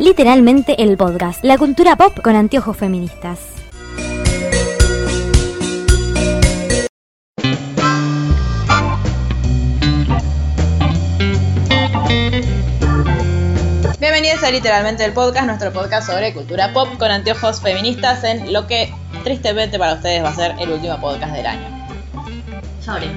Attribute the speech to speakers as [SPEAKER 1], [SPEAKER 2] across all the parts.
[SPEAKER 1] literalmente el podcast, la cultura pop con anteojos feministas.
[SPEAKER 2] Bienvenidos a Literalmente el Podcast, nuestro podcast sobre cultura pop con anteojos feministas en lo que tristemente para ustedes va a ser el último podcast del año.
[SPEAKER 3] Llore.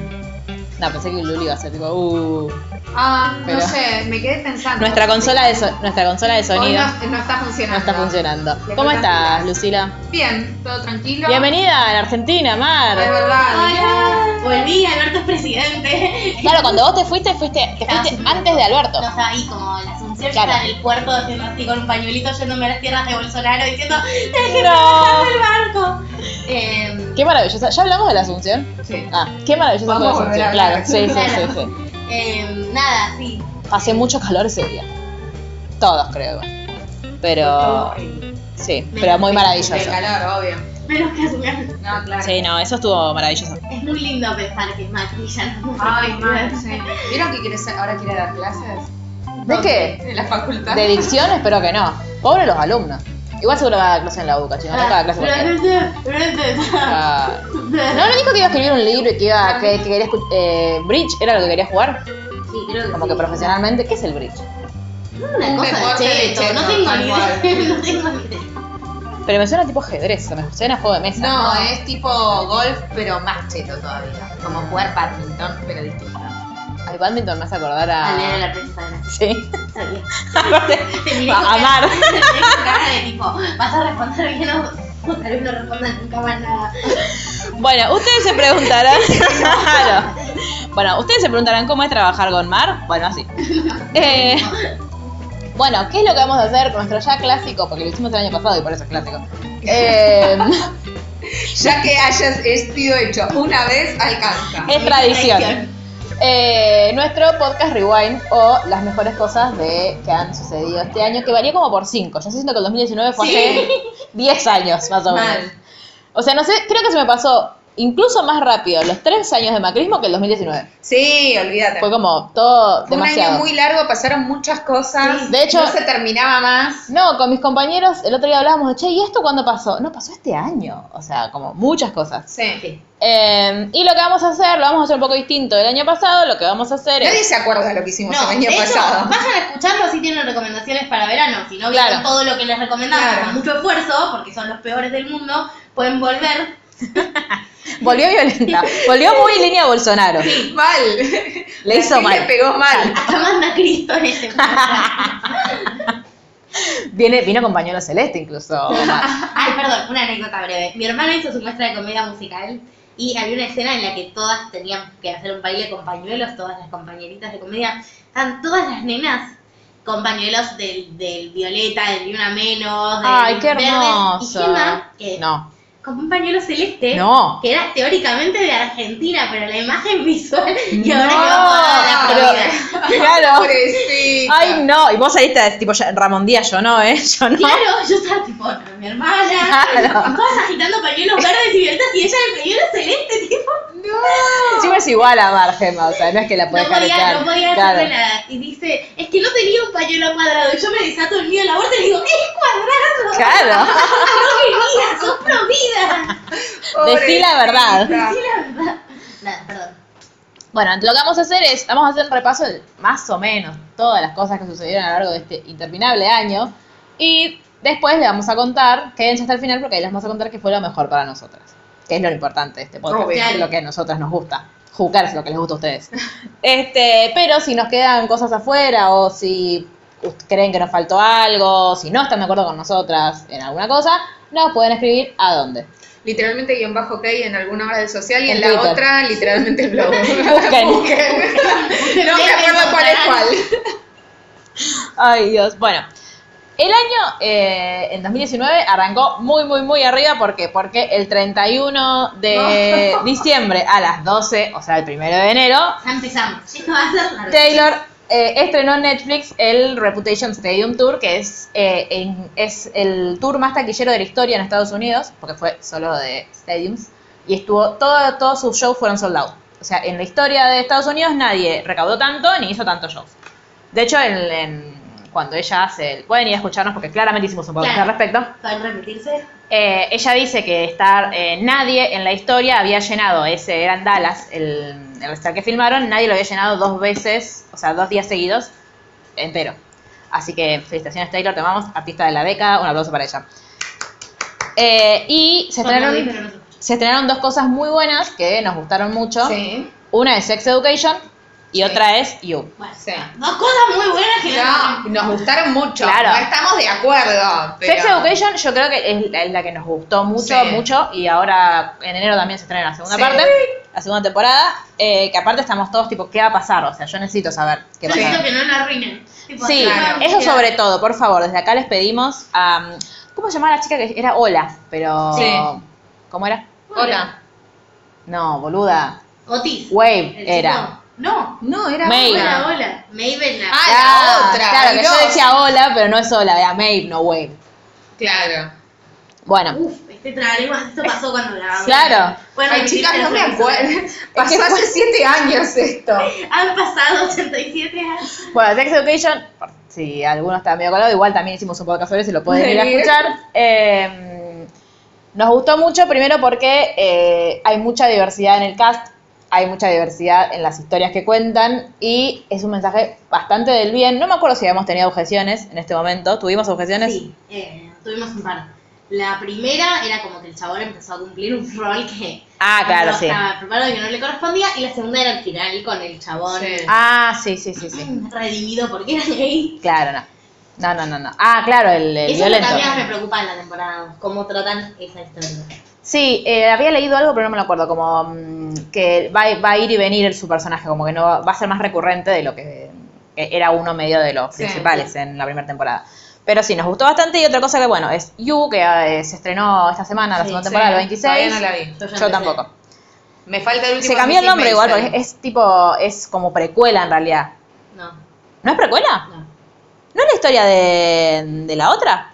[SPEAKER 2] No, pensé que Luli iba a ser tipo, uh.
[SPEAKER 4] Ah,
[SPEAKER 2] Pero-
[SPEAKER 4] no sé, me quedé pensando.
[SPEAKER 2] Nuestra consola de, so- nuestra consola de
[SPEAKER 4] Hoy
[SPEAKER 2] sonido
[SPEAKER 4] no, no está
[SPEAKER 2] no
[SPEAKER 4] funcionando.
[SPEAKER 2] está funcionando.
[SPEAKER 4] Le
[SPEAKER 2] ¿Cómo
[SPEAKER 4] faltan
[SPEAKER 2] estás,
[SPEAKER 4] pilas.
[SPEAKER 2] Lucila?
[SPEAKER 4] Bien, todo tranquilo.
[SPEAKER 2] Bienvenida a la Argentina,
[SPEAKER 4] Es
[SPEAKER 2] Mar.
[SPEAKER 4] verdad.
[SPEAKER 3] Hola. Volví, Alberto es presidente.
[SPEAKER 2] Claro, cuando vos te fuiste, fuiste, te fuiste
[SPEAKER 3] Estaba-
[SPEAKER 2] antes de Alberto.
[SPEAKER 3] No estaba ahí como la Asunción
[SPEAKER 2] Claro.
[SPEAKER 3] estaba en el puerto haciendo así con un pañuelito yéndome a las tierras de Bolsonaro diciendo ¡Déjenme
[SPEAKER 2] No.
[SPEAKER 3] bajar del barco! Eh,
[SPEAKER 2] Qué maravillosa. ¿Ya hablamos de la Asunción?
[SPEAKER 4] Sí.
[SPEAKER 2] Ah, qué maravillosa fue la
[SPEAKER 4] Vamos a volver
[SPEAKER 2] Asunción.
[SPEAKER 4] a
[SPEAKER 2] Claro,
[SPEAKER 4] hablar.
[SPEAKER 2] sí, sí, sí,
[SPEAKER 3] Claro.
[SPEAKER 2] sí.
[SPEAKER 3] eh, nada, sí.
[SPEAKER 2] Pasé mucho calor ese día. Todos, creo. igual. Pero. Sí, pero muy
[SPEAKER 4] El
[SPEAKER 2] maravilloso.
[SPEAKER 4] calor, obvio.
[SPEAKER 3] Menos que asumieron.
[SPEAKER 4] No, claro.
[SPEAKER 2] Sí, no, eso estuvo maravilloso.
[SPEAKER 3] Es muy lindo pensar que Macri ya no
[SPEAKER 4] Ay, man, sí. ¿Vieron que quiere ser- ahora quiere dar clases?
[SPEAKER 2] ¿De qué?
[SPEAKER 4] En la facultad.
[SPEAKER 2] De dicción espero que no. Pobre los alumnos. Igual seguro va a dar clase en la UCA, si no toca dar clase cualquiera. Ah. ¿No le dijo que iba a escribir un libro y que iba que, que quería escu- eh, Bridge era lo que quería jugar?
[SPEAKER 3] Sí, creo que
[SPEAKER 2] Como que
[SPEAKER 3] sí.
[SPEAKER 2] profesionalmente, ¿qué es el bridge?
[SPEAKER 3] Una
[SPEAKER 4] Un
[SPEAKER 3] cosa
[SPEAKER 4] deporte
[SPEAKER 3] de
[SPEAKER 4] de
[SPEAKER 3] cheto, no
[SPEAKER 4] cheto,
[SPEAKER 3] tengo ni
[SPEAKER 4] tal
[SPEAKER 3] idea. No tengo ni idea.
[SPEAKER 2] Pero me suena tipo ajedrez, me suena juego de mesa.
[SPEAKER 4] No, es tipo golf, pero más cheto todavía. Como jugar badminton, pero distinto.
[SPEAKER 2] Al badminton me hace acordar
[SPEAKER 3] A leer a
[SPEAKER 2] a...
[SPEAKER 3] la prensa de la
[SPEAKER 2] Sí.
[SPEAKER 3] Sabía.
[SPEAKER 2] Aparte,
[SPEAKER 3] Te miré
[SPEAKER 2] va
[SPEAKER 3] con
[SPEAKER 2] a amar.
[SPEAKER 3] cara- Te miré con cara de tipo, vas a responder bien o tal vez no respondas nunca más nada.
[SPEAKER 2] Bueno, ustedes se preguntarán. Claro. Bueno, ustedes se preguntarán cómo es trabajar con Mar. Bueno, así. Eh, bueno, ¿qué es lo que vamos a hacer con nuestro ya clásico? Porque lo hicimos el año pasado y por eso es clásico. Eh,
[SPEAKER 4] Ya que hayas sido hecho una vez, alcanza.
[SPEAKER 2] es tradición. Eh, nuestro podcast Rewind o las mejores cosas de que han sucedido este año, que varía como por 5. Yo siento que el 2019 fue
[SPEAKER 3] Sí.
[SPEAKER 2] hace 10 años, más o menos.
[SPEAKER 4] Mal.
[SPEAKER 2] O sea, no sé, creo que se me pasó incluso más rápido los 3 años de macrismo que el 2019.
[SPEAKER 4] Sí, olvídate.
[SPEAKER 2] Fue como todo
[SPEAKER 4] Fue un
[SPEAKER 2] demasiado.
[SPEAKER 4] año muy largo, pasaron muchas cosas.
[SPEAKER 2] Sí. De hecho-
[SPEAKER 4] no se terminaba más.
[SPEAKER 2] No, con mis compañeros el otro día hablábamos de, che, ¿y esto cuándo pasó? No, pasó este año. O sea, como muchas cosas.
[SPEAKER 4] Sí.
[SPEAKER 2] Eh, y lo que vamos a hacer, lo vamos a hacer un poco distinto del año pasado. Lo que vamos a hacer
[SPEAKER 4] Nadie
[SPEAKER 2] es...
[SPEAKER 4] se acuerda lo que hicimos
[SPEAKER 3] No,
[SPEAKER 4] el año
[SPEAKER 3] de hecho,
[SPEAKER 4] pasado.
[SPEAKER 3] vayan a escucharlo si tienen recomendaciones para verano. Si no vieron
[SPEAKER 2] Claro.
[SPEAKER 3] todo lo que les recomendamos
[SPEAKER 4] Claro.
[SPEAKER 3] con mucho esfuerzo, porque son los peores del mundo, pueden volver.
[SPEAKER 2] Volvió violenta. Volvió muy línea Bolsonaro.
[SPEAKER 4] Mal.
[SPEAKER 2] Le hizo
[SPEAKER 4] Brasil
[SPEAKER 2] mal.
[SPEAKER 4] Le pegó mal.
[SPEAKER 3] Hasta manda Cristo en ese podcast.
[SPEAKER 2] Viene, vino con pañuelo celeste incluso. Omar.
[SPEAKER 3] Ay, perdón, una anécdota breve. Mi hermana hizo su muestra de comedia musical y había una escena en la que todas tenían que hacer un baile con pañuelos, todas las compañeritas de comedia. Están todas las nenas con pañuelos del, del violeta, del ni una menos, del
[SPEAKER 2] Ay, qué
[SPEAKER 3] verdes. Y
[SPEAKER 2] hermoso.
[SPEAKER 3] Gemma, que
[SPEAKER 2] No.
[SPEAKER 3] con un pañuelo celeste,
[SPEAKER 2] No.
[SPEAKER 3] que era teóricamente de Argentina, pero la imagen visual y
[SPEAKER 2] No,
[SPEAKER 3] ahora quedó
[SPEAKER 2] pero-
[SPEAKER 3] toda la comida.
[SPEAKER 2] Claro.
[SPEAKER 4] Pobrecita.
[SPEAKER 2] Ay, no. Y vos saliste tipo ya- Ramón Díaz, yo no, ¿eh? Yo no.
[SPEAKER 3] Claro, yo estaba tipo, no, mi hermana,
[SPEAKER 2] Claro.
[SPEAKER 3] todas agitando pañuelos verdes y violetas y ella el pañuelo celeste, tipo.
[SPEAKER 2] Encima es igual a Mar, Gemma, O sea, no es que la
[SPEAKER 3] No
[SPEAKER 2] puedes
[SPEAKER 3] podía,
[SPEAKER 2] caretear.
[SPEAKER 3] no podía
[SPEAKER 2] Claro.
[SPEAKER 3] hacerle nada. Y dice, es que no tenía un pañuelo cuadrado. Y yo me desato el mío en la borda y le digo, ¡es cuadrado!
[SPEAKER 2] Claro.
[SPEAKER 3] ¡No quería! ¡Sos provida!
[SPEAKER 2] Decí la verdad.
[SPEAKER 3] Sí, la verdad. Nada, perdón.
[SPEAKER 2] Bueno, lo que vamos a hacer es, vamos a hacer un repaso de más o menos todas las cosas que sucedieron a lo largo de este interminable año. Y después le vamos a contar, quédense hasta el final porque ahí les vamos a contar qué fue lo mejor para nosotras. Que es lo importante de este podcast,
[SPEAKER 4] Obvio.
[SPEAKER 2] es lo que a nosotras nos gusta. Jugar es lo que les gusta a ustedes. Este, pero si nos quedan cosas afuera o si us- creen que nos faltó algo, si no están de acuerdo con nosotras en alguna cosa, nos pueden escribir a dónde.
[SPEAKER 4] Literalmente guión bajo K en alguna hora del social y
[SPEAKER 2] En
[SPEAKER 4] en, la
[SPEAKER 2] Twitter.
[SPEAKER 4] otra, literalmente el blog.
[SPEAKER 2] Busquen.
[SPEAKER 4] No me acuerdo cuál es cuál.
[SPEAKER 2] Ay, Dios. Bueno, el año eh, en 2019 arrancó muy, muy, muy arriba. ¿Por qué? Porque el 31 de diciembre a las 12, o sea, el 1 de enero,
[SPEAKER 3] Ya empezamos. Esto va a ser largo.
[SPEAKER 2] Taylor eh, estrenó en Netflix el Reputation Stadium Tour, que es, eh, en- es el tour más taquillero de la historia en Estados Unidos, porque fue solo de stadiums, y estuvo todo, todos sus shows fueron sold out. O sea, en la historia de Estados Unidos nadie recaudó tanto ni hizo tantos shows. De hecho, en, en cuando ella hace el. Pueden ir a escucharnos porque claramente hicimos un podcast
[SPEAKER 3] Claro.
[SPEAKER 2] al respecto.
[SPEAKER 3] ¿Pueden repetirse?
[SPEAKER 2] Eh, ella dice que estar eh, nadie en la historia había llenado ese Gran Dallas, el, el recital que filmaron, nadie lo había llenado dos veces, o sea, dos días seguidos, entero. Así que felicitaciones Taylor, te amamos, artista de la década, un aplauso para ella. Eh, y se
[SPEAKER 3] Yo no
[SPEAKER 2] estrenaron,
[SPEAKER 3] vi, pero no sé.
[SPEAKER 2] se estrenaron dos cosas muy buenas que nos gustaron mucho.
[SPEAKER 4] Sí.
[SPEAKER 2] Una es Sex Education y
[SPEAKER 4] Sí.
[SPEAKER 2] otra es You.
[SPEAKER 3] Bueno,
[SPEAKER 4] Sí.
[SPEAKER 3] dos cosas muy buenas que
[SPEAKER 4] No, nos gustaron mucho.
[SPEAKER 2] Claro.
[SPEAKER 4] No estamos de acuerdo. Pero...
[SPEAKER 2] Sex Education yo creo que es la, es la que nos gustó mucho,
[SPEAKER 4] Sí.
[SPEAKER 2] mucho, y ahora en enero también se estrena la segunda
[SPEAKER 4] Sí.
[SPEAKER 2] parte, la segunda temporada, eh, que aparte estamos todos tipo, ¿qué va a pasar? O sea, yo necesito saber qué va
[SPEAKER 3] Yo
[SPEAKER 2] a
[SPEAKER 3] necesito
[SPEAKER 2] pasar.
[SPEAKER 3] que no la arruinen. Tipo,
[SPEAKER 2] Sí,
[SPEAKER 3] claro,
[SPEAKER 2] eso
[SPEAKER 3] queda-
[SPEAKER 2] sobre todo, por favor, desde acá les pedimos a... ¿Cómo se llamaba la chica que era Ola? Pero...
[SPEAKER 4] Sí.
[SPEAKER 2] ¿Cómo era?
[SPEAKER 4] Hola.
[SPEAKER 2] No, boluda.
[SPEAKER 3] Otis.
[SPEAKER 2] Wave
[SPEAKER 3] el
[SPEAKER 2] era.
[SPEAKER 3] chico. No.
[SPEAKER 4] No, era
[SPEAKER 2] May.
[SPEAKER 3] Hola, hola. Mabel la-
[SPEAKER 4] Ah,
[SPEAKER 2] Ah,
[SPEAKER 4] la otra,
[SPEAKER 2] Claro, que
[SPEAKER 4] no.
[SPEAKER 2] yo decía Ola, pero no es Ola, era Maeve, no Wave.
[SPEAKER 4] Claro.
[SPEAKER 2] Bueno.
[SPEAKER 3] Uf, este trabalenguas, esto pasó cuando grabamos.
[SPEAKER 2] Claro.
[SPEAKER 3] Bueno,
[SPEAKER 4] Ay, chicas, no me acuerdo.
[SPEAKER 2] que
[SPEAKER 4] Pasó
[SPEAKER 2] fue-
[SPEAKER 4] hace siete años esto.
[SPEAKER 3] Han pasado 87 años.
[SPEAKER 2] Bueno, Sex Education, por si alguno está medio colado, igual también hicimos un podcast sobre eso, lo pueden ir a escuchar. Eh, nos gustó mucho, primero porque eh, hay mucha diversidad en el cast, hay mucha diversidad en las historias que cuentan y es un mensaje bastante del bien. No me acuerdo si habíamos tenido objeciones en este momento. ¿Tuvimos objeciones?
[SPEAKER 3] Sí, eh, tuvimos un par. La primera era como que el chabón empezó a cumplir un rol que
[SPEAKER 2] Ah, claro,
[SPEAKER 3] no
[SPEAKER 2] sí.
[SPEAKER 3] estaba preparado y que no le correspondía. Y la segunda era el final con el chabón
[SPEAKER 4] Sí.
[SPEAKER 2] Ah, sí, sí, sí, sí.
[SPEAKER 3] redimido porque era gay.
[SPEAKER 2] Claro, no. No, no, no, no. Ah, claro, el, el
[SPEAKER 3] Eso
[SPEAKER 2] violento.
[SPEAKER 3] también me preocupa en la temporada dos, cómo tratan esa historia.
[SPEAKER 2] Sí, eh, había leído algo, pero no me lo acuerdo, como mm, que va, va a ir y venir su personaje, como que no va a ser más recurrente de lo que que era uno medio de los
[SPEAKER 4] Sí.
[SPEAKER 2] principales en la primera temporada. Pero sí, nos gustó bastante y otra cosa que, bueno, es You, que eh, se estrenó esta semana, la
[SPEAKER 3] Sí,
[SPEAKER 2] segunda
[SPEAKER 4] sí,
[SPEAKER 2] temporada, el
[SPEAKER 4] todavía
[SPEAKER 2] 26.
[SPEAKER 4] no la vi.
[SPEAKER 3] Yo ya
[SPEAKER 2] Yo
[SPEAKER 3] empecé.
[SPEAKER 2] tampoco.
[SPEAKER 4] Me falta el último.
[SPEAKER 2] Se cambió el
[SPEAKER 4] Mickey
[SPEAKER 2] nombre igual,
[SPEAKER 4] Mason.
[SPEAKER 2] porque es tipo, es como precuela en realidad.
[SPEAKER 3] No,
[SPEAKER 2] ¿No es precuela?
[SPEAKER 3] no.
[SPEAKER 2] ¿No es la historia de, de la otra?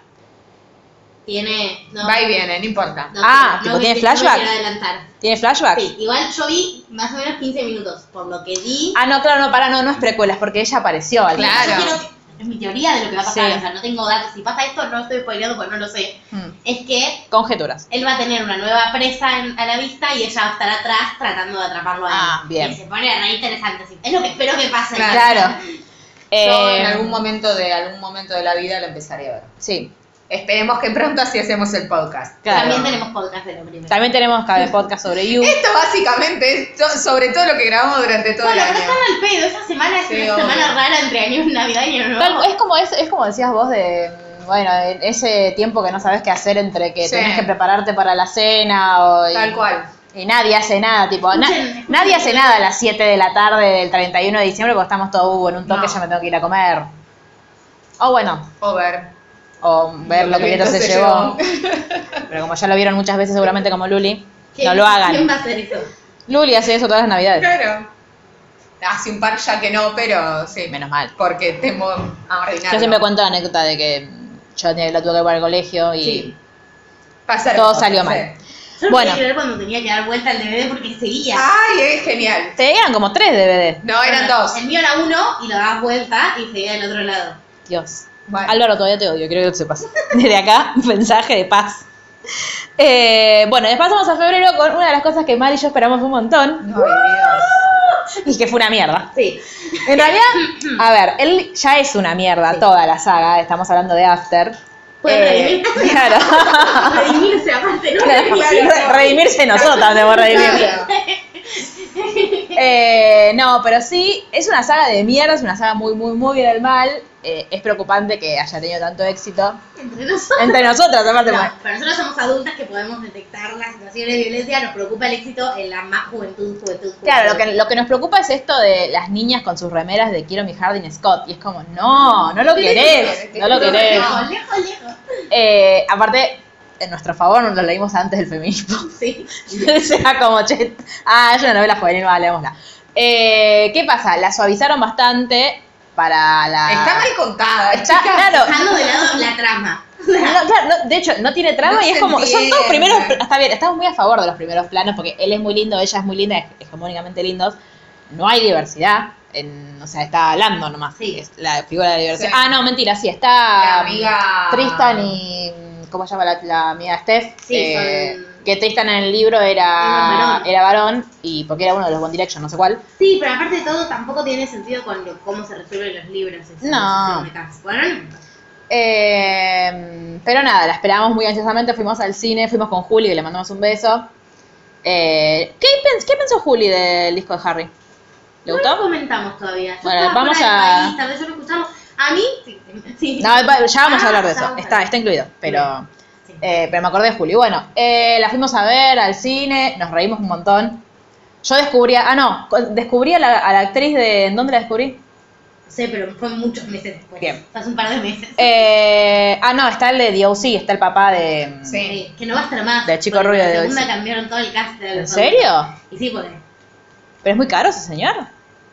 [SPEAKER 3] Tiene. No,
[SPEAKER 4] Va y viene, no importa.
[SPEAKER 3] no,
[SPEAKER 2] Ah,
[SPEAKER 3] no,
[SPEAKER 2] tipo,
[SPEAKER 3] no,
[SPEAKER 2] ¿tiene
[SPEAKER 3] no
[SPEAKER 2] flashback? Ah.
[SPEAKER 3] quiero adelantar.
[SPEAKER 2] ¿Tiene flashback?
[SPEAKER 3] Sí, igual yo vi más o menos 15 minutos, por lo que vi.
[SPEAKER 2] Ah, no, claro, no, para, no, no es precuela, es porque ella apareció al
[SPEAKER 4] Claro.
[SPEAKER 3] Yo quiero- es mi teoría de lo que va a pasar,
[SPEAKER 2] Ah, Sí.
[SPEAKER 3] o sea, no tengo datos. Si pasa esto, no estoy spoileando porque no lo sé.
[SPEAKER 2] final. Mm.
[SPEAKER 3] Es que
[SPEAKER 2] Conjeturas.
[SPEAKER 3] él va a tener una nueva presa en- a la vista y ella va a estar atrás tratando de atraparlo a él.
[SPEAKER 2] Ah, bien.
[SPEAKER 3] Y se pone re interesante. así. Es lo que espero que pase.
[SPEAKER 2] Claro.
[SPEAKER 4] Yo en
[SPEAKER 2] Eh,
[SPEAKER 4] algún momento de algún momento de la vida lo empezaré a ver.
[SPEAKER 2] Sí,
[SPEAKER 4] Esperemos que pronto así hacemos el podcast.
[SPEAKER 2] claro.
[SPEAKER 3] También tenemos podcast de lo primero.
[SPEAKER 2] También tenemos cada podcast sobre You.
[SPEAKER 4] Esto básicamente es to- sobre todo lo que grabamos durante todo
[SPEAKER 3] bueno,
[SPEAKER 4] el
[SPEAKER 3] pero
[SPEAKER 4] año.
[SPEAKER 3] estaba al pedo. Esa semana es
[SPEAKER 4] Sí,
[SPEAKER 3] una
[SPEAKER 4] obvio.
[SPEAKER 3] semana rara entre años Navidad y Año Nuevo.
[SPEAKER 2] Tal- es como es, es como decías vos de mm, bueno, en ese tiempo que no sabes qué hacer entre que
[SPEAKER 4] Sí.
[SPEAKER 2] tenés que prepararte para la cena o y,
[SPEAKER 4] Tal cual.
[SPEAKER 2] y nadie hace nada, tipo, na-
[SPEAKER 3] Escuchen.
[SPEAKER 2] nadie hace nada a las 7 de la tarde del 31 de diciembre porque estamos todos uh, en un toque
[SPEAKER 4] No.
[SPEAKER 2] ya me tengo que ir a comer. O bueno,
[SPEAKER 4] Over.
[SPEAKER 2] o ver lo que viento se, llevó. Pero como ya lo vieron muchas veces seguramente como Luli,
[SPEAKER 3] ¿Qué-
[SPEAKER 2] no lo
[SPEAKER 3] ¿Quién va a
[SPEAKER 2] hagan.
[SPEAKER 3] hacer eso?
[SPEAKER 2] Luli hace eso todas las navidades.
[SPEAKER 4] Claro. Hace un par ya que no, pero sí.
[SPEAKER 2] Menos mal.
[SPEAKER 4] Porque temo a arruinarlo.
[SPEAKER 2] Yo siempre cuento la anécdota de que yo tenía- la tuve que llevar al colegio y
[SPEAKER 4] Sí. Pasaron
[SPEAKER 2] todo
[SPEAKER 4] cosas,
[SPEAKER 2] salió
[SPEAKER 4] sí.
[SPEAKER 2] mal.
[SPEAKER 3] Yo no
[SPEAKER 2] Bueno. Ah,
[SPEAKER 3] podía creer cuando tenía que dar vuelta al DVD porque seguía.
[SPEAKER 4] Ay, es genial.
[SPEAKER 2] Te eran como tres DVDs.
[SPEAKER 4] No, eran
[SPEAKER 3] Bueno,
[SPEAKER 4] dos.
[SPEAKER 3] El mío era uno y lo dabas vuelta y seguía del otro lado.
[SPEAKER 2] Dios.
[SPEAKER 4] Bueno.
[SPEAKER 2] Álvaro, todavía te odio, quiero que lo sepas. Desde acá, un mensaje de paz. Eh, bueno, después pasamos a febrero con una de las cosas que Mar y yo esperamos un montón
[SPEAKER 4] Ay, Dios.
[SPEAKER 2] y que fue una mierda.
[SPEAKER 3] Sí.
[SPEAKER 2] En realidad, a ver, él ya es una mierda toda la saga, estamos hablando de After.
[SPEAKER 3] Pueden
[SPEAKER 2] Eh,
[SPEAKER 3] redimirse.
[SPEAKER 2] claro.
[SPEAKER 3] Redimirse aparte, ¿no?
[SPEAKER 2] Claro, re- Redimirse nosotras debemos redimirse.
[SPEAKER 4] Claro.
[SPEAKER 2] Eh, no, pero sí, es una saga de mierda, es una saga muy, muy, muy del mal. Eh, es preocupante que haya tenido tanto éxito.
[SPEAKER 3] Entre nosotros.
[SPEAKER 2] Entre nosotras, aparte.
[SPEAKER 3] No,
[SPEAKER 2] bueno.
[SPEAKER 3] pero nosotros somos adultas que podemos detectar las situaciones de violencia, nos preocupa el éxito en la más juventud, juventud, juventud.
[SPEAKER 2] Claro, lo que, lo que nos preocupa es esto de las niñas con sus remeras de Quiero mi jardín Scott. Y es como, no, no lo querés, no lo querés.
[SPEAKER 3] No, lejos, lejos.
[SPEAKER 2] Eh, aparte, en nuestro favor, nos lo leímos antes del feminismo.
[SPEAKER 3] Sí.
[SPEAKER 2] Será como, che, ah, es una novela juvenil, vale, leámosla. Eh, ¿Qué pasa? La suavizaron bastante para la...
[SPEAKER 4] Está mal contada.
[SPEAKER 2] Ah. Está-
[SPEAKER 4] chicas.
[SPEAKER 2] claro,
[SPEAKER 3] Dejando de lado la trama.
[SPEAKER 2] No, claro, no, de hecho, no tiene trama
[SPEAKER 4] No
[SPEAKER 2] y es
[SPEAKER 4] se
[SPEAKER 2] como. Son todos
[SPEAKER 4] entiende.
[SPEAKER 2] primeros. Está bien, estamos muy a favor de los primeros planos porque él es muy lindo, ella es muy linda, hege- hegemónicamente lindos. No hay diversidad. en, o sea, está Lando nomás,
[SPEAKER 3] Sí.
[SPEAKER 2] es la figura de la diversión.
[SPEAKER 4] Sí.
[SPEAKER 2] Ah, no, mentira, sí, está mm,
[SPEAKER 4] La amiga-
[SPEAKER 2] Ah, Tristan y, mm, ¿cómo se llama la, la amiga Steph?
[SPEAKER 3] Sí,
[SPEAKER 2] Eh,
[SPEAKER 3] son-
[SPEAKER 2] Que Tristan en el libro
[SPEAKER 3] Era
[SPEAKER 2] era
[SPEAKER 3] varón.
[SPEAKER 2] era varón, y porque era uno de los One Direction, no sé cuál.
[SPEAKER 3] Sí, pero aparte de todo, tampoco tiene sentido con lo- cómo se resuelven los libros. eso,
[SPEAKER 2] No.
[SPEAKER 3] eso me cansa. Bueno, no importa.
[SPEAKER 2] Eh, pero nada, la esperábamos muy ansiosamente, fuimos al cine, fuimos con Juli, que le mandamos un beso. Eh, ¿qué, pens- qué pensó Juli del disco de Harry? ¿Le
[SPEAKER 3] No
[SPEAKER 2] gustó?
[SPEAKER 3] lo comentamos todavía. Yo
[SPEAKER 2] Bueno,
[SPEAKER 3] estaba
[SPEAKER 2] vamos
[SPEAKER 3] fuera del
[SPEAKER 2] a-
[SPEAKER 3] país, tal vez yo lo escuchamos. A mí, sí. sí.
[SPEAKER 2] No, va- ya vamos a
[SPEAKER 3] Ah,
[SPEAKER 2] hablar de
[SPEAKER 3] ya
[SPEAKER 2] eso,
[SPEAKER 3] vamos a
[SPEAKER 2] está,
[SPEAKER 3] hablar.
[SPEAKER 2] está incluido, pero,
[SPEAKER 3] Sí.
[SPEAKER 2] eh, pero me acordé de Juli. Bueno, eh, la fuimos a ver al cine, nos reímos un montón. Yo descubrí, a- ah no, co- descubrí a la, a la actriz de, ¿en dónde la descubrí?
[SPEAKER 3] Sí, pero fue muchos meses después.
[SPEAKER 2] Bien.
[SPEAKER 3] Hace un par de meses.
[SPEAKER 2] Eh, ah no, está el de D.O.C., está el papá de...
[SPEAKER 4] Sí.
[SPEAKER 3] Sí, Que no va a estar más.
[SPEAKER 2] Del chico
[SPEAKER 3] porque
[SPEAKER 2] rubio
[SPEAKER 3] en
[SPEAKER 2] de
[SPEAKER 3] la
[SPEAKER 2] hoy,
[SPEAKER 3] segunda
[SPEAKER 2] sí.
[SPEAKER 3] cambiaron todo el cast. de
[SPEAKER 2] ¿En
[SPEAKER 3] los
[SPEAKER 2] serio?
[SPEAKER 3] otros. Y sí, porque...
[SPEAKER 2] Pero es muy caro ese señor.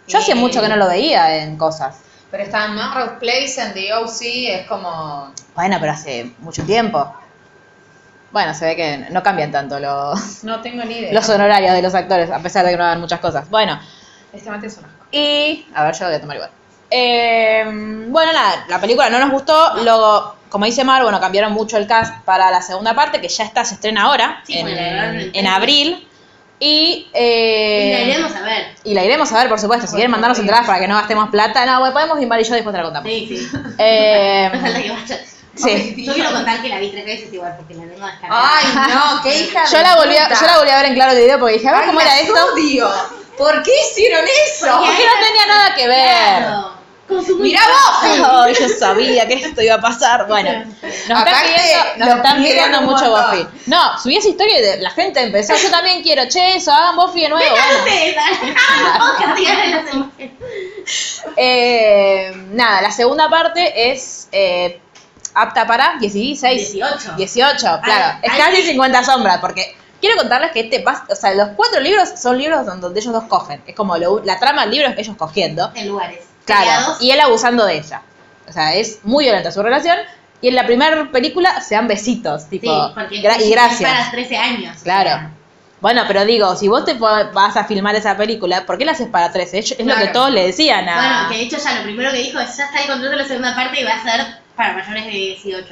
[SPEAKER 2] Yo hacía
[SPEAKER 4] Eh.
[SPEAKER 2] mucho que no lo veía en cosas.
[SPEAKER 4] Pero está en Melrose Place, en The O.C., es como...
[SPEAKER 2] Bueno, pero hace mucho tiempo. Bueno, se ve que no cambian tanto los,
[SPEAKER 4] No tengo ni idea.
[SPEAKER 2] los honorarios de los actores, a pesar de que no hagan muchas cosas. Bueno,
[SPEAKER 4] Este mate es un asco.
[SPEAKER 2] y. A ver, yo lo voy a tomar igual. Eh, bueno, nada, la película no nos gustó. Luego, como dice Mar, bueno, cambiaron mucho el cast para la segunda parte, que ya está, se estrena ahora,
[SPEAKER 3] Sí,
[SPEAKER 2] en,
[SPEAKER 3] porque la grabaron en
[SPEAKER 2] en abril. Y.
[SPEAKER 3] Y la
[SPEAKER 2] eh,
[SPEAKER 3] iremos a ver.
[SPEAKER 2] y la iremos a ver, por supuesto. Si quieren mandarnos entradas para que no gastemos plata, no, bueno, podemos ir Mar y yo después te la contamos.
[SPEAKER 3] Sí, sí. No
[SPEAKER 2] Eh,
[SPEAKER 3] falta que vayas.
[SPEAKER 2] sí.
[SPEAKER 3] Yo quiero contar que la vi tres veces igual, porque la tengo descargada.
[SPEAKER 4] Ay, no, qué hija
[SPEAKER 2] Yo
[SPEAKER 4] de
[SPEAKER 2] la, volví a,
[SPEAKER 4] puta.
[SPEAKER 2] yo la volví a ver en claro video porque dije, a ver
[SPEAKER 4] Ay,
[SPEAKER 2] cómo era
[SPEAKER 4] las
[SPEAKER 2] esto.
[SPEAKER 4] odio. ¿Por qué hicieron eso?
[SPEAKER 2] Porque no tenía nada que ver.
[SPEAKER 3] Claro. Con su
[SPEAKER 4] Mirá vos.
[SPEAKER 2] Ay, yo sabía que esto iba a pasar. Bueno, nos están
[SPEAKER 4] Aparte,
[SPEAKER 2] pidiendo, nos
[SPEAKER 4] lo
[SPEAKER 2] están
[SPEAKER 4] pidieron
[SPEAKER 2] pidiendo
[SPEAKER 4] un
[SPEAKER 2] mucho
[SPEAKER 4] montón.
[SPEAKER 2] Buffy. No, subí esa historia y de- la gente empezó. Yo también quiero, che, eso, hagan Buffy de nuevo.
[SPEAKER 3] Vengan
[SPEAKER 2] bueno.
[SPEAKER 3] ustedes. Ah, no, que sigan en las emociones.
[SPEAKER 2] Eh, nada, la segunda parte es eh, apta para 16.
[SPEAKER 3] 18.
[SPEAKER 2] 18, claro.
[SPEAKER 3] Ay,
[SPEAKER 2] es
[SPEAKER 3] ay,
[SPEAKER 2] casi
[SPEAKER 3] Ah, sí.
[SPEAKER 2] 50 sombras, porque quiero contarles que este pas- o sea, los cuatro libros son libros donde, donde ellos dos cogen. Es como lo- la trama del libro es ellos cogiendo.
[SPEAKER 3] En lugares.
[SPEAKER 2] Claro.
[SPEAKER 3] Peleados.
[SPEAKER 2] Y él abusando de ella. O sea, es muy violenta su relación. Y en la primera película se dan besitos, tipo.
[SPEAKER 3] sí, porque
[SPEAKER 2] gra- y gracias.
[SPEAKER 3] para 13 años. o
[SPEAKER 2] Claro.
[SPEAKER 3] sea.
[SPEAKER 2] Bueno, pero digo, si vos te po- vas a filmar esa película, ¿por qué la haces para 13? Es, es lo que
[SPEAKER 4] Claro.
[SPEAKER 2] todos le decían a.
[SPEAKER 3] Bueno, que de hecho ya lo primero que dijo es ya está el contrato de la segunda parte y va a ser para mayores de 18.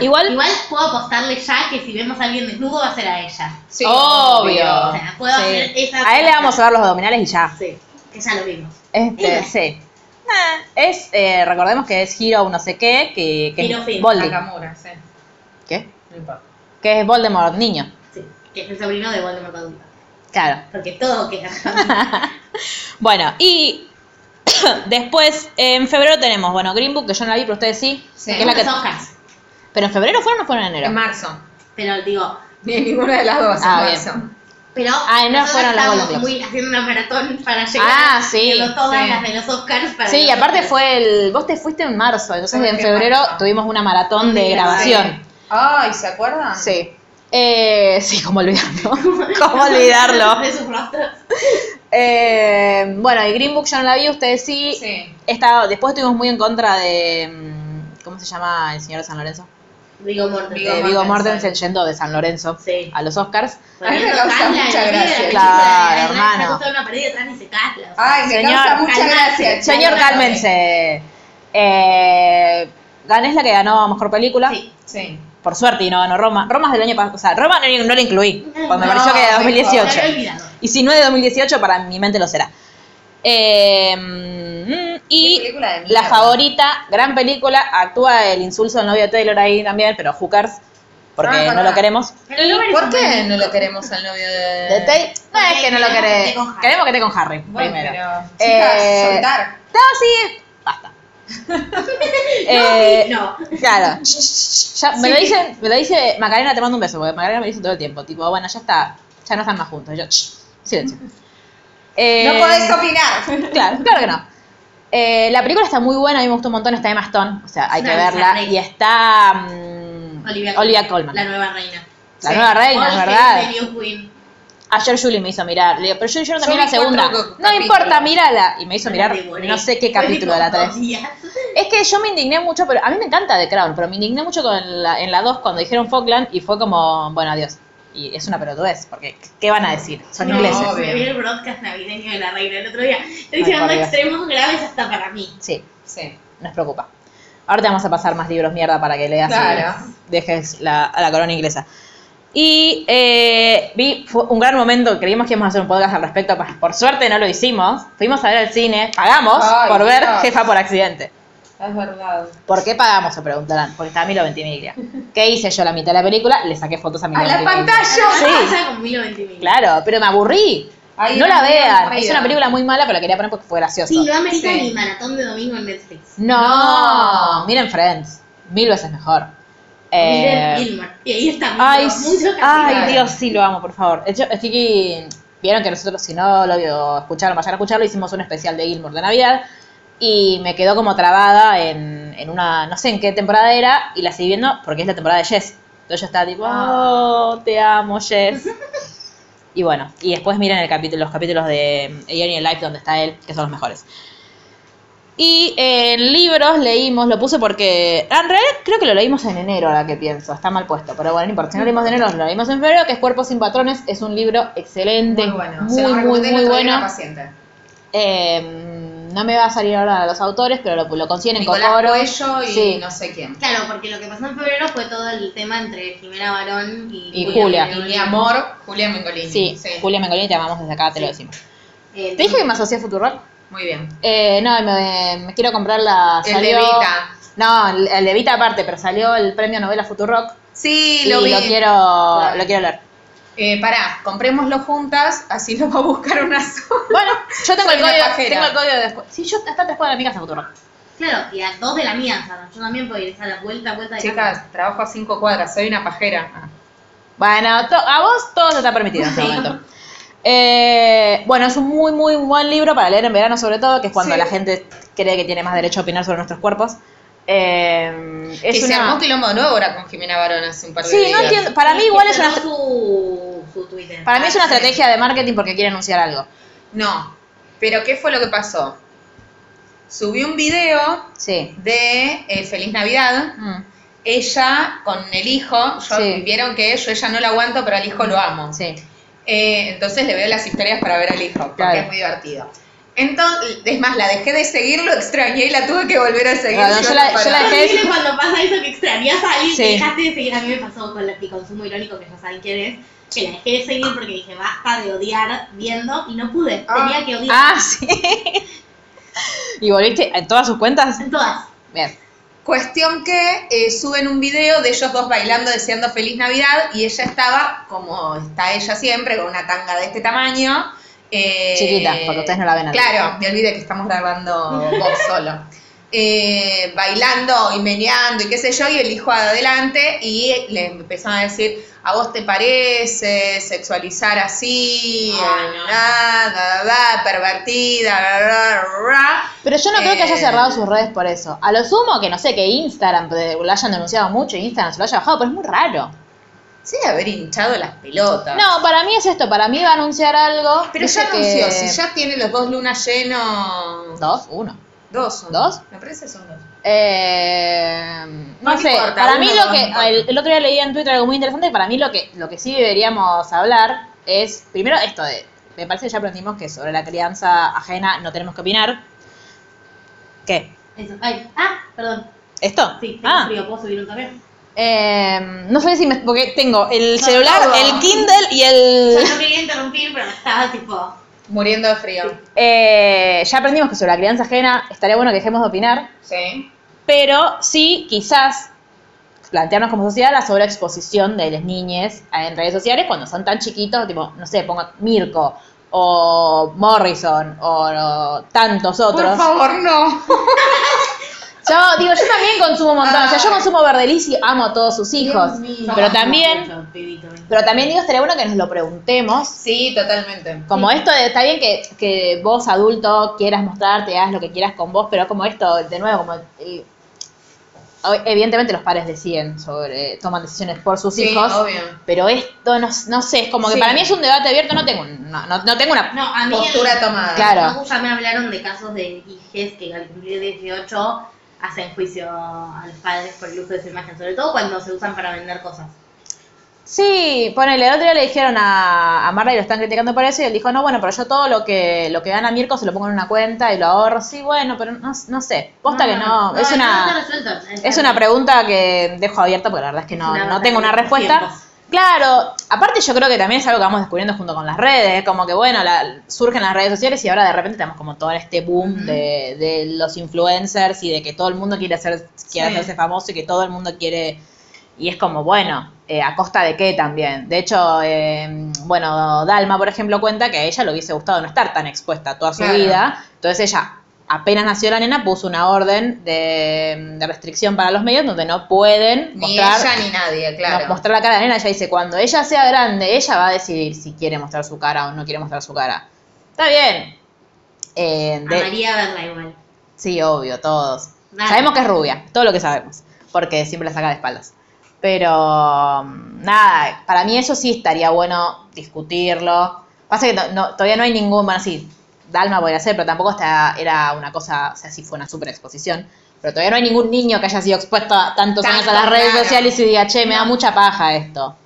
[SPEAKER 2] Igual-
[SPEAKER 3] Igual puedo apostarle ya que si vemos a alguien desnudo va a ser a ella.
[SPEAKER 4] Sí,
[SPEAKER 2] Obvio.
[SPEAKER 3] O sea, puedo
[SPEAKER 2] Sí.
[SPEAKER 3] hacer esa
[SPEAKER 2] A él le vamos a ver los abdominales y ya.
[SPEAKER 3] Sí, que ya lo vimos.
[SPEAKER 2] Este,
[SPEAKER 3] Ella.
[SPEAKER 2] sí. Nah, Es, eh, recordemos que es Hiro no sé qué, que, que
[SPEAKER 3] Hiro
[SPEAKER 2] es
[SPEAKER 3] Finn,
[SPEAKER 2] Boldy.
[SPEAKER 4] Nakamura, sí.
[SPEAKER 2] ¿Qué?
[SPEAKER 4] No importa.
[SPEAKER 2] Que es Voldemort, niño.
[SPEAKER 3] Sí, que es el sobrino de Voldemort adulto.
[SPEAKER 2] Claro.
[SPEAKER 3] Porque todo queda.
[SPEAKER 2] Bueno, y después, en febrero tenemos, bueno, Green Book, que yo no la vi, pero ustedes sí.
[SPEAKER 4] Sí.
[SPEAKER 2] que es la que-
[SPEAKER 3] Unas hojas.
[SPEAKER 2] Pero en febrero fueron o fueron en
[SPEAKER 4] En
[SPEAKER 2] enero.
[SPEAKER 4] marzo.
[SPEAKER 3] Pero digo,
[SPEAKER 4] Ni en ninguna de las dos, en
[SPEAKER 2] Ah,
[SPEAKER 4] marzo.
[SPEAKER 2] bien.
[SPEAKER 3] pero
[SPEAKER 2] Ah, no
[SPEAKER 3] nosotros
[SPEAKER 2] fueron los
[SPEAKER 3] estábamos
[SPEAKER 2] Golden Globes.
[SPEAKER 3] muy haciendo una maratón para llegar
[SPEAKER 2] Ah, sí,
[SPEAKER 3] viendo todas
[SPEAKER 4] sí.
[SPEAKER 3] las de los Oscars para
[SPEAKER 2] Sí, y
[SPEAKER 3] ver los
[SPEAKER 2] aparte
[SPEAKER 3] Oscars.
[SPEAKER 2] fue el. Vos te fuiste en marzo, entonces
[SPEAKER 4] Creo
[SPEAKER 2] en
[SPEAKER 4] que
[SPEAKER 2] febrero
[SPEAKER 4] marzo.
[SPEAKER 2] tuvimos una maratón de
[SPEAKER 3] Sí,
[SPEAKER 2] grabación.
[SPEAKER 4] Sí. Ay, ¿se acuerdan?
[SPEAKER 2] Sí. Eh, sí, cómo olvidarlo. cómo olvidarlo.
[SPEAKER 3] De sus rostros.
[SPEAKER 2] Eh, bueno, y Green Book yo no la vi, ustedes sí.
[SPEAKER 4] Sí.
[SPEAKER 2] Esta- después estuvimos muy en contra de. mm, ¿Cómo se llama el señor de San Lorenzo?
[SPEAKER 3] Digo Mortensen.
[SPEAKER 4] Viggo
[SPEAKER 2] de Vigo
[SPEAKER 4] Mortensen.
[SPEAKER 2] Mortensen yendo de San Lorenzo
[SPEAKER 3] Sí.
[SPEAKER 2] a los Oscars.
[SPEAKER 3] Por ahí
[SPEAKER 4] A mí me
[SPEAKER 3] se
[SPEAKER 4] causa mucha
[SPEAKER 3] casla, la
[SPEAKER 4] gracia.
[SPEAKER 3] pibe de la
[SPEAKER 2] Claro,
[SPEAKER 3] película, la
[SPEAKER 2] hermano.
[SPEAKER 3] hermana justo una pared de atrás y se casla. o sea.
[SPEAKER 4] Ay, me
[SPEAKER 2] Señor,
[SPEAKER 4] causa mucha
[SPEAKER 3] calmate.
[SPEAKER 2] Señor,
[SPEAKER 4] gracia.
[SPEAKER 3] Señor,
[SPEAKER 2] cálmense. Eh, Gané es la que ganó mejor película.
[SPEAKER 3] Sí.
[SPEAKER 4] Sí.
[SPEAKER 2] Por suerte, y no ganó Roma. Roma es del año pasado. O sea, Roma no, no la incluí. Porque me
[SPEAKER 4] No,
[SPEAKER 2] pareció que era de
[SPEAKER 3] Me
[SPEAKER 2] 2018.
[SPEAKER 3] había olvidado.
[SPEAKER 2] Y si no es de 2018, para mi mente lo será. Eh, mm, y
[SPEAKER 4] Qué película de
[SPEAKER 2] la
[SPEAKER 4] mierda.
[SPEAKER 2] favorita, gran película, actúa el insulso del novio de Taylor ahí también, pero hookers, porque
[SPEAKER 4] Ah,
[SPEAKER 2] no
[SPEAKER 4] pará. Eh,
[SPEAKER 2] lo queremos.
[SPEAKER 3] Pero no
[SPEAKER 4] ¿Por qué no lo queremos al novio de,
[SPEAKER 2] De Tay- no
[SPEAKER 3] Ok,
[SPEAKER 2] es que no lo
[SPEAKER 3] queremos que
[SPEAKER 2] querés.
[SPEAKER 3] esté con Harry.
[SPEAKER 2] Queremos que esté con Harry,
[SPEAKER 4] Bueno,
[SPEAKER 2] primero.
[SPEAKER 4] pero, chicas,
[SPEAKER 2] Eh,
[SPEAKER 4] soltar.
[SPEAKER 2] No, sí, basta. Eh,
[SPEAKER 3] Eh, no.
[SPEAKER 2] Claro. Ya, me, lo dice, me lo dice Macarena, te mando un beso, porque Macarena me lo dice todo el tiempo. Tipo, bueno, ya está, ya no están más juntos. Yo, "Shh, silencio. Eh,
[SPEAKER 4] No podés opinar.
[SPEAKER 2] Claro, claro que no. Eh, la película está muy buena, a mí me gustó un montón, está Emma Stone, o sea, hay
[SPEAKER 3] Es
[SPEAKER 2] que
[SPEAKER 3] una
[SPEAKER 2] verla.
[SPEAKER 3] reina.
[SPEAKER 2] Y está mm,
[SPEAKER 3] Olivia,
[SPEAKER 2] Colman,
[SPEAKER 3] La
[SPEAKER 2] la,
[SPEAKER 3] nueva reina.
[SPEAKER 4] sí.
[SPEAKER 2] nueva reina, es
[SPEAKER 3] Hoy
[SPEAKER 2] verdad.
[SPEAKER 3] se hizo New Queen.
[SPEAKER 2] Ayer Julie me hizo mirar, le digo, pero yo, yo no
[SPEAKER 4] Yo
[SPEAKER 2] terminé
[SPEAKER 4] vi
[SPEAKER 2] la segunda.
[SPEAKER 4] cuatro
[SPEAKER 2] No
[SPEAKER 4] capítulos.
[SPEAKER 2] importa, mírala. Y me hizo
[SPEAKER 3] Me
[SPEAKER 2] mirar,
[SPEAKER 3] la devoré.
[SPEAKER 2] no sé qué
[SPEAKER 3] Fue
[SPEAKER 2] capítulo de la
[SPEAKER 3] tipo
[SPEAKER 2] 3.
[SPEAKER 3] dos días.
[SPEAKER 2] Es que yo me indigné mucho, pero a mí me encanta The Crown, pero me indigné mucho con la- en la 2 cuando dijeron Falkland y fue como, bueno, adiós. Y es una pelotudez, porque ¿qué van a decir? Son
[SPEAKER 3] No,
[SPEAKER 2] ingleses.
[SPEAKER 3] Me vi el broadcast navideño de la reina el otro día. Estoy
[SPEAKER 2] Ay,
[SPEAKER 3] llegando
[SPEAKER 2] por
[SPEAKER 3] a
[SPEAKER 2] Dios.
[SPEAKER 3] extremos graves hasta para mí.
[SPEAKER 2] Sí,
[SPEAKER 4] Sí.
[SPEAKER 2] nos preocupa. Ahora te vamos a pasar más libros mierda para que leas
[SPEAKER 4] Claro.
[SPEAKER 2] y dejes la, a la corona inglesa. Y eh, vi fue un gran momento, creímos que íbamos a hacer un podcast al respecto, pa- por suerte no lo hicimos. Fuimos a ver al cine, pagamos
[SPEAKER 4] Ay,
[SPEAKER 2] por ver
[SPEAKER 4] Dios.
[SPEAKER 2] Jefa por accidente.
[SPEAKER 4] Es verdad.
[SPEAKER 2] ¿Por qué pagamos? Se preguntarán, porque estaba Milo Ventimiglia. ¿Qué hice yo la mitad de la película? Le saqué fotos a Milo
[SPEAKER 4] ¡A la
[SPEAKER 2] Ventimiglia.
[SPEAKER 4] pantalla!
[SPEAKER 2] Sí.
[SPEAKER 3] pasa con Milo Ventimiglia.
[SPEAKER 2] Claro, pero me aburrí.
[SPEAKER 4] Ay,
[SPEAKER 2] no
[SPEAKER 4] era
[SPEAKER 2] la
[SPEAKER 4] muy
[SPEAKER 2] vean.
[SPEAKER 4] aburrida.
[SPEAKER 2] Es una película muy mala, pero la quería poner porque fue gracioso.
[SPEAKER 3] Sí, no amerita
[SPEAKER 4] Sí.
[SPEAKER 3] ni maratón de domingo en Netflix.
[SPEAKER 2] No, miren Friends. Mil veces mejor. Eh,
[SPEAKER 3] Miren Gilmore. Y ahí está. Milo,
[SPEAKER 2] ay,
[SPEAKER 3] mucho
[SPEAKER 2] ay,
[SPEAKER 4] capítulos.
[SPEAKER 2] Dios, sí, lo amo, por favor. De hecho, es que vieron que nosotros, si no lo vio- escucharon, vayan a escucharlo, hicimos un especial de Gilmore de Navidad y me quedó como trabada en, en una, no sé en qué temporada era, y la seguí viendo porque es la temporada de Jess. Entonces yo estaba tipo, oh, te amo, Jess. Y bueno, y después miren el capítulo, los capítulos de A Journey in Life donde está él, que son los mejores. Y eh, en libros leímos, lo puse porque. ah, En realidad creo que lo leímos en enero, ahora que pienso. Está mal puesto, pero bueno, no importa. Si no lo leímos en enero, lo leímos en febrero, que es Cuerpos sin Patrones. Es un libro excelente.
[SPEAKER 4] Muy bueno.
[SPEAKER 2] Muy,
[SPEAKER 4] Se lo
[SPEAKER 2] muy,
[SPEAKER 4] recomendé el
[SPEAKER 2] muy
[SPEAKER 4] otro día a
[SPEAKER 2] bueno.
[SPEAKER 4] una paciente.
[SPEAKER 2] Eh, no me va a salir ahora los autores, pero lo, lo consiguen en
[SPEAKER 4] Nicolás
[SPEAKER 2] Cocoro.
[SPEAKER 4] Coello y
[SPEAKER 2] Sí.
[SPEAKER 4] no sé quién.
[SPEAKER 3] Claro, porque lo que pasó en febrero fue todo el tema entre Jimena Barón y,
[SPEAKER 2] Y Julia.
[SPEAKER 4] Y
[SPEAKER 3] Mengolini.
[SPEAKER 4] mi amor, Julia Mengolini.
[SPEAKER 2] Sí, Julia Mengolini, te amamos desde acá, te lo decimos.
[SPEAKER 3] Eh,
[SPEAKER 2] ¿Te dije que me asocié a Futurock?
[SPEAKER 4] Muy bien.
[SPEAKER 2] Eh, no, me, me quiero comprar la.
[SPEAKER 4] El de Evita.
[SPEAKER 2] No, el, el de Evita aparte, pero salió el premio novela Futurock.
[SPEAKER 4] Sí,
[SPEAKER 2] Y lo,
[SPEAKER 4] lo vi.
[SPEAKER 2] quiero,
[SPEAKER 4] Claro.
[SPEAKER 2] lo quiero leer.
[SPEAKER 4] Eh, pará, comprémoslo juntas, así lo va a buscar una sola.
[SPEAKER 2] Bueno, yo tengo
[SPEAKER 4] Soy
[SPEAKER 2] el
[SPEAKER 4] una
[SPEAKER 2] código,
[SPEAKER 4] pajera.
[SPEAKER 2] tengo el código de descuento. Sí, yo hasta después de mi casa Futurock.
[SPEAKER 3] Claro, y a dos de la mía, o sea, yo también puedo ir a la vuelta, vuelta de casa.
[SPEAKER 4] Chicas, trabajo a cinco cuadras, soy una pajera. Ah.
[SPEAKER 2] Bueno, to- a vos todo se está permitido en este
[SPEAKER 3] Sí.
[SPEAKER 2] momento. Eh, bueno, es un muy, muy buen libro para leer en verano, sobre todo, que es cuando
[SPEAKER 4] Sí.
[SPEAKER 2] la gente cree que tiene más derecho a opinar sobre nuestros cuerpos. Eh,
[SPEAKER 4] que
[SPEAKER 2] es
[SPEAKER 4] se
[SPEAKER 2] una...
[SPEAKER 4] armó quilombo nuevo ahora con Jimena Barón hace un par de
[SPEAKER 2] Sí,
[SPEAKER 4] días.
[SPEAKER 2] no entiendo. Para mí, igual es una,
[SPEAKER 3] Cerró su, su Twitter.
[SPEAKER 2] para mí es una
[SPEAKER 4] Ah, sí.
[SPEAKER 2] estrategia de marketing porque quiere anunciar algo.
[SPEAKER 4] No, pero ¿qué fue lo que pasó? Subí un video
[SPEAKER 2] Sí.
[SPEAKER 4] de eh, Feliz Navidad,
[SPEAKER 2] Mm,
[SPEAKER 4] ella con el hijo, yo-
[SPEAKER 2] Sí.
[SPEAKER 4] vieron que yo ella no la aguanto, pero al hijo lo amo.
[SPEAKER 2] sí.
[SPEAKER 4] Eh, entonces le veo las historias para ver al hijo, porque
[SPEAKER 2] Claro.
[SPEAKER 4] es muy divertido. Entonces, es más, la dejé de seguir, lo extrañé y la tuve que volver a seguir.
[SPEAKER 2] Claro,
[SPEAKER 4] si
[SPEAKER 2] yo
[SPEAKER 4] no,
[SPEAKER 2] la-
[SPEAKER 4] no
[SPEAKER 2] yo la
[SPEAKER 4] paraba.
[SPEAKER 3] Es
[SPEAKER 2] dejé-
[SPEAKER 3] horrible cuando pasa eso que extrañas a alguien
[SPEAKER 2] Sí.
[SPEAKER 3] que dejaste de seguir. A mí me pasó con el anticonsumo irónico, que ya saben quién es, que la dejé de seguir porque dije, basta de odiar viendo, y no pude. Tenía que odiar.
[SPEAKER 2] Ah, sí. ¿Y volviste en todas sus cuentas?
[SPEAKER 3] En todas.
[SPEAKER 2] Bien.
[SPEAKER 4] Cuestión que eh, suben un video de ellos dos bailando, deseando feliz Navidad, y ella estaba, como está ella siempre, con una tanga de este tamaño. eh,
[SPEAKER 2] Chiquita, porque ustedes no la ven a la
[SPEAKER 4] Claro, me olvidé que estamos grabando vos solo. Eh, bailando y meneando y qué sé yo, y el hijo adelante, y le empezaron a decir, a vos te parece sexualizar así,
[SPEAKER 3] Ah, no.
[SPEAKER 4] da, da, da, pervertida, da, da, da, da".
[SPEAKER 2] Pero yo no creo que haya
[SPEAKER 4] Eh.
[SPEAKER 2] cerrado sus redes por eso. A lo sumo que no sé, que Instagram eh, lo hayan denunciado mucho, Instagram se lo haya bajado, pero es muy raro.
[SPEAKER 4] Sí, de haber hinchado las pelotas.
[SPEAKER 2] No, para mí es esto, para mí va a anunciar algo.
[SPEAKER 4] Pero
[SPEAKER 2] dice
[SPEAKER 4] ya anunció,
[SPEAKER 2] que-
[SPEAKER 4] si ya tiene los dos lunas llenos.
[SPEAKER 2] Dos, uno.
[SPEAKER 4] Dos. son.
[SPEAKER 2] ¿Dos?
[SPEAKER 4] Me parece son dos.
[SPEAKER 2] Eh, no,
[SPEAKER 4] No
[SPEAKER 2] sé,
[SPEAKER 4] importa,
[SPEAKER 2] para mí
[SPEAKER 4] uno,
[SPEAKER 2] lo
[SPEAKER 4] dos,
[SPEAKER 2] que.
[SPEAKER 4] no importa.
[SPEAKER 2] El, el otro día leí en Twitter algo muy interesante. Para mí lo que, lo que sí deberíamos hablar es. Primero, esto de. Me parece que ya aprendimos que sobre la crianza ajena no tenemos que opinar. ¿Qué?
[SPEAKER 3] Eso. Ay. Ah, perdón.
[SPEAKER 2] ¿Esto?
[SPEAKER 3] Sí, tengo
[SPEAKER 2] ah,
[SPEAKER 3] frío. ¿Puedo subir un toque?
[SPEAKER 2] eh, no sé si me. Porque tengo el celular,
[SPEAKER 4] todo.
[SPEAKER 2] el Kindle y
[SPEAKER 3] Yo
[SPEAKER 2] el.
[SPEAKER 3] no quería interrumpir, pero estaba tipo...
[SPEAKER 4] Muriendo de frío.
[SPEAKER 2] Eh, ya aprendimos que sobre la crianza ajena estaría bueno que dejemos de opinar.
[SPEAKER 4] Sí.
[SPEAKER 2] pero sí quizás plantearnos como sociedad la sobreexposición de las niñas en redes sociales cuando son tan chiquitos, tipo, no sé, pongo Mirko o Morrison o, o tantos otros.
[SPEAKER 4] Por favor, no.
[SPEAKER 2] Yo digo, yo también consumo un montón, o sea, yo consumo Verdelis y amo a todos sus hijos,
[SPEAKER 4] Ah. Dios mío.
[SPEAKER 3] yo
[SPEAKER 2] pero
[SPEAKER 3] amo
[SPEAKER 2] también,
[SPEAKER 3] mucho, pibito.
[SPEAKER 2] pero también digo, estaría bueno que nos lo preguntemos.
[SPEAKER 4] Sí, totalmente.
[SPEAKER 2] Como esto de, está bien que, que vos adulto quieras mostrarte, haz lo que quieras con vos, pero como esto, de nuevo, como el- evidentemente los padres deciden sobre, toman decisiones por sus
[SPEAKER 4] Sí,
[SPEAKER 2] hijos,
[SPEAKER 4] obvio.
[SPEAKER 2] pero esto no, no sé, es como que
[SPEAKER 4] Sí.
[SPEAKER 2] para mí es un debate abierto, no tengo, un- no, no- no tengo una...
[SPEAKER 3] No, a mí...
[SPEAKER 4] Postura tomada.
[SPEAKER 2] Claro.
[SPEAKER 3] Luego ya me hablaron de casos de hijes que al cumplir 18 hacen juicio a los padres por el uso de su imagen, sobre todo cuando se usan para vender cosas.
[SPEAKER 2] Sí, ponele, el otro día le dijeron a, a Marley, lo están criticando por eso, y él dijo, no, bueno, pero yo todo lo que lo que gana Mirko se lo pongo en una cuenta y lo ahorro. Sí, bueno, pero no, no sé, posta que no, es
[SPEAKER 3] está
[SPEAKER 2] una
[SPEAKER 3] resuelto.
[SPEAKER 2] es una pregunta que dejo abierta porque la verdad es que no,
[SPEAKER 3] Es una
[SPEAKER 2] no tengo una
[SPEAKER 3] batalla de
[SPEAKER 2] respuesta.
[SPEAKER 3] tiempos.
[SPEAKER 2] Claro, aparte yo creo que también es algo que vamos descubriendo junto con las redes, como que bueno, la- surgen las redes sociales y ahora de repente tenemos como todo este boom de, de los influencers y de que todo el mundo quiere, hacer, quiere
[SPEAKER 4] Sí.
[SPEAKER 2] hacerse famoso y que todo el mundo quiere y es como, bueno, eh, ¿a costa de qué también? De hecho, eh, bueno, Dalma, por ejemplo, cuenta que a ella le hubiese gustado no estar tan expuesta toda su
[SPEAKER 4] Claro.
[SPEAKER 2] vida. Entonces ella, apenas nació la nena, puso una orden de, de restricción para los medios donde no pueden
[SPEAKER 4] Ni
[SPEAKER 2] mostrar,
[SPEAKER 4] ella ni nadie, claro.
[SPEAKER 2] no, mostrar la cara de la nena. Ella dice, cuando ella sea grande, ella va a decidir si quiere mostrar su cara o no quiere mostrar su cara. Está bien. Eh, de-
[SPEAKER 3] Amaría verla igual.
[SPEAKER 2] Sí, obvio, todos.
[SPEAKER 3] Nada.
[SPEAKER 2] Sabemos que es rubia, todo lo que sabemos, porque siempre la saca de espaldas. Pero mm, nada, para mí eso sí estaría bueno discutirlo. Pasa que no- no- todavía no hay ningún, bueno, sí, Dalma podría ser, pero tampoco está, era una cosa, o sea, sí fue una super exposición. Pero todavía no hay ningún niño que haya sido expuesto a tantos años a
[SPEAKER 4] Tanto,
[SPEAKER 2] las redes
[SPEAKER 4] claro.
[SPEAKER 2] sociales y diga, che, me da mucha paja esto.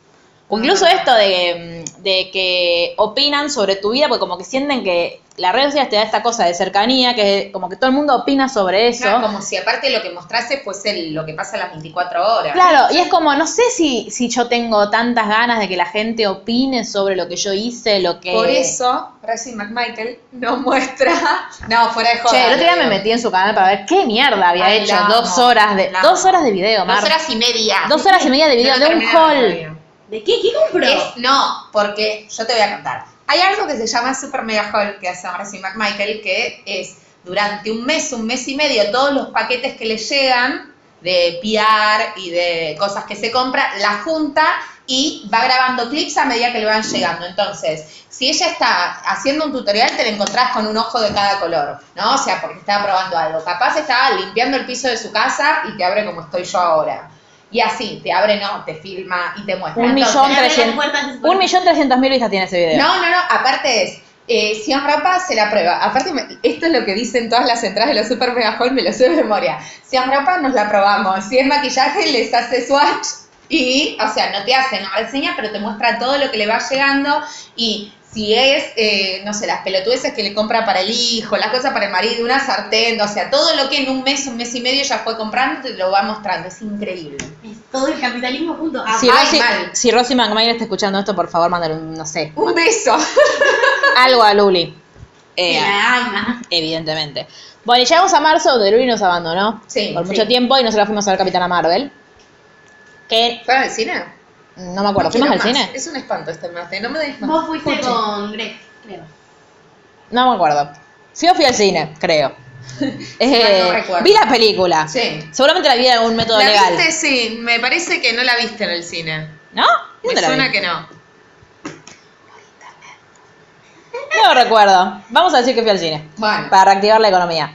[SPEAKER 2] O incluso esto de, mm, de que opinan sobre tu vida, porque como que sienten que las redes sociales te da esta cosa de cercanía, que como que todo el mundo opina sobre eso.
[SPEAKER 4] Claro, como si aparte lo que mostrase fuese el- lo que pasa a las 24 horas.
[SPEAKER 2] Claro, y es como, no sé si, si yo tengo tantas ganas de que la gente opine sobre lo que yo hice, lo que...
[SPEAKER 4] Por eso, Racing McMichael no muestra. No, fuera de joda.
[SPEAKER 2] Che, el otro día
[SPEAKER 4] le
[SPEAKER 2] me
[SPEAKER 4] digo.
[SPEAKER 2] metí en su canal para ver qué mierda había
[SPEAKER 4] Ay,
[SPEAKER 2] hecho.
[SPEAKER 4] la
[SPEAKER 2] Dos
[SPEAKER 4] amo,
[SPEAKER 2] horas de
[SPEAKER 4] la
[SPEAKER 2] dos
[SPEAKER 4] amo.
[SPEAKER 2] horas de video, Mar.
[SPEAKER 4] Dos horas y media.
[SPEAKER 2] Dos horas y media de video
[SPEAKER 4] No
[SPEAKER 2] de un
[SPEAKER 4] terminé la
[SPEAKER 2] haul.
[SPEAKER 4] novia.
[SPEAKER 3] ¿De qué? ¿Qué compró?
[SPEAKER 4] Es- no, porque yo te voy a contar. Hay algo que se llama Super Mega Haul que hace Marcy McMichael, que es durante un mes, un mes y medio, todos los paquetes que le llegan de PR y de cosas que se compra, la junta y va grabando clips a medida que le van llegando. Entonces, si ella está haciendo un tutorial, te la encontrás con un ojo de cada color, ¿no? O sea, porque estaba probando algo. Capaz estaba limpiando el piso de su casa y te abre como estoy yo ahora. Y así, te abre, no, te filma y te muestra.
[SPEAKER 2] Un
[SPEAKER 4] Entonces,
[SPEAKER 2] millón
[SPEAKER 3] abre las
[SPEAKER 2] trescientos.
[SPEAKER 3] puertas de su
[SPEAKER 2] Un
[SPEAKER 3] cuerpo.
[SPEAKER 2] millón trescientos mil vistas tiene ese video.
[SPEAKER 4] no, no, no, aparte es, eh, Sion Rapa se la prueba. Aparte, me- esto es lo que dicen todas las entradas de los Super Mega Hall, me lo sé de memoria. Sion Rapa nos la probamos. Si es maquillaje, les hace swatch y, o sea, no te hace, no reseña, pero te muestra todo lo que le va llegando y... Si es, eh, no sé, las pelotudeces que le compra para el hijo, las cosas para el marido, una sartén, o sea, todo lo que en un mes, un mes y medio ya fue comprando, te lo va mostrando. Es increíble.
[SPEAKER 3] Es todo el capitalismo junto. Ah,
[SPEAKER 2] Si
[SPEAKER 4] ay,
[SPEAKER 2] Rosy,
[SPEAKER 4] mal.
[SPEAKER 2] si Rosy McMahon está escuchando esto, por favor, mándale un, no sé,
[SPEAKER 4] Un beso.
[SPEAKER 2] algo a Luli.
[SPEAKER 3] que
[SPEAKER 2] Eh,
[SPEAKER 3] la ama.
[SPEAKER 2] evidentemente. Bueno, y llegamos a marzo, donde Luli nos abandonó
[SPEAKER 4] Sí,
[SPEAKER 2] por
[SPEAKER 4] sí.
[SPEAKER 2] mucho tiempo y nosotros fuimos a ver Capitana Marvel. Que
[SPEAKER 4] ¿Fueron al cine?
[SPEAKER 2] no me acuerdo,
[SPEAKER 4] No
[SPEAKER 2] ¿fuimos al
[SPEAKER 4] quiero más.
[SPEAKER 2] cine?
[SPEAKER 4] Es un espanto este mate, no me des más.
[SPEAKER 3] Vos fuiste
[SPEAKER 4] Escuche.
[SPEAKER 3] con Greg, creo.
[SPEAKER 2] No me acuerdo. Sí, o fui al cine, creo. Eh,
[SPEAKER 4] no recuerdo.
[SPEAKER 2] vi la película.
[SPEAKER 4] Sí.
[SPEAKER 2] Seguramente la vi de algún método
[SPEAKER 4] ¿La
[SPEAKER 2] legal.
[SPEAKER 4] viste? Sí, me parece que no la viste en el cine.
[SPEAKER 2] ¿No?
[SPEAKER 4] Me
[SPEAKER 2] ¿Dónde la
[SPEAKER 4] suena
[SPEAKER 2] vi?
[SPEAKER 4] que no.
[SPEAKER 2] No lo recuerdo. Vamos a decir que fui al cine.
[SPEAKER 4] Bueno.
[SPEAKER 2] Para reactivar la economía.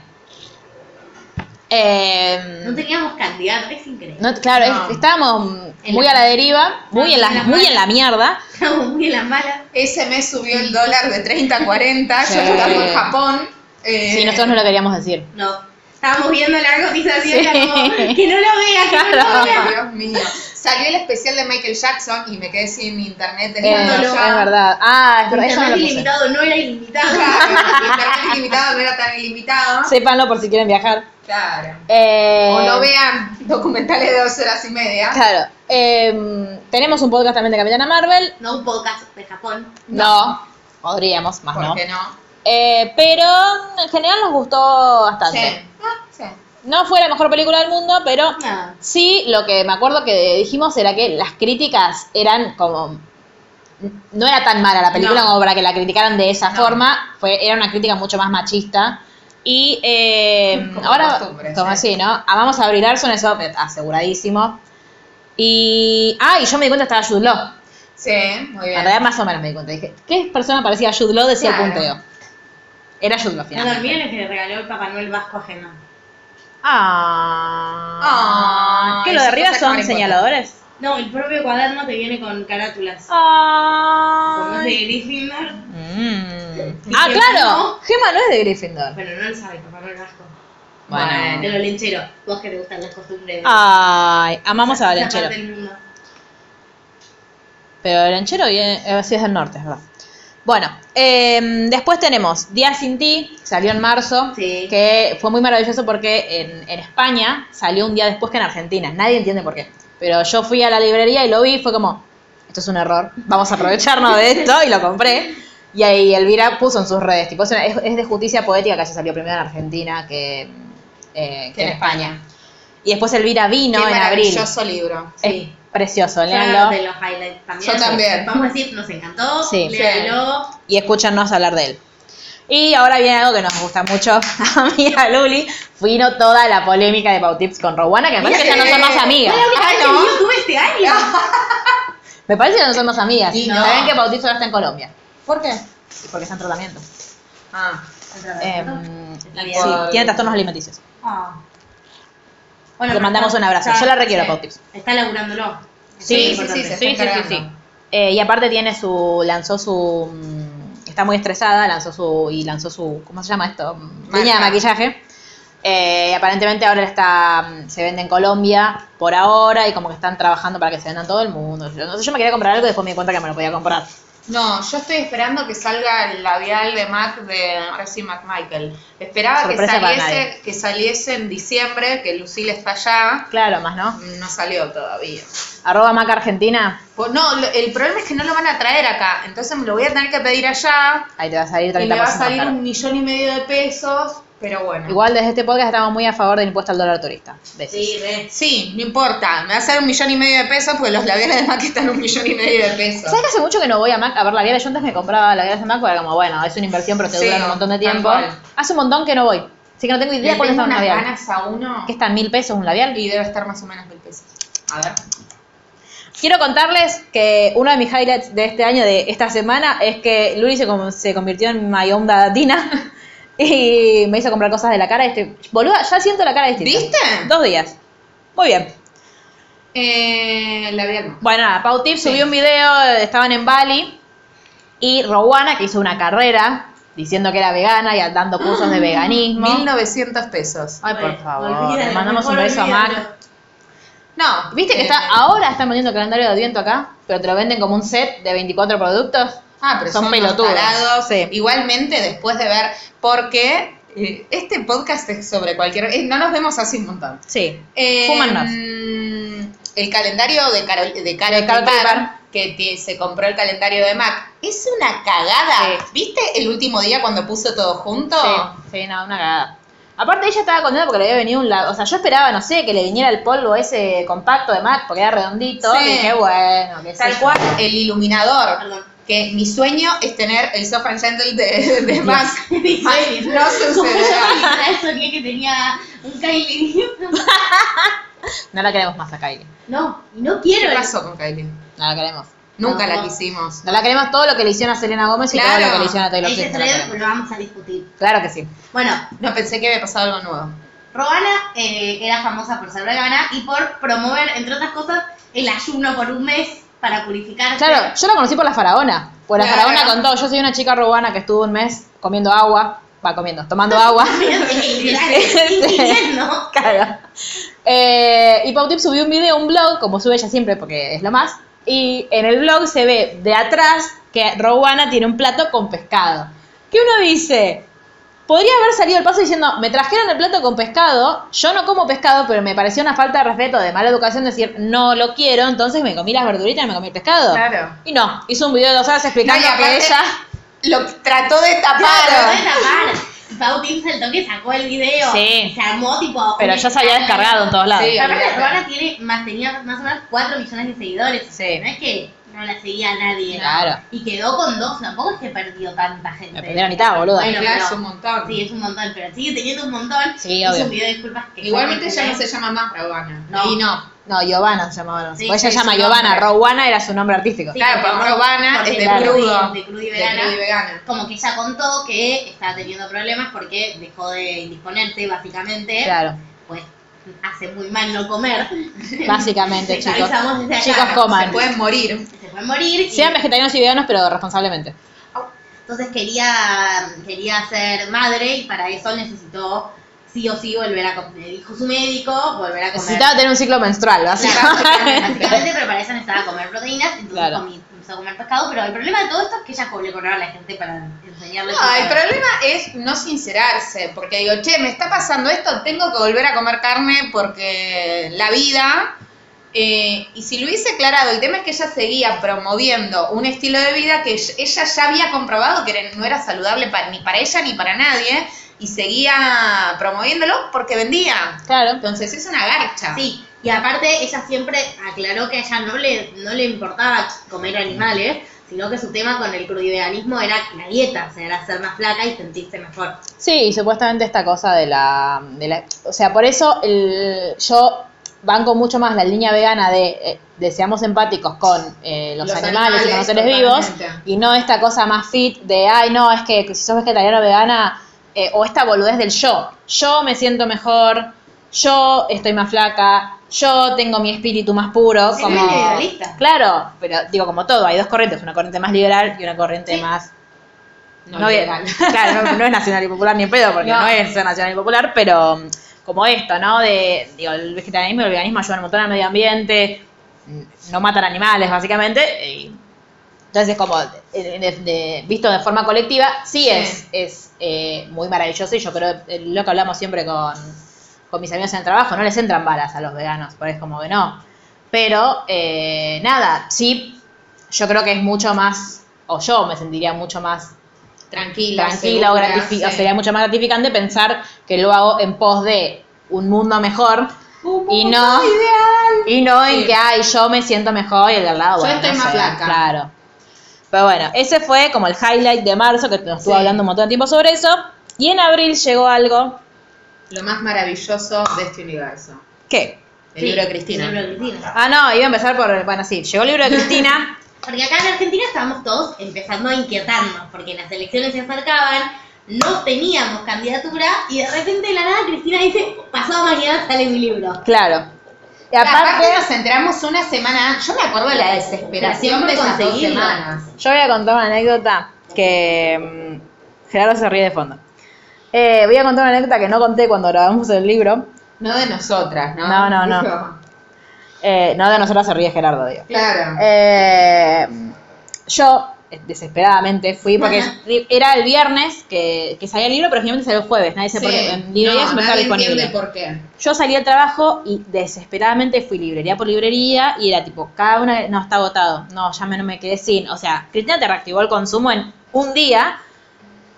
[SPEAKER 2] Eh,
[SPEAKER 3] No teníamos candidato, es increíble.
[SPEAKER 2] no, claro,
[SPEAKER 4] No. Ah,
[SPEAKER 2] es- estábamos
[SPEAKER 3] En
[SPEAKER 2] muy
[SPEAKER 3] la-
[SPEAKER 2] a la deriva, muy,
[SPEAKER 3] No,
[SPEAKER 2] en, la,
[SPEAKER 3] en la
[SPEAKER 2] muy
[SPEAKER 3] mala.
[SPEAKER 2] en la mierda.
[SPEAKER 3] Estamos muy en la mala.
[SPEAKER 4] Ese mes subió el dólar de 30 a 40.
[SPEAKER 2] Sí.
[SPEAKER 4] Yo estaba en Japón. eh,
[SPEAKER 2] Sí, nosotros no lo queríamos decir.
[SPEAKER 3] No. Estábamos viendo la cotización,
[SPEAKER 2] Sí.
[SPEAKER 3] era como, que no lo vea, que no lo
[SPEAKER 2] Claro.
[SPEAKER 3] vea.
[SPEAKER 4] Dios mío. Salió el especial de Michael Jackson y me quedé sin internet.
[SPEAKER 2] Eh,
[SPEAKER 4] estando
[SPEAKER 2] es
[SPEAKER 4] allá.
[SPEAKER 2] verdad. Ah, es verdad. Eso no
[SPEAKER 3] Internet
[SPEAKER 2] lo puse.
[SPEAKER 3] ilimitado no era ilimitado.
[SPEAKER 4] Claro, internet ilimitado no era tan ilimitado.
[SPEAKER 2] Sépanlo por si quieren viajar.
[SPEAKER 4] Claro.
[SPEAKER 2] Eh,
[SPEAKER 4] O no vean documentales de dos horas y media.
[SPEAKER 2] Claro. Eh, tenemos un podcast también de Capitana Marvel.
[SPEAKER 3] No un podcast de Japón.
[SPEAKER 2] No. Podríamos, más no.
[SPEAKER 4] ¿Por qué no?
[SPEAKER 2] Eh, pero en general nos gustó bastante.
[SPEAKER 4] Sí. Ah, sí.
[SPEAKER 2] No fue la mejor película del mundo, pero
[SPEAKER 3] No.
[SPEAKER 2] sí, lo que me acuerdo que dijimos era que las críticas eran como... No era tan mala la película
[SPEAKER 4] No.
[SPEAKER 2] como para que la criticaran de esa
[SPEAKER 4] No.
[SPEAKER 2] forma. Fue, era una crítica mucho más machista. Y eh,
[SPEAKER 4] Como
[SPEAKER 2] ahora,
[SPEAKER 4] costumbres,
[SPEAKER 2] como
[SPEAKER 4] eh.
[SPEAKER 2] así, ¿no? Amamos a Brie Larson, eso eh, aseguradísimo. Y... Ah, y yo me di cuenta que estaba Jude Law.
[SPEAKER 4] Sí, muy
[SPEAKER 2] En
[SPEAKER 4] bien.
[SPEAKER 2] realidad más o menos me di cuenta. Dije, ¿qué persona parecía a Jude Law? Decía el
[SPEAKER 4] Claro.
[SPEAKER 2] punteo. Era Jude Law,
[SPEAKER 3] No
[SPEAKER 2] finalmente.
[SPEAKER 3] dormieron el que le regaló el Papá Noel Vasco a Gemma.
[SPEAKER 2] Ah.
[SPEAKER 4] Ah,
[SPEAKER 2] ¿Qué lo de
[SPEAKER 4] eso
[SPEAKER 2] arriba
[SPEAKER 4] pasa con
[SPEAKER 2] son
[SPEAKER 4] Harry
[SPEAKER 2] señaladores?
[SPEAKER 3] No, el propio cuaderno que viene con carátulas. Como es de
[SPEAKER 2] Ay.
[SPEAKER 3] Gryffindor.
[SPEAKER 2] Mm.
[SPEAKER 3] Y
[SPEAKER 2] Ah,
[SPEAKER 3] Gemma
[SPEAKER 2] claro.
[SPEAKER 3] no.
[SPEAKER 2] Gemma no es de Gryffindor.
[SPEAKER 3] Bueno, no lo sabe, Papá Noel Vasco.
[SPEAKER 2] Bueno. Ah,
[SPEAKER 3] De los lencheros. Vos que te gustan las costumbres.
[SPEAKER 2] Ay, amamos a Valenchero.
[SPEAKER 3] Del mundo.
[SPEAKER 2] Pero el lanchero viene, eh, sí es del norte, es verdad. Bueno, eh, después tenemos Día sin ti, salió en marzo,
[SPEAKER 3] Sí.
[SPEAKER 2] que fue muy maravilloso porque en, en España salió un día después que en Argentina. Nadie entiende por qué. Pero yo fui a la librería y lo vi y fue como, esto es un error, vamos a aprovecharnos de esto y lo compré. Y ahí Elvira puso en sus redes, tipo, es, una- es- es de justicia poética que haya salido primero en Argentina que, eh, que en España. Y después Elvira vino
[SPEAKER 4] Qué
[SPEAKER 2] en abril.
[SPEAKER 4] maravilloso libro.
[SPEAKER 3] Sí.
[SPEAKER 2] Es precioso,
[SPEAKER 3] Yo
[SPEAKER 2] léanlo.
[SPEAKER 3] de los highlights también.
[SPEAKER 4] Yo también.
[SPEAKER 3] Vamos a decir, nos encantó.
[SPEAKER 2] Sí.
[SPEAKER 3] léalo.
[SPEAKER 2] y escúchanos hablar de él. Y ahora viene algo que nos gusta mucho a mí y a Luli. Vino toda la polémica de Bautips con Rowana, que me parece que ya no son más amigas. Ah,
[SPEAKER 3] Fue la única vez que vi YouTube este año.
[SPEAKER 2] Me parece que ya no son más amigas.
[SPEAKER 4] Y no.
[SPEAKER 2] Saben que Bautips ahora está en Colombia.
[SPEAKER 4] ¿Por qué?
[SPEAKER 2] Y porque está en tratamiento.
[SPEAKER 4] Ah,
[SPEAKER 2] Eh,
[SPEAKER 3] Bien.
[SPEAKER 2] sí, tiene trastornos alimenticios.
[SPEAKER 3] Ah.
[SPEAKER 2] Le mandamos un abrazo. Yo la requiero, Pautips.
[SPEAKER 3] Está laburándolo.
[SPEAKER 4] Sí,
[SPEAKER 3] Es
[SPEAKER 4] sí, sí,
[SPEAKER 3] importante.
[SPEAKER 4] sí. encargando.
[SPEAKER 2] Eh, y aparte tiene su, lanzó su, mm, está muy estresada, lanzó su, y lanzó su, ¿cómo se llama esto? Mm, Línea de
[SPEAKER 4] Marca.
[SPEAKER 2] maquillaje. Eh, aparentemente ahora está, mm, se vende en Colombia por ahora y como que están trabajando para que se venda en todo el mundo. Yo, no sé, yo me quería comprar algo y después me di cuenta que me lo podía comprar.
[SPEAKER 4] No, yo estoy esperando que salga el labial de Mac de Resi McMichael. Esperaba que
[SPEAKER 2] Sorpresa para
[SPEAKER 4] saliese,
[SPEAKER 2] nadie.
[SPEAKER 4] que saliese en diciembre, que Lucille está allá.
[SPEAKER 2] Claro, más no.
[SPEAKER 4] No salió todavía.
[SPEAKER 2] Arroba Maca Argentina,
[SPEAKER 4] Pues no, lo- el problema es que no lo van a traer acá. Entonces me lo voy a tener que pedir allá.
[SPEAKER 2] ahí te va a salir 30%
[SPEAKER 4] Y me va a salir
[SPEAKER 2] caro.
[SPEAKER 4] un millón y medio de pesos. Pero bueno.
[SPEAKER 2] Igual desde este podcast estamos muy a favor del impuesto al dólar turista. Besos.
[SPEAKER 3] Sí, re.
[SPEAKER 4] Sí, no importa. Me va a salir un millón y medio de pesos porque los labiales de Mac están un millón y medio de pesos.
[SPEAKER 2] ¿Sabes que hace mucho que no voy a Mac a ver labiales? Yo antes me compraba labiales de Mac, porque era como, bueno, es una inversión, pero te
[SPEAKER 4] Sí,
[SPEAKER 2] duran un montón de
[SPEAKER 4] tal
[SPEAKER 2] tiempo.
[SPEAKER 4] cual.
[SPEAKER 2] Hace un montón que no voy. Así que no tengo idea
[SPEAKER 4] Le
[SPEAKER 2] cuál está
[SPEAKER 4] tengo
[SPEAKER 2] un
[SPEAKER 4] unas
[SPEAKER 2] labial.
[SPEAKER 4] ganas a uno
[SPEAKER 2] ¿Qué está? ¿Mil pesos un labial?
[SPEAKER 4] y debe estar más o menos mil pesos. A ver.
[SPEAKER 2] Quiero contarles que uno de mis highlights de este año, de esta semana, es que Luli se, com- se convirtió en my onda latina y me hizo comprar cosas de la cara. y Estoy, boluda, ya siento la cara distinta.
[SPEAKER 4] ¿Viste?
[SPEAKER 2] Dos días. Muy bien.
[SPEAKER 4] Eh, labial no.
[SPEAKER 2] Bueno, nada, Pau Tip subió un video, eh, estaban en Bali y Rowana, que hizo una carrera diciendo que era vegana y dando cursos de veganismo.
[SPEAKER 4] 1900 pesos.
[SPEAKER 2] Ay, por
[SPEAKER 3] Bueno,
[SPEAKER 2] favor,
[SPEAKER 3] olvídalo,
[SPEAKER 2] le mandamos un
[SPEAKER 3] mejor
[SPEAKER 2] beso a
[SPEAKER 3] olvídalo.
[SPEAKER 2] Mac.
[SPEAKER 4] No,
[SPEAKER 2] ¿Viste que
[SPEAKER 4] eh,
[SPEAKER 2] está ahora están vendiendo calendario de adviento acá? Pero te lo venden como un set de 24 productos.
[SPEAKER 4] Ah, pero son,
[SPEAKER 2] son
[SPEAKER 4] unos
[SPEAKER 2] pelotudos.
[SPEAKER 4] tarados.
[SPEAKER 2] Sí.
[SPEAKER 4] Igualmente, después de ver, porque eh, este podcast es sobre cualquier. eh, no nos vemos hace un montón.
[SPEAKER 2] Sí.
[SPEAKER 4] Eh,
[SPEAKER 2] Fuman más.
[SPEAKER 4] mm, El calendario de Carol, de Carol
[SPEAKER 2] De Carol
[SPEAKER 4] Pepper,
[SPEAKER 2] Pepper.
[SPEAKER 4] que ti- se compró el calendario de Mac, es una cagada.
[SPEAKER 2] Sí.
[SPEAKER 4] ¿Viste el último día cuando puso todo junto?
[SPEAKER 2] Sí, sí, no, una cagada. Aparte ella estaba contenta porque le había venido un la- O sea, yo esperaba, no sé, que le viniera el polvo ese compacto de Mac porque era redondito.
[SPEAKER 4] Sí.
[SPEAKER 2] Y dije, bueno, que
[SPEAKER 4] Tal cual, el iluminador.
[SPEAKER 3] Perdón.
[SPEAKER 4] Que mi sueño es tener el soft and gentle de, de Mac.
[SPEAKER 3] Mi sueño.
[SPEAKER 4] No sucederá.
[SPEAKER 3] Ah, Eso que que tenía un Kylie.
[SPEAKER 2] No la queremos más a Kylie.
[SPEAKER 3] No, y no quiero.
[SPEAKER 4] ¿Qué
[SPEAKER 3] el-
[SPEAKER 4] pasó con Kylie?
[SPEAKER 2] No la queremos.
[SPEAKER 4] Nunca
[SPEAKER 3] No.
[SPEAKER 4] la quisimos.
[SPEAKER 2] No la queremos todo lo que le hicieron a Selena Gómez y
[SPEAKER 4] Claro.
[SPEAKER 2] todo lo que le hicieron a Taylor
[SPEAKER 3] Ese
[SPEAKER 2] Swift. no la
[SPEAKER 3] tren
[SPEAKER 2] queremos.
[SPEAKER 3] lo vamos a discutir.
[SPEAKER 2] Claro que sí.
[SPEAKER 3] Bueno,
[SPEAKER 4] No pensé que había pasado algo nuevo.
[SPEAKER 3] Robana eh, era famosa por ser vegana y por promover, entre otras cosas, el ayuno por un mes para purificarse.
[SPEAKER 2] Claro, yo la conocí por la faraona. Por la
[SPEAKER 4] Claro.
[SPEAKER 2] faraona contó, yo soy una chica rubana que estuvo un mes comiendo agua, va comiendo, tomando agua.
[SPEAKER 3] Literal,
[SPEAKER 2] Sí.
[SPEAKER 3] inquiriendo.
[SPEAKER 2] claro. Eh, y Pautip subió un video, un blog, como sube ella siempre porque es lo más. Y en el blog se ve de atrás que Rowana tiene un plato con pescado. Que uno dice, podría haber salido el paso diciendo, me trajeron el plato con pescado, yo no como pescado, pero me pareció una falta de respeto, de mala educación decir, no lo quiero, entonces me comí las verduritas y me comí el pescado.
[SPEAKER 4] Claro.
[SPEAKER 2] Y no, hizo un video de dos horas explicando
[SPEAKER 4] No, y
[SPEAKER 2] que
[SPEAKER 4] aparte-
[SPEAKER 2] ella...
[SPEAKER 4] Lo trató de tapar.
[SPEAKER 3] Claro, era mal. Y Pau Tips al toque sacó el video.
[SPEAKER 2] Sí.
[SPEAKER 3] Se armó tipo.
[SPEAKER 2] Pero ya se había descargado en todos lados.
[SPEAKER 4] Sí.
[SPEAKER 3] Aparte, Robana tiene, más, tenía más o menos 4 millones de seguidores.
[SPEAKER 2] Sí.
[SPEAKER 3] No es que no la seguía nadie.
[SPEAKER 2] Claro.
[SPEAKER 3] Y quedó con dos, tampoco es que perdió tanta gente.
[SPEAKER 2] Me perdí la mitad, boluda.
[SPEAKER 3] Bueno,
[SPEAKER 4] Claro,
[SPEAKER 3] pero-
[SPEAKER 4] es un montón.
[SPEAKER 3] Sí, es un montón, pero sigue teniendo un montón.
[SPEAKER 2] Sí,
[SPEAKER 3] Hizo
[SPEAKER 2] obvio.
[SPEAKER 3] un video de disculpas que.
[SPEAKER 4] Igualmente ya no se llama más Raguana.
[SPEAKER 3] No.
[SPEAKER 4] Y no.
[SPEAKER 2] No, Giovanna se llamaba.
[SPEAKER 3] Sí,
[SPEAKER 2] Pues ella
[SPEAKER 4] sí,
[SPEAKER 2] se llama
[SPEAKER 4] su
[SPEAKER 2] Giovanna,
[SPEAKER 4] nombre.
[SPEAKER 2] Rowana era su nombre artístico.
[SPEAKER 3] Sí,
[SPEAKER 4] Claro,
[SPEAKER 3] porque
[SPEAKER 4] pero Robana
[SPEAKER 3] porque
[SPEAKER 4] es de
[SPEAKER 3] claro,
[SPEAKER 4] crudo.
[SPEAKER 3] De crudo y
[SPEAKER 4] De
[SPEAKER 3] vegana.
[SPEAKER 4] crudo y vegana.
[SPEAKER 3] Como que ella contó que estaba teniendo problemas porque dejó de indisponerse, básicamente.
[SPEAKER 2] Claro,
[SPEAKER 3] Pues hace muy mal no comer.
[SPEAKER 2] básicamente,
[SPEAKER 3] Les
[SPEAKER 2] chicos.
[SPEAKER 3] avisamos desde acá.
[SPEAKER 2] Chicos,
[SPEAKER 4] Se
[SPEAKER 2] coman.
[SPEAKER 4] pueden morir.
[SPEAKER 3] Se puede morir. y- Oh,
[SPEAKER 2] Sean vegetarianos y veganos, pero responsablemente.
[SPEAKER 3] Entonces quería, quería ser madre y para eso necesitó sí o sí volverá a comer. Dijo su médico, volverá a comer.
[SPEAKER 2] Necesitaba tener un ciclo menstrual,
[SPEAKER 3] Claro,
[SPEAKER 2] básicamente.
[SPEAKER 3] básicamente, pero para eso necesitaba comer proteínas, entonces
[SPEAKER 2] Claro.
[SPEAKER 3] comí- empezó a comer pescado, pero el problema de todo esto es que ella co- le cobraba a la gente para enseñarle.
[SPEAKER 4] No, el problema es no sincerarse, porque digo, che, me está pasando esto, tengo que volver a comer carne porque la vida. eh, y si lo hubiese aclarado, el tema es que ella seguía promoviendo un estilo de vida que ell- ella ya había comprobado que era- no era saludable pa- ni para ella ni para nadie, y seguía promoviéndolo porque vendía.
[SPEAKER 2] Claro.
[SPEAKER 4] Entonces es una garcha.
[SPEAKER 3] Sí, y aparte ella siempre aclaró que a ella no le, no le importaba comer animales, sino que su tema con el crudiveganismo era la dieta, o sea, era ser más flaca y sentirse mejor.
[SPEAKER 2] Sí, y supuestamente esta cosa de la, de la- O sea, por eso el, yo banco mucho más la línea vegana de eh, de seamos empáticos con eh, los,
[SPEAKER 4] Los
[SPEAKER 2] animales, y con los
[SPEAKER 4] animales,
[SPEAKER 2] seres vivos
[SPEAKER 4] totalmente.
[SPEAKER 2] y no esta cosa más fit de, ay, no, es que si sos vegetariano o vegana eh, o esta boludez del yo. Yo me siento mejor, yo estoy más flaca, yo tengo mi espíritu más puro.
[SPEAKER 3] Sí,
[SPEAKER 2] como
[SPEAKER 3] muy individualista.
[SPEAKER 2] Claro, pero digo, como todo, hay dos corrientes, una corriente más liberal y una corriente más no, eh,
[SPEAKER 4] liberal.
[SPEAKER 2] bien, Claro, no, no es nacional y popular ni en pedo, porque no,
[SPEAKER 4] No.
[SPEAKER 2] es ser nacional y popular, pero mm, como esto, ¿no? De, digo, el vegetarianismo y el veganismo ayudan un montón al medio ambiente, mm, no matan animales, básicamente. y- entonces, como eh, de- de- visto de forma colectiva, sí,
[SPEAKER 4] Sí.
[SPEAKER 2] es, es eh, muy maravilloso y yo creo eh, lo que hablamos siempre con, con mis amigos en el trabajo, no les entran balas a los veganos, por es como que no. Pero, eh, nada, sí, yo creo que es mucho más, o yo me sentiría mucho más
[SPEAKER 4] Tranquila.
[SPEAKER 2] tranquila o
[SPEAKER 4] segura,
[SPEAKER 2] gratificante,
[SPEAKER 4] sí.
[SPEAKER 2] sería mucho más gratificante pensar que lo hago en pos de un mundo mejor y no y no en
[SPEAKER 4] Sí.
[SPEAKER 2] que ay yo me siento mejor y el de al lado
[SPEAKER 4] Yo
[SPEAKER 2] bueno,
[SPEAKER 4] estoy
[SPEAKER 2] no
[SPEAKER 4] más
[SPEAKER 2] sé,
[SPEAKER 4] flaca.
[SPEAKER 2] claro pero bueno ese fue como el highlight de marzo que nos estuvo
[SPEAKER 4] Sí.
[SPEAKER 2] hablando un montón de tiempo sobre eso y en abril llegó algo
[SPEAKER 4] Lo más maravilloso de este universo.
[SPEAKER 2] ¿qué?
[SPEAKER 4] El
[SPEAKER 3] Sí,
[SPEAKER 4] libro de Cristina.
[SPEAKER 3] El libro de Cristina.
[SPEAKER 2] ah no iba a empezar por bueno sí llegó el libro de Cristina
[SPEAKER 3] Porque acá en Argentina estábamos todos empezando a inquietarnos, porque las elecciones se acercaban, no teníamos candidatura y de repente de la nada Cristina dice, pasado mañana sale mi libro.
[SPEAKER 2] claro y
[SPEAKER 4] Aparte,
[SPEAKER 2] aparte
[SPEAKER 4] nos enteramos una semana. Yo me acuerdo la desesperación de esas dos
[SPEAKER 3] Conseguirlo.
[SPEAKER 4] semanas.
[SPEAKER 2] Yo voy a contar una anécdota que mm, Gerardo se ríe de fondo. Eh, voy a contar una anécdota que no conté cuando grabamos el libro.
[SPEAKER 4] No de nosotras, ¿no?
[SPEAKER 2] No, no, no.
[SPEAKER 4] Dijo,
[SPEAKER 2] Eh, no de nosotros se ríe Gerardo, digo.
[SPEAKER 4] Claro.
[SPEAKER 2] Eh, yo eh, desesperadamente fui porque era el viernes que, que salía el libro, pero finalmente salió el jueves. Nadie sabe por qué. En librerías no,
[SPEAKER 4] no,
[SPEAKER 2] está
[SPEAKER 4] nadie
[SPEAKER 2] disponible.
[SPEAKER 4] entiende por qué.
[SPEAKER 2] Yo salí al trabajo y desesperadamente fui librería por librería y era tipo, cada una, no, está agotado, no, ya me, no me quedé sin. O sea, Cristina te reactivó el consumo en un día.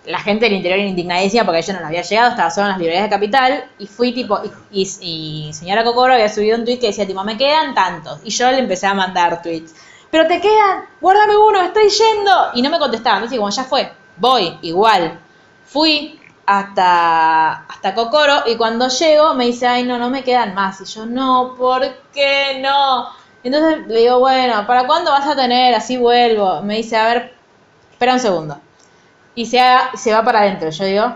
[SPEAKER 2] La gente del interior era indignadísima porque yo no la había llegado, estaba solo en las librerías de Capital y fui tipo, y, y- y señora Cocoro había subido un tweet que decía tipo, me quedan tantos. Y yo le empecé a mandar tweets, pero te quedan, guárdame uno, estoy yendo. Y no me contestaban, me dice, como ya fue, voy, igual. Fui hasta, hasta Cocoro y cuando llego me dice, ay, no, no me quedan más. Y yo, no, ¿por qué no? Entonces le digo, bueno, ¿para cuándo vas a tener? Así vuelvo. Me dice, a ver, espera un segundo. Y se, ha- se va para adentro. Yo digo,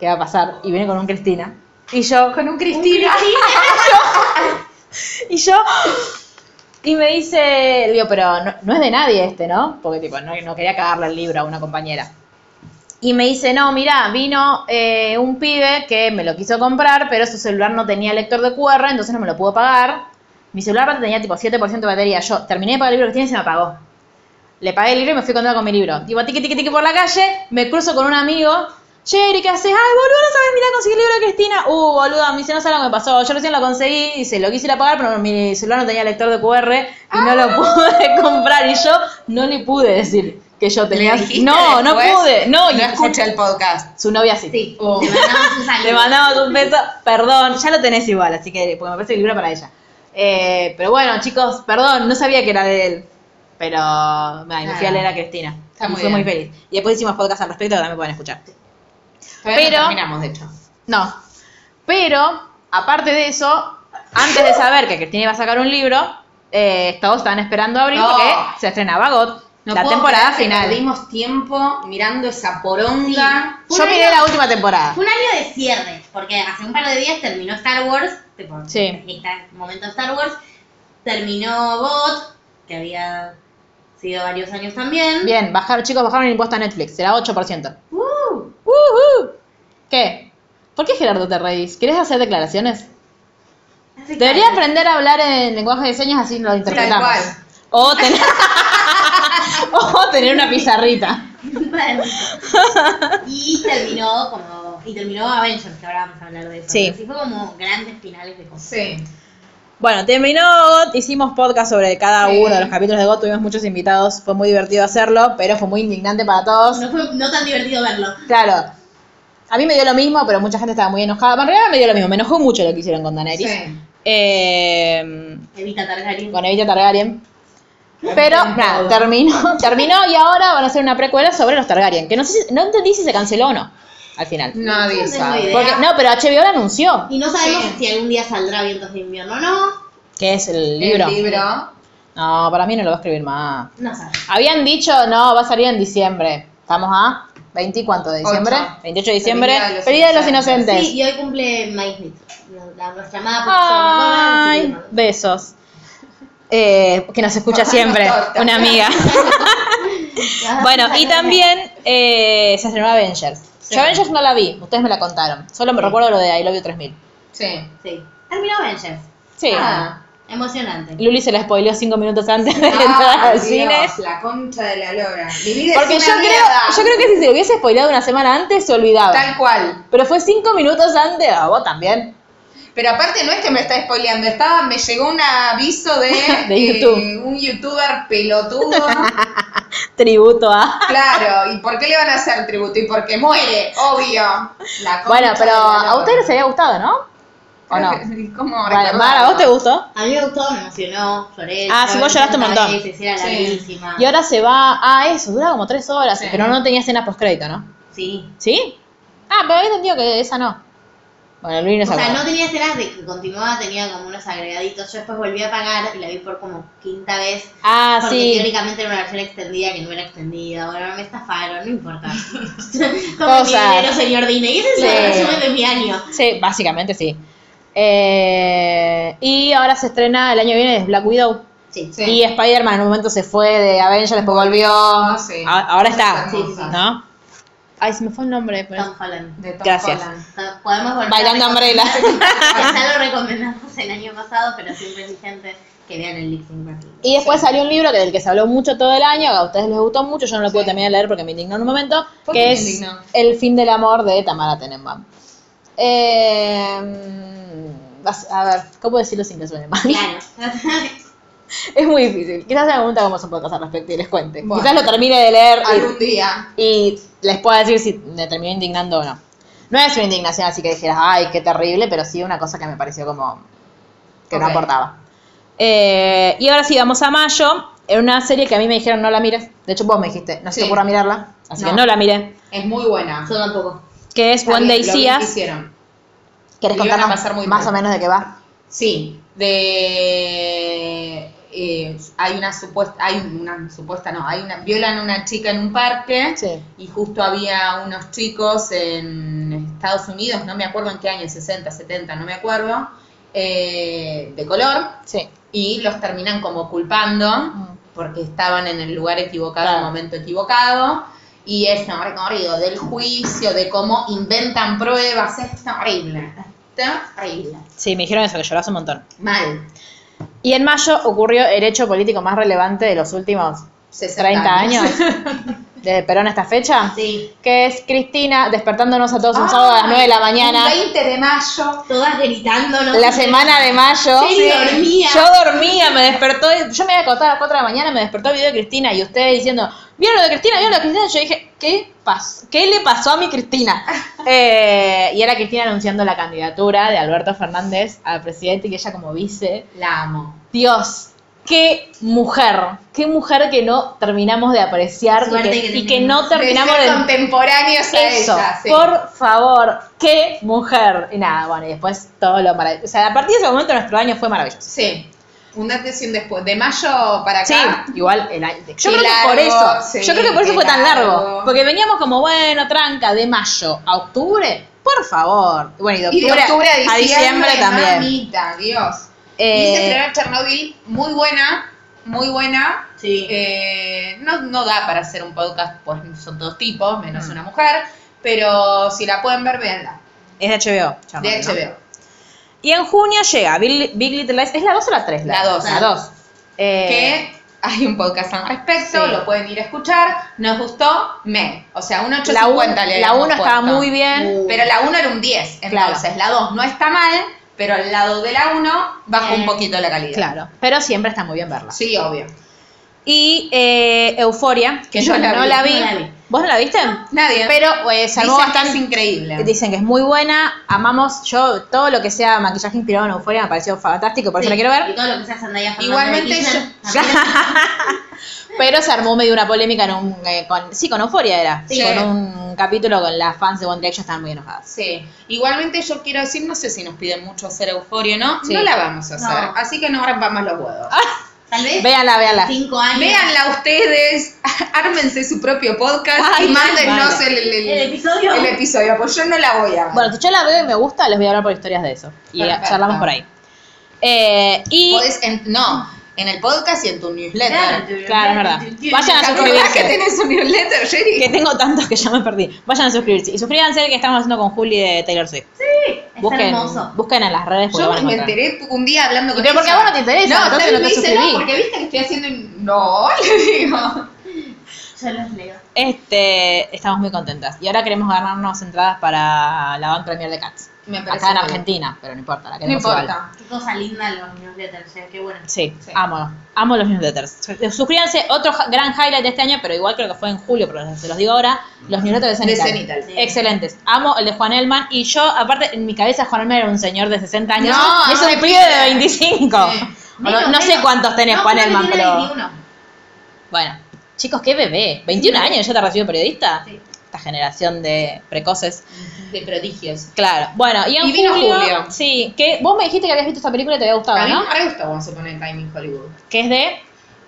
[SPEAKER 2] ¿qué va a pasar? Y viene con un Cristina. Y yo, con un Cristina. y yo, y me dice, le digo, pero no, no es de nadie este, ¿no? Porque tipo, no, no quería cagarle el libro a una compañera. Y me dice, no, mirá, vino eh, un pibe que me lo quiso comprar, pero su celular no tenía lector de QR, entonces no me lo pudo pagar. Mi celular aparte tenía tipo 7% de batería. Yo terminé de pagar el libro que tiene y se me apagó. Le pagué el libro y me fui contenta con mi libro. Tipo, tiqui, tiqui, tiqui por la calle, me cruzo con un amigo. Che, ¿qué haces? Ay, boludo, no sabes, mirá, conseguí el libro de Cristina. Uh, boludo, me dice, no sabes lo que me pasó. Yo recién lo conseguí, dice, lo quisiera pagar, pero mi celular no tenía lector de QR y no
[SPEAKER 4] Ah.
[SPEAKER 2] lo pude comprar. Y yo no le pude decir que yo tenía.
[SPEAKER 4] ¿Le dijiste
[SPEAKER 2] No, no
[SPEAKER 4] después?
[SPEAKER 2] pude. No, y-
[SPEAKER 4] no escucha el podcast.
[SPEAKER 2] Su novia sí.
[SPEAKER 3] Sí,
[SPEAKER 4] Oh.
[SPEAKER 3] le mandamos un saludo.
[SPEAKER 2] Le mandamos un beso. Perdón, ya lo tenés igual, así que porque me parece que el libro para ella. Eh, pero bueno, chicos, perdón, no sabía que era de él. Pero ay, me fui a leer a Cristina.
[SPEAKER 4] Ah. Está
[SPEAKER 2] y
[SPEAKER 4] muy
[SPEAKER 2] fui
[SPEAKER 4] bien.
[SPEAKER 2] muy feliz. Y después hicimos podcast al respecto que también pueden escuchar.
[SPEAKER 4] Todavía
[SPEAKER 2] Pero-
[SPEAKER 4] no terminamos, de hecho.
[SPEAKER 2] No. Pero, aparte de eso, antes de saber que Cristina iba a sacar un libro, eh, todos estaban esperando a abril
[SPEAKER 4] No.
[SPEAKER 2] porque se estrenaba God,
[SPEAKER 4] No
[SPEAKER 2] la
[SPEAKER 4] puedo
[SPEAKER 2] temporada
[SPEAKER 4] creer que
[SPEAKER 2] final.
[SPEAKER 4] Perdimos tiempo mirando esa poronga.
[SPEAKER 3] Sí.
[SPEAKER 2] Yo
[SPEAKER 3] un
[SPEAKER 2] miré
[SPEAKER 3] año-
[SPEAKER 2] la última temporada.
[SPEAKER 3] Fue un año de cierre, porque hace un par de días terminó Star Wars, tipo,
[SPEAKER 2] Sí.
[SPEAKER 3] está- momento Star Wars, terminó Bot, que había sido varios años también.
[SPEAKER 2] Bien, bajar, chicos, bajaron el impuesto a Netflix, será 8%.
[SPEAKER 3] Uh,
[SPEAKER 2] ¡Uhú! ¿Qué? ¿Por qué Gerardo te reís? ¿Querés hacer declaraciones?
[SPEAKER 3] Así que-
[SPEAKER 2] Debería aprender a hablar en lenguaje de señas, así lo interpretamos.
[SPEAKER 4] cual.
[SPEAKER 2] O tener, o tener una pizarrita.
[SPEAKER 3] Bueno. y terminó como. Y terminó Avengers, que ahora vamos a hablar de eso.
[SPEAKER 2] Sí.
[SPEAKER 3] Así fue como grandes finales de cosas.
[SPEAKER 4] Sí.
[SPEAKER 2] Bueno, terminó GOT, hicimos podcast sobre cada
[SPEAKER 4] Sí.
[SPEAKER 2] uno de los capítulos de GOT, tuvimos muchos invitados, fue muy divertido hacerlo, pero fue muy indignante para todos.
[SPEAKER 3] No fue no tan divertido verlo.
[SPEAKER 2] Claro, a mí me dio lo mismo, pero mucha gente estaba muy enojada. En realidad me dio lo mismo, me enojó mucho lo que hicieron con Daenerys.
[SPEAKER 4] Sí.
[SPEAKER 2] Eh,
[SPEAKER 3] Evita Targaryen.
[SPEAKER 2] con Evita Targaryen. Pero, nada, terminó, terminó y ahora van a hacer una precuela sobre los Targaryen, que no sé si- no entendí si se canceló o no, al final.
[SPEAKER 4] Nadie
[SPEAKER 3] No tengo
[SPEAKER 4] sabe.
[SPEAKER 3] idea.
[SPEAKER 2] Porque, no, pero HBO lo anunció,
[SPEAKER 3] Y no sabemos
[SPEAKER 4] Sí.
[SPEAKER 3] si algún día saldrá Vientos de Invierno o no.
[SPEAKER 2] que es el libro.
[SPEAKER 4] El libro.
[SPEAKER 2] No, para mí no lo va a escribir más.
[SPEAKER 3] No sabemos.
[SPEAKER 2] Habían dicho, no, va a salir en diciembre. Estamos a 20 y cuánto de diciembre.
[SPEAKER 4] Ocho.
[SPEAKER 2] 28 de diciembre.
[SPEAKER 4] Feliz Día de los
[SPEAKER 2] Feliz de los
[SPEAKER 4] Inocentes.
[SPEAKER 2] Inocentes.
[SPEAKER 3] Sí, y hoy cumple Mike Smith, la- nuestra amada profesora.
[SPEAKER 2] Ay,
[SPEAKER 3] Nicolás.
[SPEAKER 2] besos. Eh, que nos escucha
[SPEAKER 4] Cortanos
[SPEAKER 2] siempre,
[SPEAKER 4] torta.
[SPEAKER 2] una amiga.
[SPEAKER 4] Ah,
[SPEAKER 2] bueno, y también eh, se estrenó Avengers.
[SPEAKER 4] Sí.
[SPEAKER 2] Yo Avengers no la vi, ustedes me la contaron. Solo me recuerdo lo de I Love You 3000.
[SPEAKER 4] Sí.
[SPEAKER 3] Sí. Terminó Avengers.
[SPEAKER 2] Sí.
[SPEAKER 4] Ah,
[SPEAKER 3] Emocionante.
[SPEAKER 2] Luli se la spoileó cinco minutos antes de entrar
[SPEAKER 4] Ay,
[SPEAKER 2] al
[SPEAKER 4] Dios,
[SPEAKER 2] cine.
[SPEAKER 4] la concha de la lora. Mi vida es
[SPEAKER 2] Porque
[SPEAKER 4] una
[SPEAKER 2] yo creo,
[SPEAKER 4] mierda.
[SPEAKER 2] yo creo que si se lo hubiese spoileado una semana antes, se olvidaba.
[SPEAKER 4] Tal cual.
[SPEAKER 2] Pero fue cinco minutos antes, a vos también.
[SPEAKER 4] Pero aparte no es que me está spoileando, estaba, me llegó un aviso de,
[SPEAKER 2] De YouTube.
[SPEAKER 4] un youtuber pelotudo.
[SPEAKER 2] Tributo a.
[SPEAKER 4] claro, ¿y por qué le van a hacer tributo? Y porque muere, obvio. La concha
[SPEAKER 2] Bueno, pero
[SPEAKER 4] de la lora.
[SPEAKER 2] a ustedes les había gustado, ¿no? ¿O no?
[SPEAKER 4] Creo que- ¿Cómo
[SPEAKER 2] Vale,
[SPEAKER 4] recordarlo?
[SPEAKER 2] Mar, ¿a vos te gustó?
[SPEAKER 3] A mí me gustó, me emocionó, lloré.
[SPEAKER 2] Ah, sí, vos lloraste un montón.
[SPEAKER 3] Sí, era
[SPEAKER 4] Sí.
[SPEAKER 3] larguísima.
[SPEAKER 2] Y ahora se va a eso, dura como tres horas,
[SPEAKER 4] Ah. Sí.
[SPEAKER 2] pero no tenía escena postcrédito, ¿no?
[SPEAKER 3] Sí.
[SPEAKER 2] ¿Sí? Ah, pero había entendido que esa no. Bueno, Luis no
[SPEAKER 3] O
[SPEAKER 2] se
[SPEAKER 3] sea,
[SPEAKER 2] acuerda.
[SPEAKER 3] no tenía escenas de que continuaba, tenía como unos agregaditos. Yo después volví a pagar y la vi por como quinta vez.
[SPEAKER 2] Ah,
[SPEAKER 3] porque
[SPEAKER 2] sí.
[SPEAKER 3] teóricamente era una versión extendida que no era extendida. Bueno, me estafaron, no importa. Como mi
[SPEAKER 2] Cosas.
[SPEAKER 3] dinero, señor Disney. Ese es
[SPEAKER 2] Sí.
[SPEAKER 3] el resumen de mi año.
[SPEAKER 2] Sí, básicamente sí. Eh, y ahora se estrena el año que viene Black Widow.
[SPEAKER 3] Sí.
[SPEAKER 4] Sí.
[SPEAKER 2] Y Spider-Man en un momento se fue de Avengers, después volvió.
[SPEAKER 4] sí.
[SPEAKER 2] A- Ahora está,
[SPEAKER 3] Sí, sí, sí.
[SPEAKER 2] ¿no? Ay, se me fue el nombre. pero-
[SPEAKER 3] Tom Holland.
[SPEAKER 4] De Tom
[SPEAKER 2] Gracias.
[SPEAKER 4] Holland.
[SPEAKER 3] Ta- Podemos volver.
[SPEAKER 2] Bailando
[SPEAKER 3] a recomendar-
[SPEAKER 2] Umbrella.
[SPEAKER 3] Ya lo recomendamos el año pasado, pero siempre es gente que vean el Lip Sync Battle.
[SPEAKER 2] Y después salió un libro que del que se habló mucho todo el año, que a ustedes les gustó mucho, yo no lo pude
[SPEAKER 4] Sí.
[SPEAKER 2] terminar de leer porque me indignó en un momento,
[SPEAKER 4] ¿Por qué
[SPEAKER 2] que
[SPEAKER 4] te
[SPEAKER 2] es
[SPEAKER 4] indignó?
[SPEAKER 2] El fin del amor de Tamara Tenenbaum. Eh, vas- a ver, ¿cómo decirlo sin que suene mal?
[SPEAKER 3] Claro.
[SPEAKER 2] Es muy difícil. Quizás se pregunta cómo son podcast al respecto y les cuente.
[SPEAKER 4] Bueno.
[SPEAKER 2] Quizás lo termine de leer
[SPEAKER 4] Algún día.
[SPEAKER 2] y, y les pueda decir si me terminó indignando o no. No es una indignación así que dijeras, ay, qué terrible, pero sí una cosa que me pareció como que no
[SPEAKER 4] Ok.
[SPEAKER 2] aportaba. Eh, y ahora sí, vamos a mayo, en una serie que a mí me dijeron no la mires. De hecho, vos me dijiste, no se te
[SPEAKER 4] Sí.
[SPEAKER 2] ocurra mirarla, así que
[SPEAKER 4] No.
[SPEAKER 2] no la miré.
[SPEAKER 4] Es muy buena.
[SPEAKER 3] Yo tampoco.
[SPEAKER 2] Que es
[SPEAKER 4] Está
[SPEAKER 2] One
[SPEAKER 4] bien,
[SPEAKER 2] Day
[SPEAKER 4] lo bien que
[SPEAKER 2] Seas.
[SPEAKER 4] hicieron.
[SPEAKER 2] ¿Querés
[SPEAKER 4] Lo iban a
[SPEAKER 2] contarnos
[SPEAKER 4] pasar muy
[SPEAKER 2] más
[SPEAKER 4] mal.
[SPEAKER 2] o menos de qué va?
[SPEAKER 4] Sí, de eh, hay una supuesta, hay una supuesta, no, hay una, violan a una chica en un parque
[SPEAKER 2] Sí.
[SPEAKER 4] y justo había unos chicos en Estados Unidos, no me acuerdo en qué año, 60, 70, no me acuerdo, eh, de color,
[SPEAKER 2] Sí.
[SPEAKER 4] y los terminan como culpando porque estaban en el lugar equivocado, en
[SPEAKER 2] Claro.
[SPEAKER 4] el momento equivocado. Y es no, recorrido del juicio, de cómo inventan pruebas, es horrible. Está horrible.
[SPEAKER 2] Sí, me dijeron eso, que llorás un montón.
[SPEAKER 4] Mal.
[SPEAKER 2] Y en mayo ocurrió el hecho político más relevante de los últimos
[SPEAKER 4] 60
[SPEAKER 2] 30 años, desde Perón a esta fecha,
[SPEAKER 3] Sí.
[SPEAKER 2] que es Cristina despertándonos a
[SPEAKER 3] Ah,
[SPEAKER 2] todos un sábado a las 9 de la mañana,
[SPEAKER 4] El 20 de mayo.
[SPEAKER 3] Todas gritando, ¿no?
[SPEAKER 2] la semana de mayo.
[SPEAKER 3] Sí, dormía.
[SPEAKER 2] Yo dormía, me despertó, yo me había acostado a las 4 de la mañana, me despertó el video de Cristina y ustedes diciendo, ¿vieron lo de Cristina? ¿Vieron lo de Cristina? Yo dije, ¿qué pasó? ¿Qué le pasó a mi Cristina? Eh, y era Cristina anunciando la candidatura de Alberto Fernández al presidente y que ella como vice.
[SPEAKER 4] La amo.
[SPEAKER 2] Dios, qué mujer, qué mujer que no terminamos de apreciar y
[SPEAKER 3] Suerte
[SPEAKER 2] que,
[SPEAKER 3] que
[SPEAKER 2] y
[SPEAKER 3] tenemos.
[SPEAKER 2] que no terminamos
[SPEAKER 4] De ser
[SPEAKER 2] de...
[SPEAKER 4] contemporáneos a
[SPEAKER 2] Eso,
[SPEAKER 4] ella, sí.
[SPEAKER 2] por favor, qué mujer. Y nada, bueno, y después todo lo maravilloso. O sea, a partir de ese momento nuestro año fue maravilloso.
[SPEAKER 4] Sí. Un antes y un después. De mayo para acá.
[SPEAKER 2] Sí, igual el año. Yo
[SPEAKER 4] Qué
[SPEAKER 2] creo que por
[SPEAKER 4] largo,
[SPEAKER 2] eso,
[SPEAKER 4] sí,
[SPEAKER 2] yo creo que por eso
[SPEAKER 4] qué
[SPEAKER 2] fue tan largo.
[SPEAKER 4] largo.
[SPEAKER 2] Porque veníamos como, bueno, tranca, de mayo a octubre, por favor. Bueno, y de
[SPEAKER 4] Y
[SPEAKER 2] octubre,
[SPEAKER 4] de octubre a diciembre,
[SPEAKER 2] también.
[SPEAKER 4] mamita, Dios.
[SPEAKER 2] Eh,
[SPEAKER 4] y se estrenó Chernobyl, muy buena, muy buena.
[SPEAKER 3] Sí.
[SPEAKER 4] Eh, no, no da para
[SPEAKER 2] Mm.
[SPEAKER 4] hacer un podcast, pues son dos tipos, menos una mujer, pero si la pueden ver, véanla.
[SPEAKER 2] Es de HBO.
[SPEAKER 4] De
[SPEAKER 2] Chernobyl, ¿no?
[SPEAKER 4] HBO.
[SPEAKER 2] Y en junio llega Big, Big Little Lies. ¿Es la 2 o la 3?
[SPEAKER 4] La dos.
[SPEAKER 2] La 2.
[SPEAKER 4] Que hay un podcast al respecto,
[SPEAKER 2] Eh. sí.
[SPEAKER 4] lo pueden ir a escuchar. Nos gustó, me. O sea, un 8.50
[SPEAKER 2] la 1
[SPEAKER 4] le
[SPEAKER 2] la
[SPEAKER 4] habíamos
[SPEAKER 2] uno estaba
[SPEAKER 4] puesto.
[SPEAKER 2] muy bien.
[SPEAKER 3] Uh.
[SPEAKER 4] Pero la 1 era un 10, entonces la 2 no está mal, pero al lado de la 1 bajó un
[SPEAKER 3] Eh,
[SPEAKER 4] poquito la calidad.
[SPEAKER 2] Claro. Pero siempre está muy bien verla.
[SPEAKER 4] Sí, obvio.
[SPEAKER 2] Y eh, Euforia, que yo no, la, vi.
[SPEAKER 3] no la vi.
[SPEAKER 2] ¿Vos no la viste?
[SPEAKER 4] Nadie.
[SPEAKER 2] Pero eh, se armó
[SPEAKER 4] Dicen que es
[SPEAKER 2] bastante.
[SPEAKER 4] increíble.
[SPEAKER 2] Dicen que es muy buena. Amamos, yo, todo lo que sea maquillaje inspirado en Euforia me pareció fantástico, por eso la
[SPEAKER 3] Sí,
[SPEAKER 2] quiero
[SPEAKER 3] Y
[SPEAKER 2] ver.
[SPEAKER 3] todo lo que sea Zendaya Fernández
[SPEAKER 4] Igualmente
[SPEAKER 3] de Kirchner,
[SPEAKER 4] yo-
[SPEAKER 3] también.
[SPEAKER 2] Pero se armó medio una polémica en un, eh, con, sí, con Euforia era.
[SPEAKER 4] Sí.
[SPEAKER 2] Con un capítulo con las fans de One Direction estaban muy enojadas.
[SPEAKER 4] Sí. Igualmente yo quiero decir, no sé si nos piden mucho hacer euforia, ¿no?
[SPEAKER 2] Sí.
[SPEAKER 4] No la vamos a
[SPEAKER 3] No.
[SPEAKER 4] hacer. Así que no rompamos los huevos.
[SPEAKER 3] Tal vez
[SPEAKER 2] Véanla, véanla.
[SPEAKER 3] cinco años.
[SPEAKER 4] Véanla ustedes, ármense su propio podcast
[SPEAKER 2] Ay,
[SPEAKER 4] y mándennos
[SPEAKER 2] vale. Eh,
[SPEAKER 4] el, el-
[SPEAKER 3] El episodio.
[SPEAKER 4] el episodio, pues yo no la voy a.
[SPEAKER 2] Bueno, si yo la veo y me gusta, les voy a hablar por historias de eso. Y eh,
[SPEAKER 4] Perfecto.
[SPEAKER 2] charlamos por ahí. Eh, y.
[SPEAKER 4] Podés en- no, en el podcast y en tu newsletter.
[SPEAKER 3] Claro,
[SPEAKER 2] Claro, es verdad. Vayan a
[SPEAKER 4] ¿Te acordás
[SPEAKER 2] suscribirse.
[SPEAKER 4] que tenés un newsletter, Jerry?
[SPEAKER 2] Que tengo tantos que ya me perdí. Vayan a suscribirse. Y suscríbanse que estamos haciendo con Juli de Taylor Swift.
[SPEAKER 3] Está
[SPEAKER 2] Busquen,
[SPEAKER 3] hermoso.
[SPEAKER 2] busquen en las redes. porque
[SPEAKER 4] Yo
[SPEAKER 2] van a
[SPEAKER 4] me
[SPEAKER 2] encontrar.
[SPEAKER 4] enteré un día hablando con
[SPEAKER 2] Pero porque
[SPEAKER 4] ella.
[SPEAKER 2] a vos no te interesa,
[SPEAKER 4] No,
[SPEAKER 2] entonces
[SPEAKER 4] Terry
[SPEAKER 2] no te
[SPEAKER 4] me dice,
[SPEAKER 2] suscribí.
[SPEAKER 4] no, porque viste que estoy haciendo un... No, le digo.
[SPEAKER 3] Yo los leo.
[SPEAKER 2] Este, estamos muy contentas. Y ahora queremos ganarnos entradas para la Van Premier de Cats.
[SPEAKER 4] Me parece
[SPEAKER 2] Acá en
[SPEAKER 4] muy
[SPEAKER 2] Argentina, pero no importa, la
[SPEAKER 4] bien. No
[SPEAKER 2] queremos igual.
[SPEAKER 4] importa.
[SPEAKER 3] Qué cosa linda los newsletters, eh, qué bueno.
[SPEAKER 2] Sí,
[SPEAKER 4] Sí.
[SPEAKER 2] amo, amo los newsletters. Suscríbanse, otro hi- gran highlight de este año, pero igual creo que fue en julio, pero se los digo ahora, los newsletters de
[SPEAKER 4] De
[SPEAKER 2] Cenital.
[SPEAKER 4] Cenital.
[SPEAKER 3] Sí.
[SPEAKER 2] Excelentes. Amo el de Juan Elman y yo, aparte, en mi cabeza Juan Elman era un señor de 60 años.
[SPEAKER 4] No,
[SPEAKER 2] es
[SPEAKER 4] no
[SPEAKER 2] un
[SPEAKER 4] me
[SPEAKER 2] pibe de
[SPEAKER 4] pidas.
[SPEAKER 2] 25.
[SPEAKER 4] Sí.
[SPEAKER 2] O No, no sé cuántos tenés,
[SPEAKER 3] No,
[SPEAKER 2] Juan
[SPEAKER 3] creo que
[SPEAKER 2] Elman,
[SPEAKER 3] tiene
[SPEAKER 2] pero...
[SPEAKER 3] 21.
[SPEAKER 2] Bueno, chicos, qué bebé. 21 años, ¿ya te recibido periodista?
[SPEAKER 3] Sí.
[SPEAKER 2] Esta generación de precoces.
[SPEAKER 4] De prodigios.
[SPEAKER 2] Claro. Bueno, y en
[SPEAKER 4] Y vino
[SPEAKER 2] julio,
[SPEAKER 4] julio.
[SPEAKER 2] Sí, que vos me dijiste que habías visto esta película y te había
[SPEAKER 4] A
[SPEAKER 2] gustado,
[SPEAKER 4] mí
[SPEAKER 2] ¿no?
[SPEAKER 4] me re gustó cuando se pone en Timing Hollywood.
[SPEAKER 2] Que es de...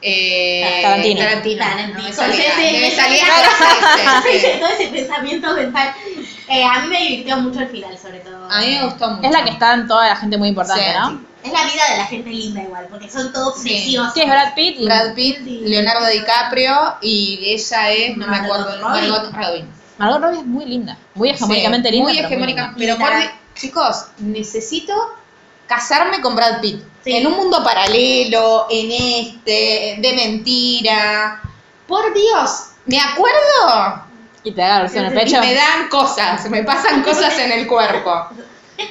[SPEAKER 4] Eh,
[SPEAKER 2] Tarantino.
[SPEAKER 4] Tarantino.
[SPEAKER 3] Tarantino.
[SPEAKER 4] No me salía,
[SPEAKER 3] Sí, sí,
[SPEAKER 4] me
[SPEAKER 3] sí,
[SPEAKER 4] salía
[SPEAKER 3] sí.
[SPEAKER 4] la frase, sí.
[SPEAKER 3] Todo ese pensamiento mental. Eh, a mí me divirtió mucho el final, sobre todo.
[SPEAKER 4] A mí me gustó mucho.
[SPEAKER 2] Es la que está en toda la gente muy importante,
[SPEAKER 4] Sí,
[SPEAKER 2] ¿no?
[SPEAKER 4] sí.
[SPEAKER 3] Es la vida de la gente linda igual, porque son todos
[SPEAKER 4] Sí.
[SPEAKER 3] preciosos.
[SPEAKER 2] Sí, es Brad Pitt y
[SPEAKER 4] Brad Pitt, Leonardo DiCaprio y ella es, no me
[SPEAKER 3] Margot
[SPEAKER 4] acuerdo,
[SPEAKER 3] Robbie.
[SPEAKER 4] Margot Robin.
[SPEAKER 2] Margot Robbie es muy linda. Muy hegemónicamente linda.
[SPEAKER 4] Muy
[SPEAKER 2] pero
[SPEAKER 4] hegemónica.
[SPEAKER 2] linda.
[SPEAKER 4] Pero,
[SPEAKER 3] Linda.
[SPEAKER 4] aparte, chicos, necesito casarme con Brad Pitt.
[SPEAKER 3] Sí.
[SPEAKER 4] En un mundo paralelo, en este, de mentira. Por Dios, ¿me acuerdo?
[SPEAKER 2] Y te agarro en el
[SPEAKER 3] Y
[SPEAKER 2] pecho.
[SPEAKER 4] Me dan cosas, me pasan cosas en el cuerpo.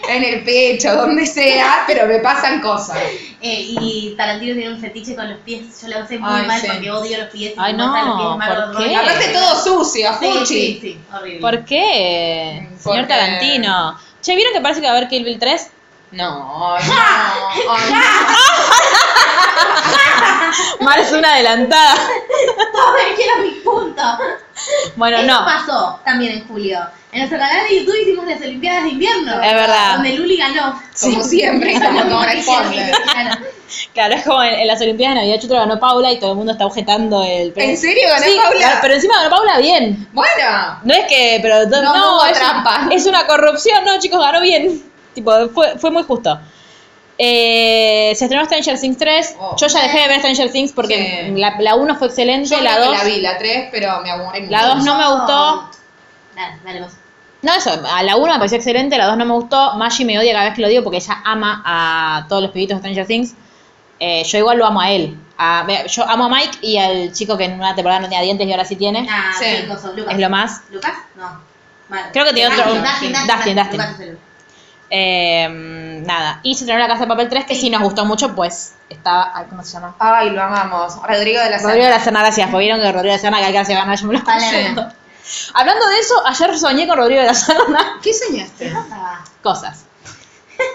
[SPEAKER 4] En el pecho, donde sea, pero me pasan cosas.
[SPEAKER 3] Eh, y Tarantino tiene un fetiche con los pies. Yo lo sé muy
[SPEAKER 4] Ay,
[SPEAKER 3] mal
[SPEAKER 4] sí.
[SPEAKER 3] porque odio los pies. y
[SPEAKER 2] Ay,
[SPEAKER 3] me gustan los
[SPEAKER 2] no,
[SPEAKER 3] pies de Margot
[SPEAKER 2] ¿por qué?
[SPEAKER 3] Robbie.
[SPEAKER 4] Aparte todo sucio,
[SPEAKER 3] Sí,
[SPEAKER 4] fuchi.
[SPEAKER 3] sí, sí, horrible.
[SPEAKER 2] ¿Por qué? Señor
[SPEAKER 4] Porque-
[SPEAKER 2] Tarantino. Che, ¿vieron que parece que va a haber Kill Bill 3?
[SPEAKER 4] No, ay, no, ay, no.
[SPEAKER 2] Mar es una adelantada.
[SPEAKER 3] Todo me quiero mis puntos.
[SPEAKER 2] Bueno,
[SPEAKER 3] Eso
[SPEAKER 2] no.
[SPEAKER 3] pasó también en julio. En nuestro canal de YouTube hicimos las Olimpiadas de Invierno.
[SPEAKER 2] Es verdad.
[SPEAKER 3] Donde Luli ganó.
[SPEAKER 4] Como siempre, como corresponde.
[SPEAKER 3] Claro.
[SPEAKER 2] Claro, es como en, en las Olimpiadas de Navidad Chutro ganó Paula y todo el mundo está objetando el premio.
[SPEAKER 4] ¿En serio ganó
[SPEAKER 2] Sí,
[SPEAKER 4] Paula?
[SPEAKER 2] Pero encima ganó Paula bien.
[SPEAKER 4] Bueno,
[SPEAKER 2] No es que, pero
[SPEAKER 4] No, no hubo
[SPEAKER 2] es,
[SPEAKER 4] trampa.
[SPEAKER 2] es una corrupción, no, chicos, ganó bien. Tipo, fue, fue muy justo. Eh, se estrenó Stranger Things 3.
[SPEAKER 4] Oh.
[SPEAKER 2] Yo ya dejé de ver Stranger Things porque
[SPEAKER 4] Sí.
[SPEAKER 2] la, la 1 fue excelente,
[SPEAKER 4] yo
[SPEAKER 2] la
[SPEAKER 4] creo que
[SPEAKER 2] 2.
[SPEAKER 4] la vi, la 3, pero me aburrí
[SPEAKER 2] La
[SPEAKER 4] mucho.
[SPEAKER 2] dos no me gustó.
[SPEAKER 3] Nada, dale vos.
[SPEAKER 2] No, eso, a la 1 me pareció excelente, la 2 no me gustó. Maggie me odia cada vez que lo digo porque ella ama a todos los pibitos de Stranger Things. Eh, yo igual lo amo a él. A- me- yo amo a Mike y al chico que en una temporada no tenía dientes y ahora sí tiene.
[SPEAKER 3] Ah,
[SPEAKER 4] Sí.
[SPEAKER 3] qué cosa, Lucas.
[SPEAKER 2] Es lo más.
[SPEAKER 3] ¿Lucas? No. Mal.
[SPEAKER 2] Creo que tiene otro-
[SPEAKER 3] Dustin, Dustin,
[SPEAKER 2] Dustin, Dustin.
[SPEAKER 3] Lucas es el-
[SPEAKER 2] Eh, nada. Y se estrenó La Casa de Papel 3, que sí nos gustó mucho, pues estaba. ay, ¿Cómo se llama?
[SPEAKER 4] Ay, lo amamos. Rodrigo de la Sala.
[SPEAKER 2] Rodrigo de la Serna, gracias. Porque pues vieron que Rodrigo de la Serna, que alcance a ganar, yo me lo
[SPEAKER 3] Palermo.
[SPEAKER 2] Hablando de eso, ayer soñé con Rodrigo de la Serna.
[SPEAKER 4] ¿Qué
[SPEAKER 3] ¿Qué
[SPEAKER 4] soñaste?
[SPEAKER 3] pasaba?
[SPEAKER 2] Cosas.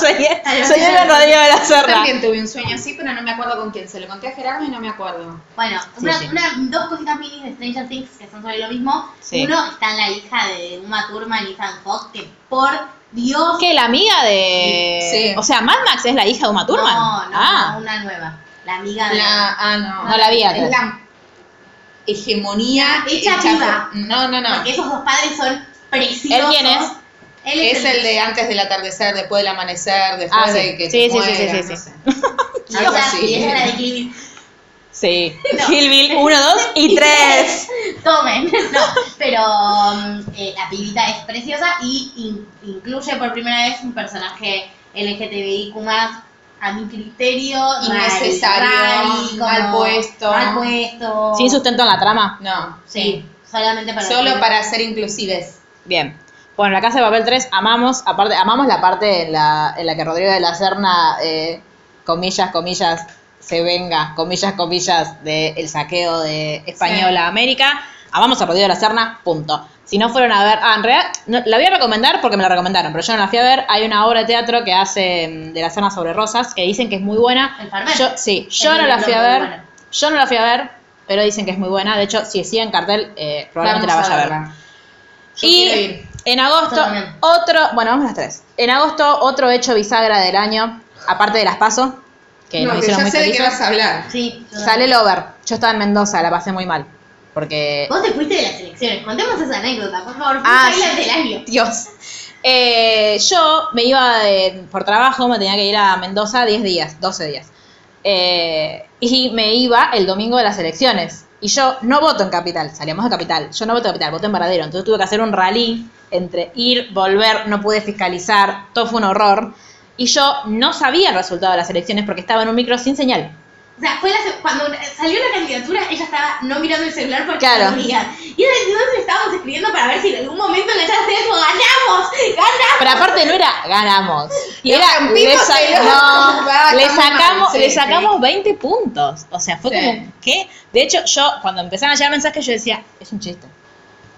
[SPEAKER 2] soñé, soñé con Rodrigo de la
[SPEAKER 4] Yo
[SPEAKER 2] Serna.
[SPEAKER 4] también tuve un sueño así, pero no me acuerdo con quién. Se lo conté a Gerardo y no me acuerdo.
[SPEAKER 3] Bueno, una,
[SPEAKER 2] sí.
[SPEAKER 3] una- dos cositas minis de Stranger Things que son sobre lo mismo.
[SPEAKER 2] Sí.
[SPEAKER 3] Uno está en la hija de Uma Thurman y Ethan Hawke, que por Dios...
[SPEAKER 2] Que la amiga de.
[SPEAKER 4] Sí.
[SPEAKER 2] O sea, Mad Max es la hija de Uma Thurman.
[SPEAKER 3] No, no,
[SPEAKER 2] ah,
[SPEAKER 3] no, una nueva. La amiga de...
[SPEAKER 4] La, ah, no.
[SPEAKER 2] No la vi acá.
[SPEAKER 4] Es la hegemonía.
[SPEAKER 3] Hecha viva.
[SPEAKER 4] por- No, no, no.
[SPEAKER 3] Porque esos dos padres son preciosos.
[SPEAKER 2] ¿Él quién es?
[SPEAKER 3] Él es,
[SPEAKER 4] Es el de antes del atardecer, después del amanecer, después
[SPEAKER 2] Ah, sí.
[SPEAKER 4] de que
[SPEAKER 2] Sí, sí, sí,
[SPEAKER 4] te
[SPEAKER 2] sí,
[SPEAKER 4] mueras,
[SPEAKER 2] sí, sí.
[SPEAKER 4] no sé. Algo
[SPEAKER 3] y ella-
[SPEAKER 4] así.
[SPEAKER 3] Y ella era de Kill Bill.
[SPEAKER 2] Sí. Hillbill 1, 2 y 3.
[SPEAKER 3] Tomen, no, pero mm, eh, la pibita es preciosa y in- incluye por primera vez un personaje LGTBIQ más a mi criterio,
[SPEAKER 4] Innecesario, mal puesto.
[SPEAKER 3] mal puesto.
[SPEAKER 2] Sin sustento en la trama.
[SPEAKER 4] No.
[SPEAKER 3] Sí, solamente para
[SPEAKER 4] Solo para ser inclusives.
[SPEAKER 2] Bien. Bueno, la Casa de Papel 3 amamos, aparte, amamos la parte en la, en la que Rodrigo de la Serna, eh, comillas, comillas, se venga, comillas, comillas, del saqueo de Española a América. Amamos a Rodrigo de la Serna, punto. Si no fueron a ver, ah, en realidad, no, la voy a recomendar porque me la recomendaron, pero yo no la fui a ver. Hay una obra de teatro que hace mm, de la Serna sobre rosas, que dicen que es muy buena.
[SPEAKER 3] El Farmer.
[SPEAKER 2] Yo, sí, yo
[SPEAKER 3] El
[SPEAKER 2] no la
[SPEAKER 3] libro
[SPEAKER 2] fui a
[SPEAKER 3] muy
[SPEAKER 2] ver.
[SPEAKER 3] bueno.
[SPEAKER 2] Yo no la fui a ver, pero dicen que es muy buena. De hecho, si sigue en cartel, eh, probablemente
[SPEAKER 4] Vamos
[SPEAKER 2] la vaya a ver.
[SPEAKER 4] verla. Yo quiero
[SPEAKER 2] Y
[SPEAKER 4] ir.
[SPEAKER 2] en agosto,
[SPEAKER 3] Yo también.
[SPEAKER 2] otro, bueno, vamos a las tres. En agosto, otro hecho bisagra del año, aparte de las pasos, que
[SPEAKER 4] no,
[SPEAKER 2] nos
[SPEAKER 4] pero
[SPEAKER 2] hicieron
[SPEAKER 4] ya
[SPEAKER 2] muy
[SPEAKER 4] sé de qué
[SPEAKER 2] felices.
[SPEAKER 4] vas a hablar.
[SPEAKER 3] Sí, yo-
[SPEAKER 2] Sale el over. Yo estaba en Mendoza, la pasé muy mal. Porque.
[SPEAKER 3] Vos te fuiste de las elecciones, contemos esa anécdota, por favor, fue
[SPEAKER 2] Ah,
[SPEAKER 3] bailar del año.
[SPEAKER 2] Dios. Eh, yo me iba de- por trabajo, me tenía que ir a Mendoza 10 días, 12 días. Eh, y me iba el domingo de las elecciones. Y yo no voto en Capital, salíamos de Capital. Yo no voto en Capital, voto en Varadero. Entonces tuve que hacer un rally entre ir, volver, no pude fiscalizar, todo fue un horror. Y yo no sabía el resultado de las elecciones porque estaba en un micro sin señal.
[SPEAKER 3] O sea, fue la se- cuando una- salió la candidatura, ella estaba no mirando el celular porque
[SPEAKER 2] Claro.
[SPEAKER 3] no veía. Y entonces estábamos escribiendo para ver si en algún momento enganchaste eso, ganamos, ganamos.
[SPEAKER 2] Pero aparte no era ganamos.
[SPEAKER 4] Lo
[SPEAKER 2] Era,
[SPEAKER 4] rompimos
[SPEAKER 2] le, sa-
[SPEAKER 4] el ojo.
[SPEAKER 2] no,
[SPEAKER 4] Va,
[SPEAKER 2] le
[SPEAKER 4] está mal,
[SPEAKER 2] sacamos,
[SPEAKER 4] sí,
[SPEAKER 2] le
[SPEAKER 4] sí.
[SPEAKER 2] sacamos 20 puntos. O sea, fue
[SPEAKER 4] Sí.
[SPEAKER 2] como, ¿qué? De hecho, yo cuando empezaron a llegar mensajes, yo decía, es un chiste.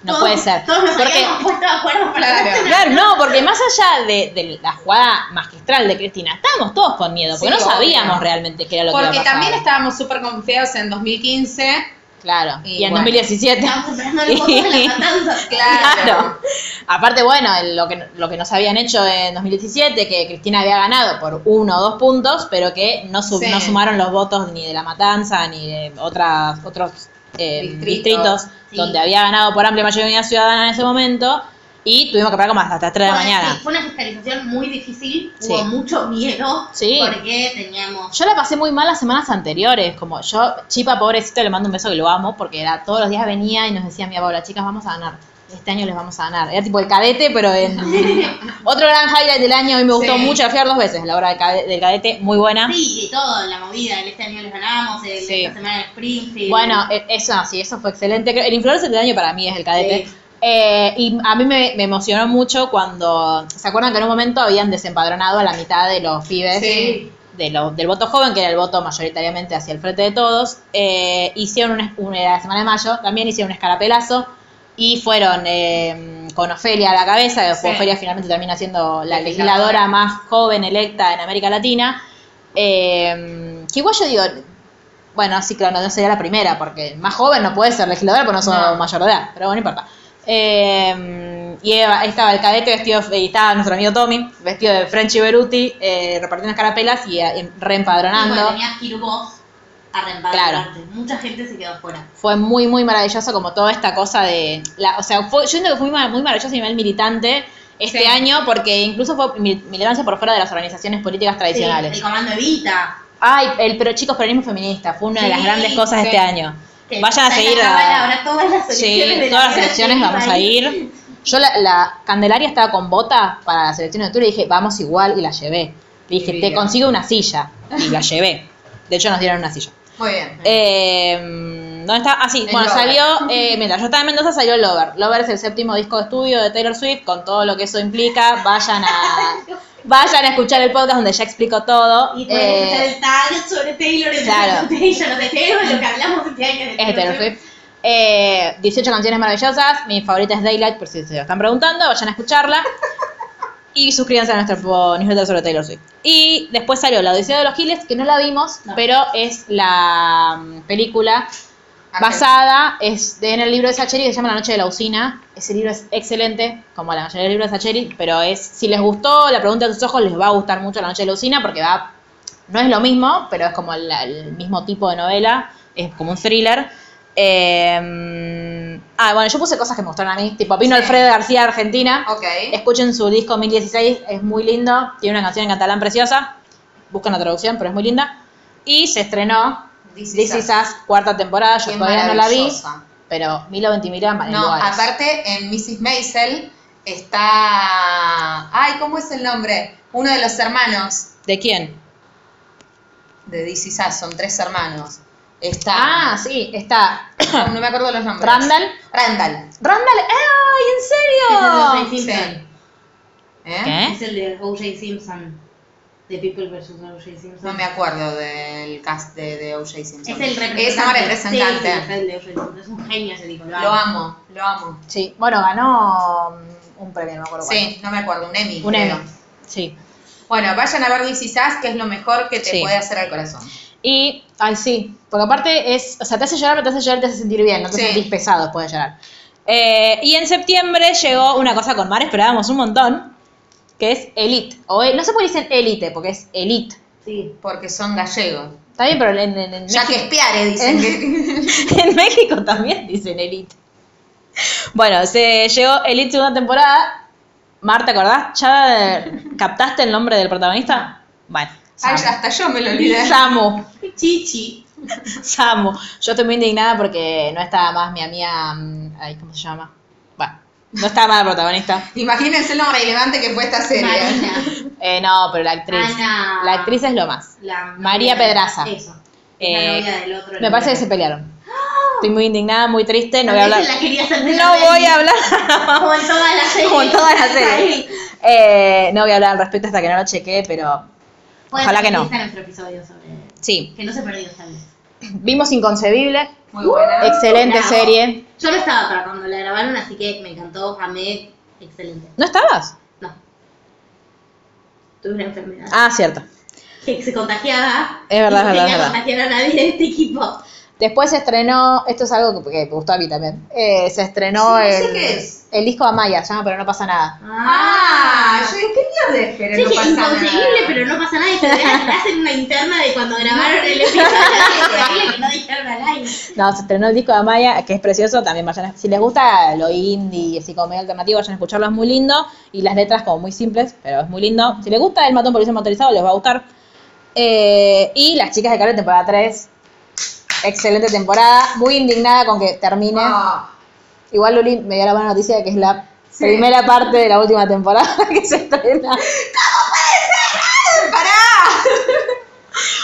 [SPEAKER 2] No
[SPEAKER 3] Todos-
[SPEAKER 2] puede ser.
[SPEAKER 3] Todos nos
[SPEAKER 2] Porque-
[SPEAKER 3] habíamos puesto de acuerdo para
[SPEAKER 4] Claro.
[SPEAKER 3] hacer una-
[SPEAKER 2] Claro, no, porque más allá de, de la jugada magistral de Cristina, estábamos todos con miedo, porque
[SPEAKER 4] Sí,
[SPEAKER 2] no sabíamos
[SPEAKER 4] obvio.
[SPEAKER 2] realmente qué era lo que
[SPEAKER 4] Porque
[SPEAKER 2] iba a pasar.
[SPEAKER 4] también estábamos súper confiados en 2015.
[SPEAKER 2] Claro, y,
[SPEAKER 4] Y
[SPEAKER 2] en
[SPEAKER 4] bueno.
[SPEAKER 2] 2017.
[SPEAKER 3] Estábamos esperando el voto de la matanza.
[SPEAKER 4] Claro.
[SPEAKER 2] Claro. Aparte, bueno, el- lo, que, lo que nos habían hecho en 2017, que Cristina había ganado por uno o dos puntos, pero que no, su-
[SPEAKER 4] Sí.
[SPEAKER 2] no sumaron los votos ni de La Matanza, ni de otras, otros eh,
[SPEAKER 4] Distritos.
[SPEAKER 2] distritos
[SPEAKER 3] Sí.
[SPEAKER 2] donde había ganado por amplia mayoría ciudadana en ese momento, y tuvimos que parar como hasta las 3 de la
[SPEAKER 3] Fue-
[SPEAKER 2] mañana.
[SPEAKER 3] sí, Fue una fiscalización muy difícil,
[SPEAKER 2] Sí.
[SPEAKER 3] hubo mucho miedo,
[SPEAKER 2] Sí.
[SPEAKER 3] porque teníamos...
[SPEAKER 2] Yo la pasé muy mal las semanas anteriores, como yo, Chipa, pobrecito, le mando un beso que lo amo, porque era, todos los días venía y nos decía, mira, Paula, chicas, vamos a ganar. Este año les vamos a ganar. Era tipo el cadete, pero en... Otro gran highlight del año, a mí me gustó
[SPEAKER 4] Sí.
[SPEAKER 2] mucho, la fui a ver dos veces, la obra del cade- del cadete, muy buena.
[SPEAKER 3] Sí, y todo, la movida, el este año les ganamos, el,
[SPEAKER 2] Ah. Sí.
[SPEAKER 3] esta semana el Springfield.
[SPEAKER 2] Bueno, e- eso sí, eso fue excelente. Creo- El influencer del año para mí es el cadete.
[SPEAKER 3] Sí.
[SPEAKER 2] Eh, y a mí me, me emocionó mucho cuando, ¿se acuerdan que en un momento habían desempadronado a la mitad de los pibes?
[SPEAKER 4] Sí.
[SPEAKER 2] de lo- del voto joven, que era el voto mayoritariamente hacia el frente de todos, eh, hicieron una, una- la semana de mayo, también hicieron un escarapelazo y fueron eh, con Ofelia a la cabeza, que fue
[SPEAKER 4] Sí.
[SPEAKER 2] Ofelia finalmente termina siendo la
[SPEAKER 4] La
[SPEAKER 2] legisladora
[SPEAKER 4] legisladora.
[SPEAKER 2] más joven electa en América Latina. Eh, que igual yo digo, bueno, sí, claro, no sería la primera, porque más joven no puede ser legisladora porque no son
[SPEAKER 4] No.
[SPEAKER 2] mayor de edad, pero bueno, no importa. Eh, y Eva- estaba el cadete vestido, y estaba nuestro amigo Tommy, vestido de Frenchy Beruti, eh, repartiendo escarapelas y eh,
[SPEAKER 3] Y
[SPEAKER 2] reempadronando.
[SPEAKER 3] bueno, tenías que ir vos a reempadronarte. Mucha gente se quedó fuera.
[SPEAKER 2] fue muy, muy maravilloso como toda esta cosa de... La, o sea, fue, yo siento que fue muy, muy maravilloso a nivel militante este
[SPEAKER 4] Sí.
[SPEAKER 2] año, porque incluso fue mi- militancia por fuera de las organizaciones políticas
[SPEAKER 3] Sí,
[SPEAKER 2] tradicionales.
[SPEAKER 3] el comando Evita.
[SPEAKER 2] Ay, el Pero Chicos Peronismo Feminista, fue una de las
[SPEAKER 3] Sí,
[SPEAKER 2] grantes cosas
[SPEAKER 4] sí.
[SPEAKER 2] este año.
[SPEAKER 3] que
[SPEAKER 2] Vayan a
[SPEAKER 3] está en
[SPEAKER 2] seguir
[SPEAKER 3] la cámara,
[SPEAKER 2] a...
[SPEAKER 3] Ahora todas las
[SPEAKER 2] Sí,
[SPEAKER 3] elecciones de este la
[SPEAKER 2] todas las
[SPEAKER 3] vida
[SPEAKER 2] elecciones
[SPEAKER 3] tienen
[SPEAKER 2] vamos a ir. Yo la, la Candelaria estaba con bota para la selección de octubre y dije, vamos igual, y la llevé. Le dije, te
[SPEAKER 4] Divina.
[SPEAKER 2] consigo una silla. Y la llevé. De hecho, nos dieron una silla.
[SPEAKER 4] Muy bien.
[SPEAKER 2] Eh, ¿Dónde está? Ah, sí.
[SPEAKER 4] El
[SPEAKER 2] bueno,
[SPEAKER 4] Lover.
[SPEAKER 2] salió, eh, mientras yo estaba en Mendoza, salió Lover. Lover es el séptimo disco de estudio de Taylor Swift, con todo lo que eso implica. Vayan a, vayan a escuchar el podcast donde ya explico todo.
[SPEAKER 3] Y pueden
[SPEAKER 2] Eh,
[SPEAKER 3] escuchar el tag sobre Taylor, el
[SPEAKER 2] claro.
[SPEAKER 3] tag sobre Taylor, de Taylor, de lo que hablamos este año. de
[SPEAKER 2] es de Taylor Swift. Eh, 18 canciones maravillosas. Mi favorita es Daylight, por si se lo están preguntando, vayan a escucharla. Y suscríbanse a nuestro newsletter sobre Taylor Swift. Y después salió La Odisea de los Giles, que no la vimos,
[SPEAKER 3] No.
[SPEAKER 2] pero es la mm, película
[SPEAKER 4] Ajá.
[SPEAKER 2] basada es de- en el libro de Sacheri que se llama La Noche de la Usina. Ese libro es excelente, como la mayoría de libros de Sacheri, pero es si les gustó La Pregunta de sus Ojos, les va a gustar mucho La Noche de la Usina porque va no es lo mismo, pero es como el, el mismo tipo de novela, es como un thriller. Eh, ah, bueno, yo puse cosas que me gustaron a mí, tipo Pino
[SPEAKER 4] Sí.
[SPEAKER 2] Alfredo García de Argentina.
[SPEAKER 4] Ok.
[SPEAKER 2] Escuchen su disco 2016, es muy lindo, tiene una canción en catalán preciosa, buscan la traducción, pero es muy linda. Y se estrenó
[SPEAKER 4] This Is
[SPEAKER 2] This
[SPEAKER 4] Us.
[SPEAKER 2] Is Us, cuarta temporada, yo
[SPEAKER 4] Qué
[SPEAKER 2] todavía no la vi,
[SPEAKER 4] maravillosa.
[SPEAKER 2] pero Milo Ventimiglia en
[SPEAKER 4] No,
[SPEAKER 2] lugares.
[SPEAKER 4] aparte en Mrs. Maisel está. Ay, ¿cómo es el nombre? Uno de los hermanos
[SPEAKER 2] ¿De quién?
[SPEAKER 4] de This Is Us, son tres hermanos. Está.
[SPEAKER 2] Ah, sí, está
[SPEAKER 4] no me acuerdo los nombres.
[SPEAKER 2] Ah. Randall.
[SPEAKER 4] Randall.
[SPEAKER 2] Randall, ¡ay, en serio!
[SPEAKER 3] Sí, Simpson.
[SPEAKER 4] ¿Eh?
[SPEAKER 2] ¿Qué?
[SPEAKER 3] Es el de O.J. Simpson. De People vs. O.J. Simpson.
[SPEAKER 4] No me acuerdo del cast de, de O.J. Simpson.
[SPEAKER 3] Es el representante.
[SPEAKER 4] Es ahora el representante.
[SPEAKER 3] Sí, es el de O.J. Simpson. Es un genio ese tipo. Lo
[SPEAKER 4] Lo
[SPEAKER 3] amo.
[SPEAKER 4] amo, lo amo.
[SPEAKER 2] Sí, bueno, ganó mm, un premio, no me acuerdo cuál.
[SPEAKER 4] Sí, no me acuerdo, un Emmy.
[SPEAKER 2] Un
[SPEAKER 4] creo.
[SPEAKER 2] Emmy, sí.
[SPEAKER 4] Bueno, vayan a ver This Is Us, que es lo mejor que te
[SPEAKER 2] Sí.
[SPEAKER 4] puede hacer al corazón.
[SPEAKER 2] Y, ay, sí, porque aparte es, o sea, te hace llorar, pero te hace llorar y te hace sentir bien, no te
[SPEAKER 4] Sí.
[SPEAKER 2] sentís pesado después de llorar. Eh, y en septiembre llegó una cosa con Mar, esperábamos un montón, que es Elite. O, el- no sé por qué dicen Elite, porque es Elite.
[SPEAKER 3] Sí.
[SPEAKER 4] Porque son gallegos.
[SPEAKER 2] Está bien, pero en, en- en
[SPEAKER 4] Ya que espiare, dicen que.
[SPEAKER 2] En México también dicen Elite. Bueno, se llegó Elite segunda temporada. Marta, ¿acordás? ¿Ya captaste el nombre del protagonista? Bueno.
[SPEAKER 4] Ay,
[SPEAKER 2] Samu.
[SPEAKER 4] ya hasta yo me lo olvidé.
[SPEAKER 2] Samu.
[SPEAKER 3] Chichi.
[SPEAKER 2] Samu. Yo estoy muy indignada porque no estaba más mi amiga. mm, ay, ¿Cómo se llama? Bueno, no estaba más la protagonista.
[SPEAKER 4] Imagínense lo relevante que fue esta serie.
[SPEAKER 3] Marina.
[SPEAKER 2] Eh, no, pero la actriz.
[SPEAKER 3] Ana.
[SPEAKER 2] La actriz es lo más.
[SPEAKER 3] La
[SPEAKER 2] María Pedraza.
[SPEAKER 3] Eso.
[SPEAKER 2] Eh,
[SPEAKER 3] Es la novia del otro.
[SPEAKER 2] Me parece que se pelearon. Estoy muy indignada, muy triste. No voy a hablar.
[SPEAKER 3] La quería hacer de ¡Ah! la
[SPEAKER 2] No voy
[SPEAKER 3] Bella.
[SPEAKER 2] a hablar.
[SPEAKER 3] Como en todas las series.
[SPEAKER 2] como en todas las series.
[SPEAKER 3] Ahí.
[SPEAKER 2] Eh, no voy a hablar al respecto hasta que no lo chequeé, pero
[SPEAKER 3] Pueden
[SPEAKER 2] Ojalá que no.
[SPEAKER 3] entrevistar nuestro episodio sobre.
[SPEAKER 2] sí.
[SPEAKER 3] Que no se perdió esta vez.
[SPEAKER 2] Vimos Inconcebible,
[SPEAKER 4] Muy buena.
[SPEAKER 2] excelente
[SPEAKER 3] Bravo.
[SPEAKER 2] serie.
[SPEAKER 3] Yo no estaba para cuando la grabaron, así que me encantó, amé, excelente.
[SPEAKER 2] ¿No estabas?
[SPEAKER 3] No. Tuve una enfermedad.
[SPEAKER 2] Ah, cierto.
[SPEAKER 3] Que se contagiaba.
[SPEAKER 2] Es verdad,
[SPEAKER 3] y
[SPEAKER 2] es verdad,
[SPEAKER 3] quería
[SPEAKER 2] es verdad.
[SPEAKER 3] contagiar a nadie de este equipo.
[SPEAKER 2] Después se estrenó, esto es algo que, que me gustó a mí también, eh, se estrenó
[SPEAKER 4] Sí, no sé
[SPEAKER 2] el,
[SPEAKER 4] qué es.
[SPEAKER 2] el disco Amaya, se llama Pero No Pasa Nada.
[SPEAKER 4] Ah, yo dije, ¿qué mierda es? Pero
[SPEAKER 3] Sí,
[SPEAKER 4] no
[SPEAKER 3] que
[SPEAKER 4] pasa nada.
[SPEAKER 3] inconseguible, pero no pasa nada. Y te hacen una interna de cuando grabaron el episodio de la que no dijeron al aire.
[SPEAKER 2] No, se estrenó el disco de Amaya, que es precioso, también vayan a- si les gusta lo indie, así como medio alternativo, vayan a escucharlo, es muy lindo, y las letras como muy simples, pero es muy lindo. Si les gusta El Matón Policía Motorizado, les va a gustar. Eh, y Las Chicas de Cable, temporada 3, excelente temporada, muy indignada con que termine.
[SPEAKER 4] Ah,
[SPEAKER 2] Igual Luli me dio la buena noticia de que es la
[SPEAKER 4] Sí.
[SPEAKER 2] primera parte de la última temporada que se estrena.
[SPEAKER 4] ¡Pará!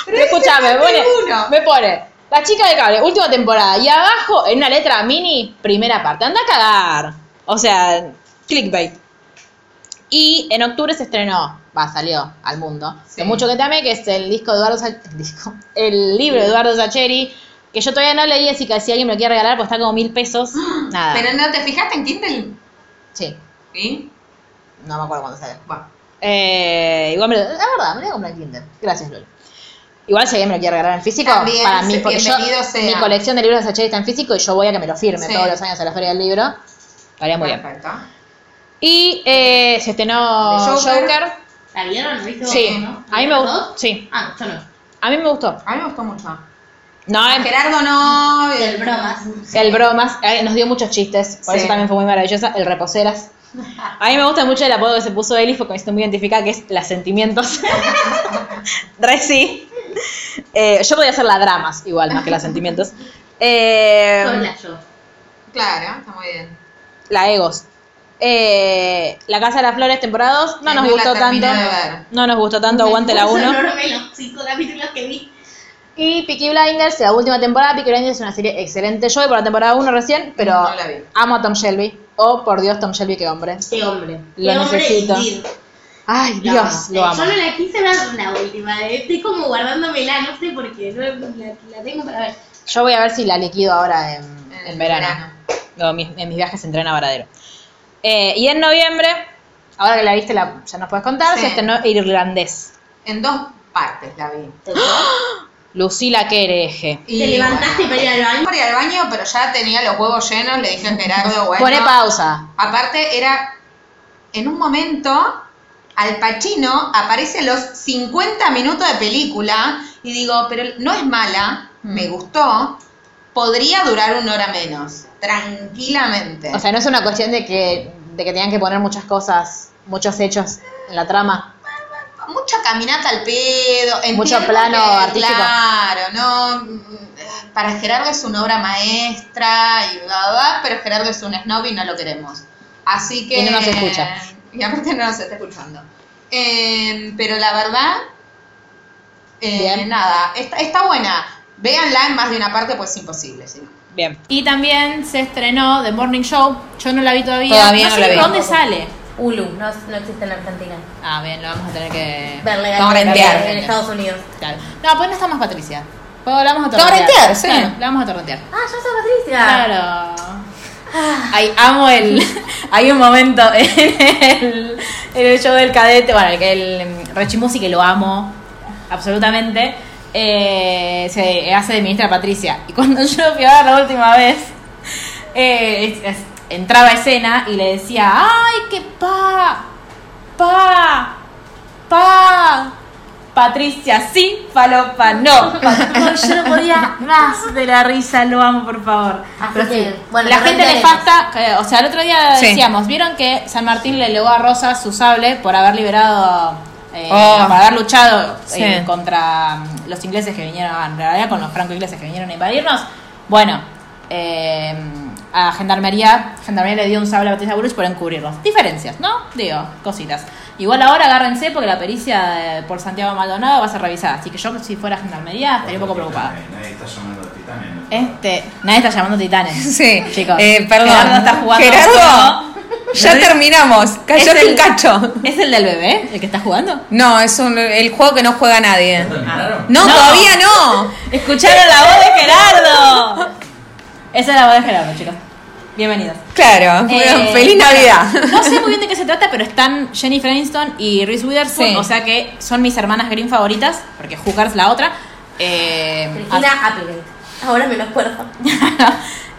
[SPEAKER 2] Pero escúchame,
[SPEAKER 4] es
[SPEAKER 2] pone-
[SPEAKER 4] uno.
[SPEAKER 2] me pone La chica de cable, última temporada. Y abajo, en una letra mini, primera parte. Anda a cagar. O sea, clickbait. Y en octubre se estrenó, va, salió al mundo.
[SPEAKER 4] Sí.
[SPEAKER 2] Lo mucho que te amé, que es el disco de Eduardo Sa- el disco, el libro de Eduardo Sacheri, que yo todavía no leí, así que si alguien me lo quiere regalar, pues está como mil pesos. Nada.
[SPEAKER 4] Pero no te fijaste en Kindle.
[SPEAKER 2] Sí,
[SPEAKER 4] ¿Sí?
[SPEAKER 2] no me acuerdo cuándo salió.
[SPEAKER 4] Bueno.
[SPEAKER 2] Eh, igual me lo, la verdad, me lo voy a comprar en Kindle. Gracias, Lolo. Igual si alguien me lo quiere regalar en físico,
[SPEAKER 4] También,
[SPEAKER 2] para mí,
[SPEAKER 4] sí,
[SPEAKER 2] porque yo,
[SPEAKER 4] bienvenido sea.
[SPEAKER 2] mi colección de libros de Sachet está en físico y yo voy a que me lo firme
[SPEAKER 4] Sí.
[SPEAKER 2] todos los años a la Feria del Libro. Estaría muy bien.
[SPEAKER 4] Perfecto.
[SPEAKER 2] Y eh, se estrenó
[SPEAKER 4] ¿De Joker?
[SPEAKER 2] Joker.
[SPEAKER 3] ¿La vieron? ¿La viste vos,
[SPEAKER 2] Sí,
[SPEAKER 3] no?
[SPEAKER 2] a mí me
[SPEAKER 3] ¿Los
[SPEAKER 2] gustó.
[SPEAKER 3] dos?
[SPEAKER 2] Sí,
[SPEAKER 3] Ah, yo no.
[SPEAKER 2] a mí me gustó.
[SPEAKER 4] A mí me gustó mucho.
[SPEAKER 2] No,
[SPEAKER 4] A
[SPEAKER 2] em-
[SPEAKER 4] Ah, Gerardo no.
[SPEAKER 3] Del bromas.
[SPEAKER 2] el bromas, eh, nos dio muchos chistes, por
[SPEAKER 4] Sí.
[SPEAKER 2] eso también fue muy maravillosa. El reposeras. A mí me gusta mucho el apodo que se puso Eli, porque me siento muy identificada, que es las sentimientos. Re sí. Eh, yo podría hacer la dramas, igual, más que las sentimientos. Eh,
[SPEAKER 3] Sola yo.
[SPEAKER 4] Claro, está muy bien.
[SPEAKER 2] la egos. Eh, la Casa de las Flores, temporada 2, no
[SPEAKER 4] Que
[SPEAKER 2] nos
[SPEAKER 4] no la
[SPEAKER 2] gustó tanto.
[SPEAKER 4] terminé de ver.
[SPEAKER 2] No nos gustó tanto, aguante la
[SPEAKER 3] Son
[SPEAKER 2] 1.
[SPEAKER 3] enormes los cinco capítulos que vi.
[SPEAKER 2] Y Peaky Blinders, la última temporada, Peaky Blinders es una serie excelente. Yo voy por la temporada 1 recién, pero
[SPEAKER 4] No la vi.
[SPEAKER 2] amo a Tom Shelby. Oh, por Dios, Tom Shelby, qué hombre.
[SPEAKER 3] Qué Este hombre.
[SPEAKER 2] Lo
[SPEAKER 3] Qué hombre
[SPEAKER 2] necesito.
[SPEAKER 3] y Dean.
[SPEAKER 2] Ay,
[SPEAKER 3] La
[SPEAKER 2] Dios,
[SPEAKER 3] amo.
[SPEAKER 2] lo amo.
[SPEAKER 3] Eh, Yo no la quise ver la última. eh. Estoy como guardándomela, no sé por qué. No, la, la tengo para ver.
[SPEAKER 2] Yo voy a ver si la liquido ahora en,
[SPEAKER 4] En
[SPEAKER 2] en verano. No, mis- en mis viajes en tren a Varadero. Eh, y en noviembre, ahora que la viste, la, ya nos puedes contar,
[SPEAKER 4] Sí.
[SPEAKER 2] se estrenó Irlandés.
[SPEAKER 4] En dos partes la vi.
[SPEAKER 3] ¿Te gustó?
[SPEAKER 2] Lucila Quereje.
[SPEAKER 4] Y
[SPEAKER 3] Te levantaste para ir al
[SPEAKER 4] bueno,
[SPEAKER 3] baño.
[SPEAKER 4] para ir al baño, pero ya tenía los huevos llenos. Le dije a Gerardo, bueno.
[SPEAKER 2] Pone pausa.
[SPEAKER 4] Aparte, era. En un momento, Al Pacino aparece a los 50 minutos de película y digo, pero no es mala, me gustó. Podría durar una hora menos, tranquilamente.
[SPEAKER 2] O sea, no es una cuestión de que, de que tenían que poner muchas cosas, muchos hechos en la trama.
[SPEAKER 4] Mu- mucha caminata al pedo. entiendo
[SPEAKER 5] Mucho plano
[SPEAKER 4] que,
[SPEAKER 5] artístico.
[SPEAKER 4] Claro, no. mm, Para Gerardo es una obra maestra y bla, bla, bla, pero Gerardo es un snob y no lo queremos. Así que.
[SPEAKER 5] Y no nos escucha.
[SPEAKER 4] Y aparte no nos está escuchando. Eh, pero la verdad, eh,
[SPEAKER 5] Bien.
[SPEAKER 4] nada, está, está buena. Véanla en más de una parte, pues es imposible. ¿sí?
[SPEAKER 5] Bien.
[SPEAKER 2] Y también se estrenó The Morning Show. Yo no la vi todavía.
[SPEAKER 5] Todavía no
[SPEAKER 2] sé
[SPEAKER 5] la vi.
[SPEAKER 2] ¿Dónde sale?
[SPEAKER 3] Hulu, no, no existe en Argentina.
[SPEAKER 5] Ah, bien, lo vamos a tener que.
[SPEAKER 3] Verle
[SPEAKER 4] Torrentear.
[SPEAKER 3] En Estados Unidos.
[SPEAKER 5] Claro. No, pues no está más Patricia. Pues la vamos a torrentear.
[SPEAKER 4] Torrentear, sí.
[SPEAKER 5] Claro, la vamos a torrentear.
[SPEAKER 3] Ah, yo soy Patricia. Ah.
[SPEAKER 2] Claro. Ay, amo el. Hay un momento en el, en el show del cadete, bueno, el, que- el Rechimusi que lo amo absolutamente. eh, se hace de ministra Patricia. Y cuando yo lo fui a ver la última vez, eh, es- es- entraba a escena y le decía: ¡Ay, qué pa! ¡Pa! ¡Pa! Patricia sí, falopa no. Yo no podía más de la risa, lo amo, por favor.
[SPEAKER 3] Así
[SPEAKER 2] Pero
[SPEAKER 3] que,
[SPEAKER 2] sí,
[SPEAKER 3] bueno,
[SPEAKER 2] la
[SPEAKER 3] torrente
[SPEAKER 2] gente
[SPEAKER 3] de
[SPEAKER 2] nefasta, que, o sea, el otro día
[SPEAKER 5] Sí.
[SPEAKER 2] decíamos, vieron que San Martín le legó a Rosa su sable por haber liberado, eh,
[SPEAKER 5] Oh.
[SPEAKER 2] por haber luchado eh,
[SPEAKER 5] Sí.
[SPEAKER 2] contra mm, los ingleses que vinieron, en realidad con los franco-ingleses que vinieron a invadirnos. Bueno, eh, a Gendarmería, Gendarmería le dio un sable a Patricia Bullrich por encubrirlos. Diferencias, ¿no? Digo, cositas. Igual ahora agárrense porque la pericia eh, por Santiago Maldonado va a ser revisada. Así que yo, si fuera Gendarmería, estaría un poco preocupada.
[SPEAKER 6] Nadie está llamando a Titanes. ¿no?
[SPEAKER 2] Este, nadie está llamando titanes.
[SPEAKER 7] Sí,
[SPEAKER 2] Chicos,
[SPEAKER 7] eh, perdón.
[SPEAKER 2] Gerardo está jugando.
[SPEAKER 7] Gerardo, ya
[SPEAKER 2] ¿No?
[SPEAKER 7] terminamos. Cayó
[SPEAKER 2] el-
[SPEAKER 7] el cacho.
[SPEAKER 2] ¿Es el del bebé el que está jugando?
[SPEAKER 7] No, es un, el juego que no juega nadie.
[SPEAKER 6] ¿Ya terminaron?
[SPEAKER 7] No,
[SPEAKER 2] No.
[SPEAKER 7] todavía no.
[SPEAKER 2] ¡Escucharon la voz de Gerardo! Esa es la voz de Gerardo, chicos. Bienvenidos.
[SPEAKER 7] Claro,
[SPEAKER 2] Eh,
[SPEAKER 7] bueno, feliz
[SPEAKER 2] bueno,
[SPEAKER 7] Navidad.
[SPEAKER 2] No sé muy bien de qué se trata, pero están Jennifer Aniston y Reese Witherspoon,
[SPEAKER 7] Sí.
[SPEAKER 2] o sea que son mis hermanas Green favoritas, porque Hooker es la otra. Eh,
[SPEAKER 3] Cristina Applegate. Ahora me lo acuerdo.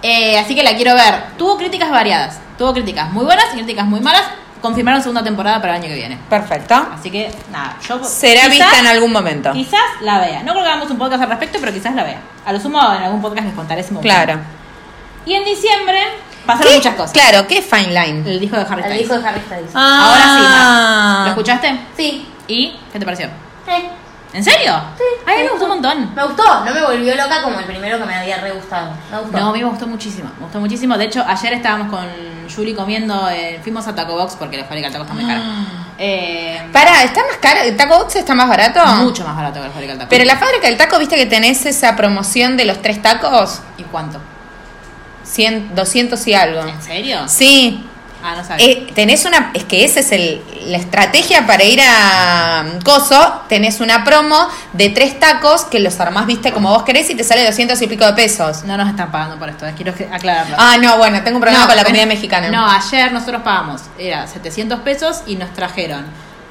[SPEAKER 2] Eh, así que la quiero ver. Tuvo críticas variadas. Tuvo críticas muy buenas y críticas muy malas. Confirmaron segunda temporada para el año que viene.
[SPEAKER 7] Perfecto.
[SPEAKER 2] Así que, nada, yo.
[SPEAKER 7] Será
[SPEAKER 2] quizás-
[SPEAKER 7] vista en algún momento.
[SPEAKER 2] Quizás la vea. No creo que hagamos un podcast al respecto, pero quizás la vea. A lo sumo, en algún podcast les contaré ese momento.
[SPEAKER 7] Claro.
[SPEAKER 2] Y en diciembre pasaron
[SPEAKER 7] ¿Qué?
[SPEAKER 2] muchas cosas.
[SPEAKER 7] Claro, ¿qué fine line?
[SPEAKER 2] El disco de Harry
[SPEAKER 3] El
[SPEAKER 2] Styles.
[SPEAKER 3] hijo de Harry Styles.
[SPEAKER 2] Ahora sí,
[SPEAKER 7] Ah.
[SPEAKER 2] ¿Lo escuchaste?
[SPEAKER 3] Sí.
[SPEAKER 2] ¿Y qué te pareció?
[SPEAKER 3] Eh,
[SPEAKER 2] ¿En serio?
[SPEAKER 3] Sí.
[SPEAKER 2] Ay, a mí me gustó un montón.
[SPEAKER 3] Me gustó, no me volvió loca como el primero que me había re gustado. Me gustó.
[SPEAKER 2] No, a mí me gustó muchísimo. Me gustó muchísimo. De hecho, ayer estábamos con Julie comiendo. eh, fuimos a Taco Box porque la fábrica del taco está muy cara. Eh,
[SPEAKER 7] Pará, ¿está más caro? ¿El taco Box está más barato?
[SPEAKER 2] Mucho más barato que la fábrica del taco.
[SPEAKER 7] Pero la fábrica del taco, viste que tenés esa promoción de los tres tacos,
[SPEAKER 2] ¿Y cuánto?
[SPEAKER 7] 100, 200 y algo.
[SPEAKER 2] ¿En serio?
[SPEAKER 7] Sí,
[SPEAKER 2] Ah, no sabía.
[SPEAKER 7] Eh, tenés una, es que esa es el- la estrategia para ir a um, Coso, tenés una promo de tres tacos que los armás, viste, como vos querés y te sale 200 y pico de pesos.
[SPEAKER 2] No nos están pagando por esto, eh, quiero que- aclararlo.
[SPEAKER 7] Ah, no, bueno, tengo un problema
[SPEAKER 2] No,
[SPEAKER 7] con la comida
[SPEAKER 2] bueno,
[SPEAKER 7] mexicana.
[SPEAKER 2] No, ayer nosotros pagamos, era 700 pesos y nos trajeron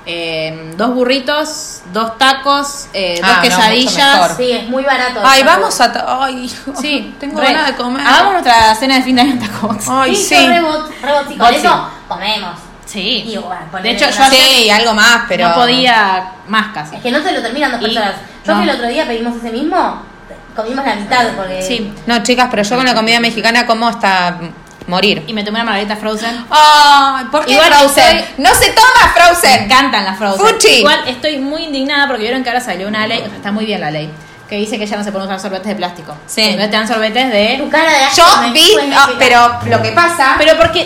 [SPEAKER 2] eh, dos burritos, dos tacos, eh, dos
[SPEAKER 7] Ah, no, mucho
[SPEAKER 2] quesadillas.
[SPEAKER 7] mejor.
[SPEAKER 3] Sí, es muy barato.
[SPEAKER 7] Ay, vamos a, ta- ay,
[SPEAKER 2] Sí,
[SPEAKER 7] tengo
[SPEAKER 2] re.
[SPEAKER 7] ganas de comer.
[SPEAKER 2] Hagamos nuestra cena de fin de año en Taco Box.
[SPEAKER 7] Ay,
[SPEAKER 3] Sí,
[SPEAKER 7] sí.
[SPEAKER 3] rebot, rebot, y con
[SPEAKER 2] Botsi.
[SPEAKER 3] eso comemos.
[SPEAKER 2] Sí.
[SPEAKER 3] Y bueno,
[SPEAKER 2] de
[SPEAKER 3] ponele
[SPEAKER 2] hecho,
[SPEAKER 3] una-
[SPEAKER 2] yo ayer
[SPEAKER 7] Sí, algo más, pero
[SPEAKER 2] no podía más casi.
[SPEAKER 3] Es que no se lo terminan dos
[SPEAKER 2] Y-
[SPEAKER 3] personas. Yo
[SPEAKER 2] no.
[SPEAKER 3] que el otro día pedimos ese mismo, comimos la mitad porque.
[SPEAKER 2] Sí.
[SPEAKER 7] No, chicas, pero yo con la comida mexicana como hasta morir.
[SPEAKER 2] Y me tomé una margarita Frozen.
[SPEAKER 7] Ay, ¿por qué
[SPEAKER 2] Igual
[SPEAKER 7] Frozen?
[SPEAKER 2] estoy-
[SPEAKER 7] No se toma
[SPEAKER 2] Me
[SPEAKER 7] Frozen.
[SPEAKER 2] encantan las Frozen.
[SPEAKER 7] Fuchi.
[SPEAKER 2] Igual estoy muy indignada porque vieron que ahora salió una ley, o sea, está muy bien la ley, que dice que ya no se pueden usar sorbetes de plástico.
[SPEAKER 7] Sí.
[SPEAKER 2] En vez te dan sorbetes de
[SPEAKER 3] Tu cara de asco
[SPEAKER 7] Yo
[SPEAKER 3] me-
[SPEAKER 7] vi,
[SPEAKER 3] fue
[SPEAKER 7] ah,
[SPEAKER 3] mexicana.
[SPEAKER 7] pero lo que pasa...
[SPEAKER 2] Pero porque.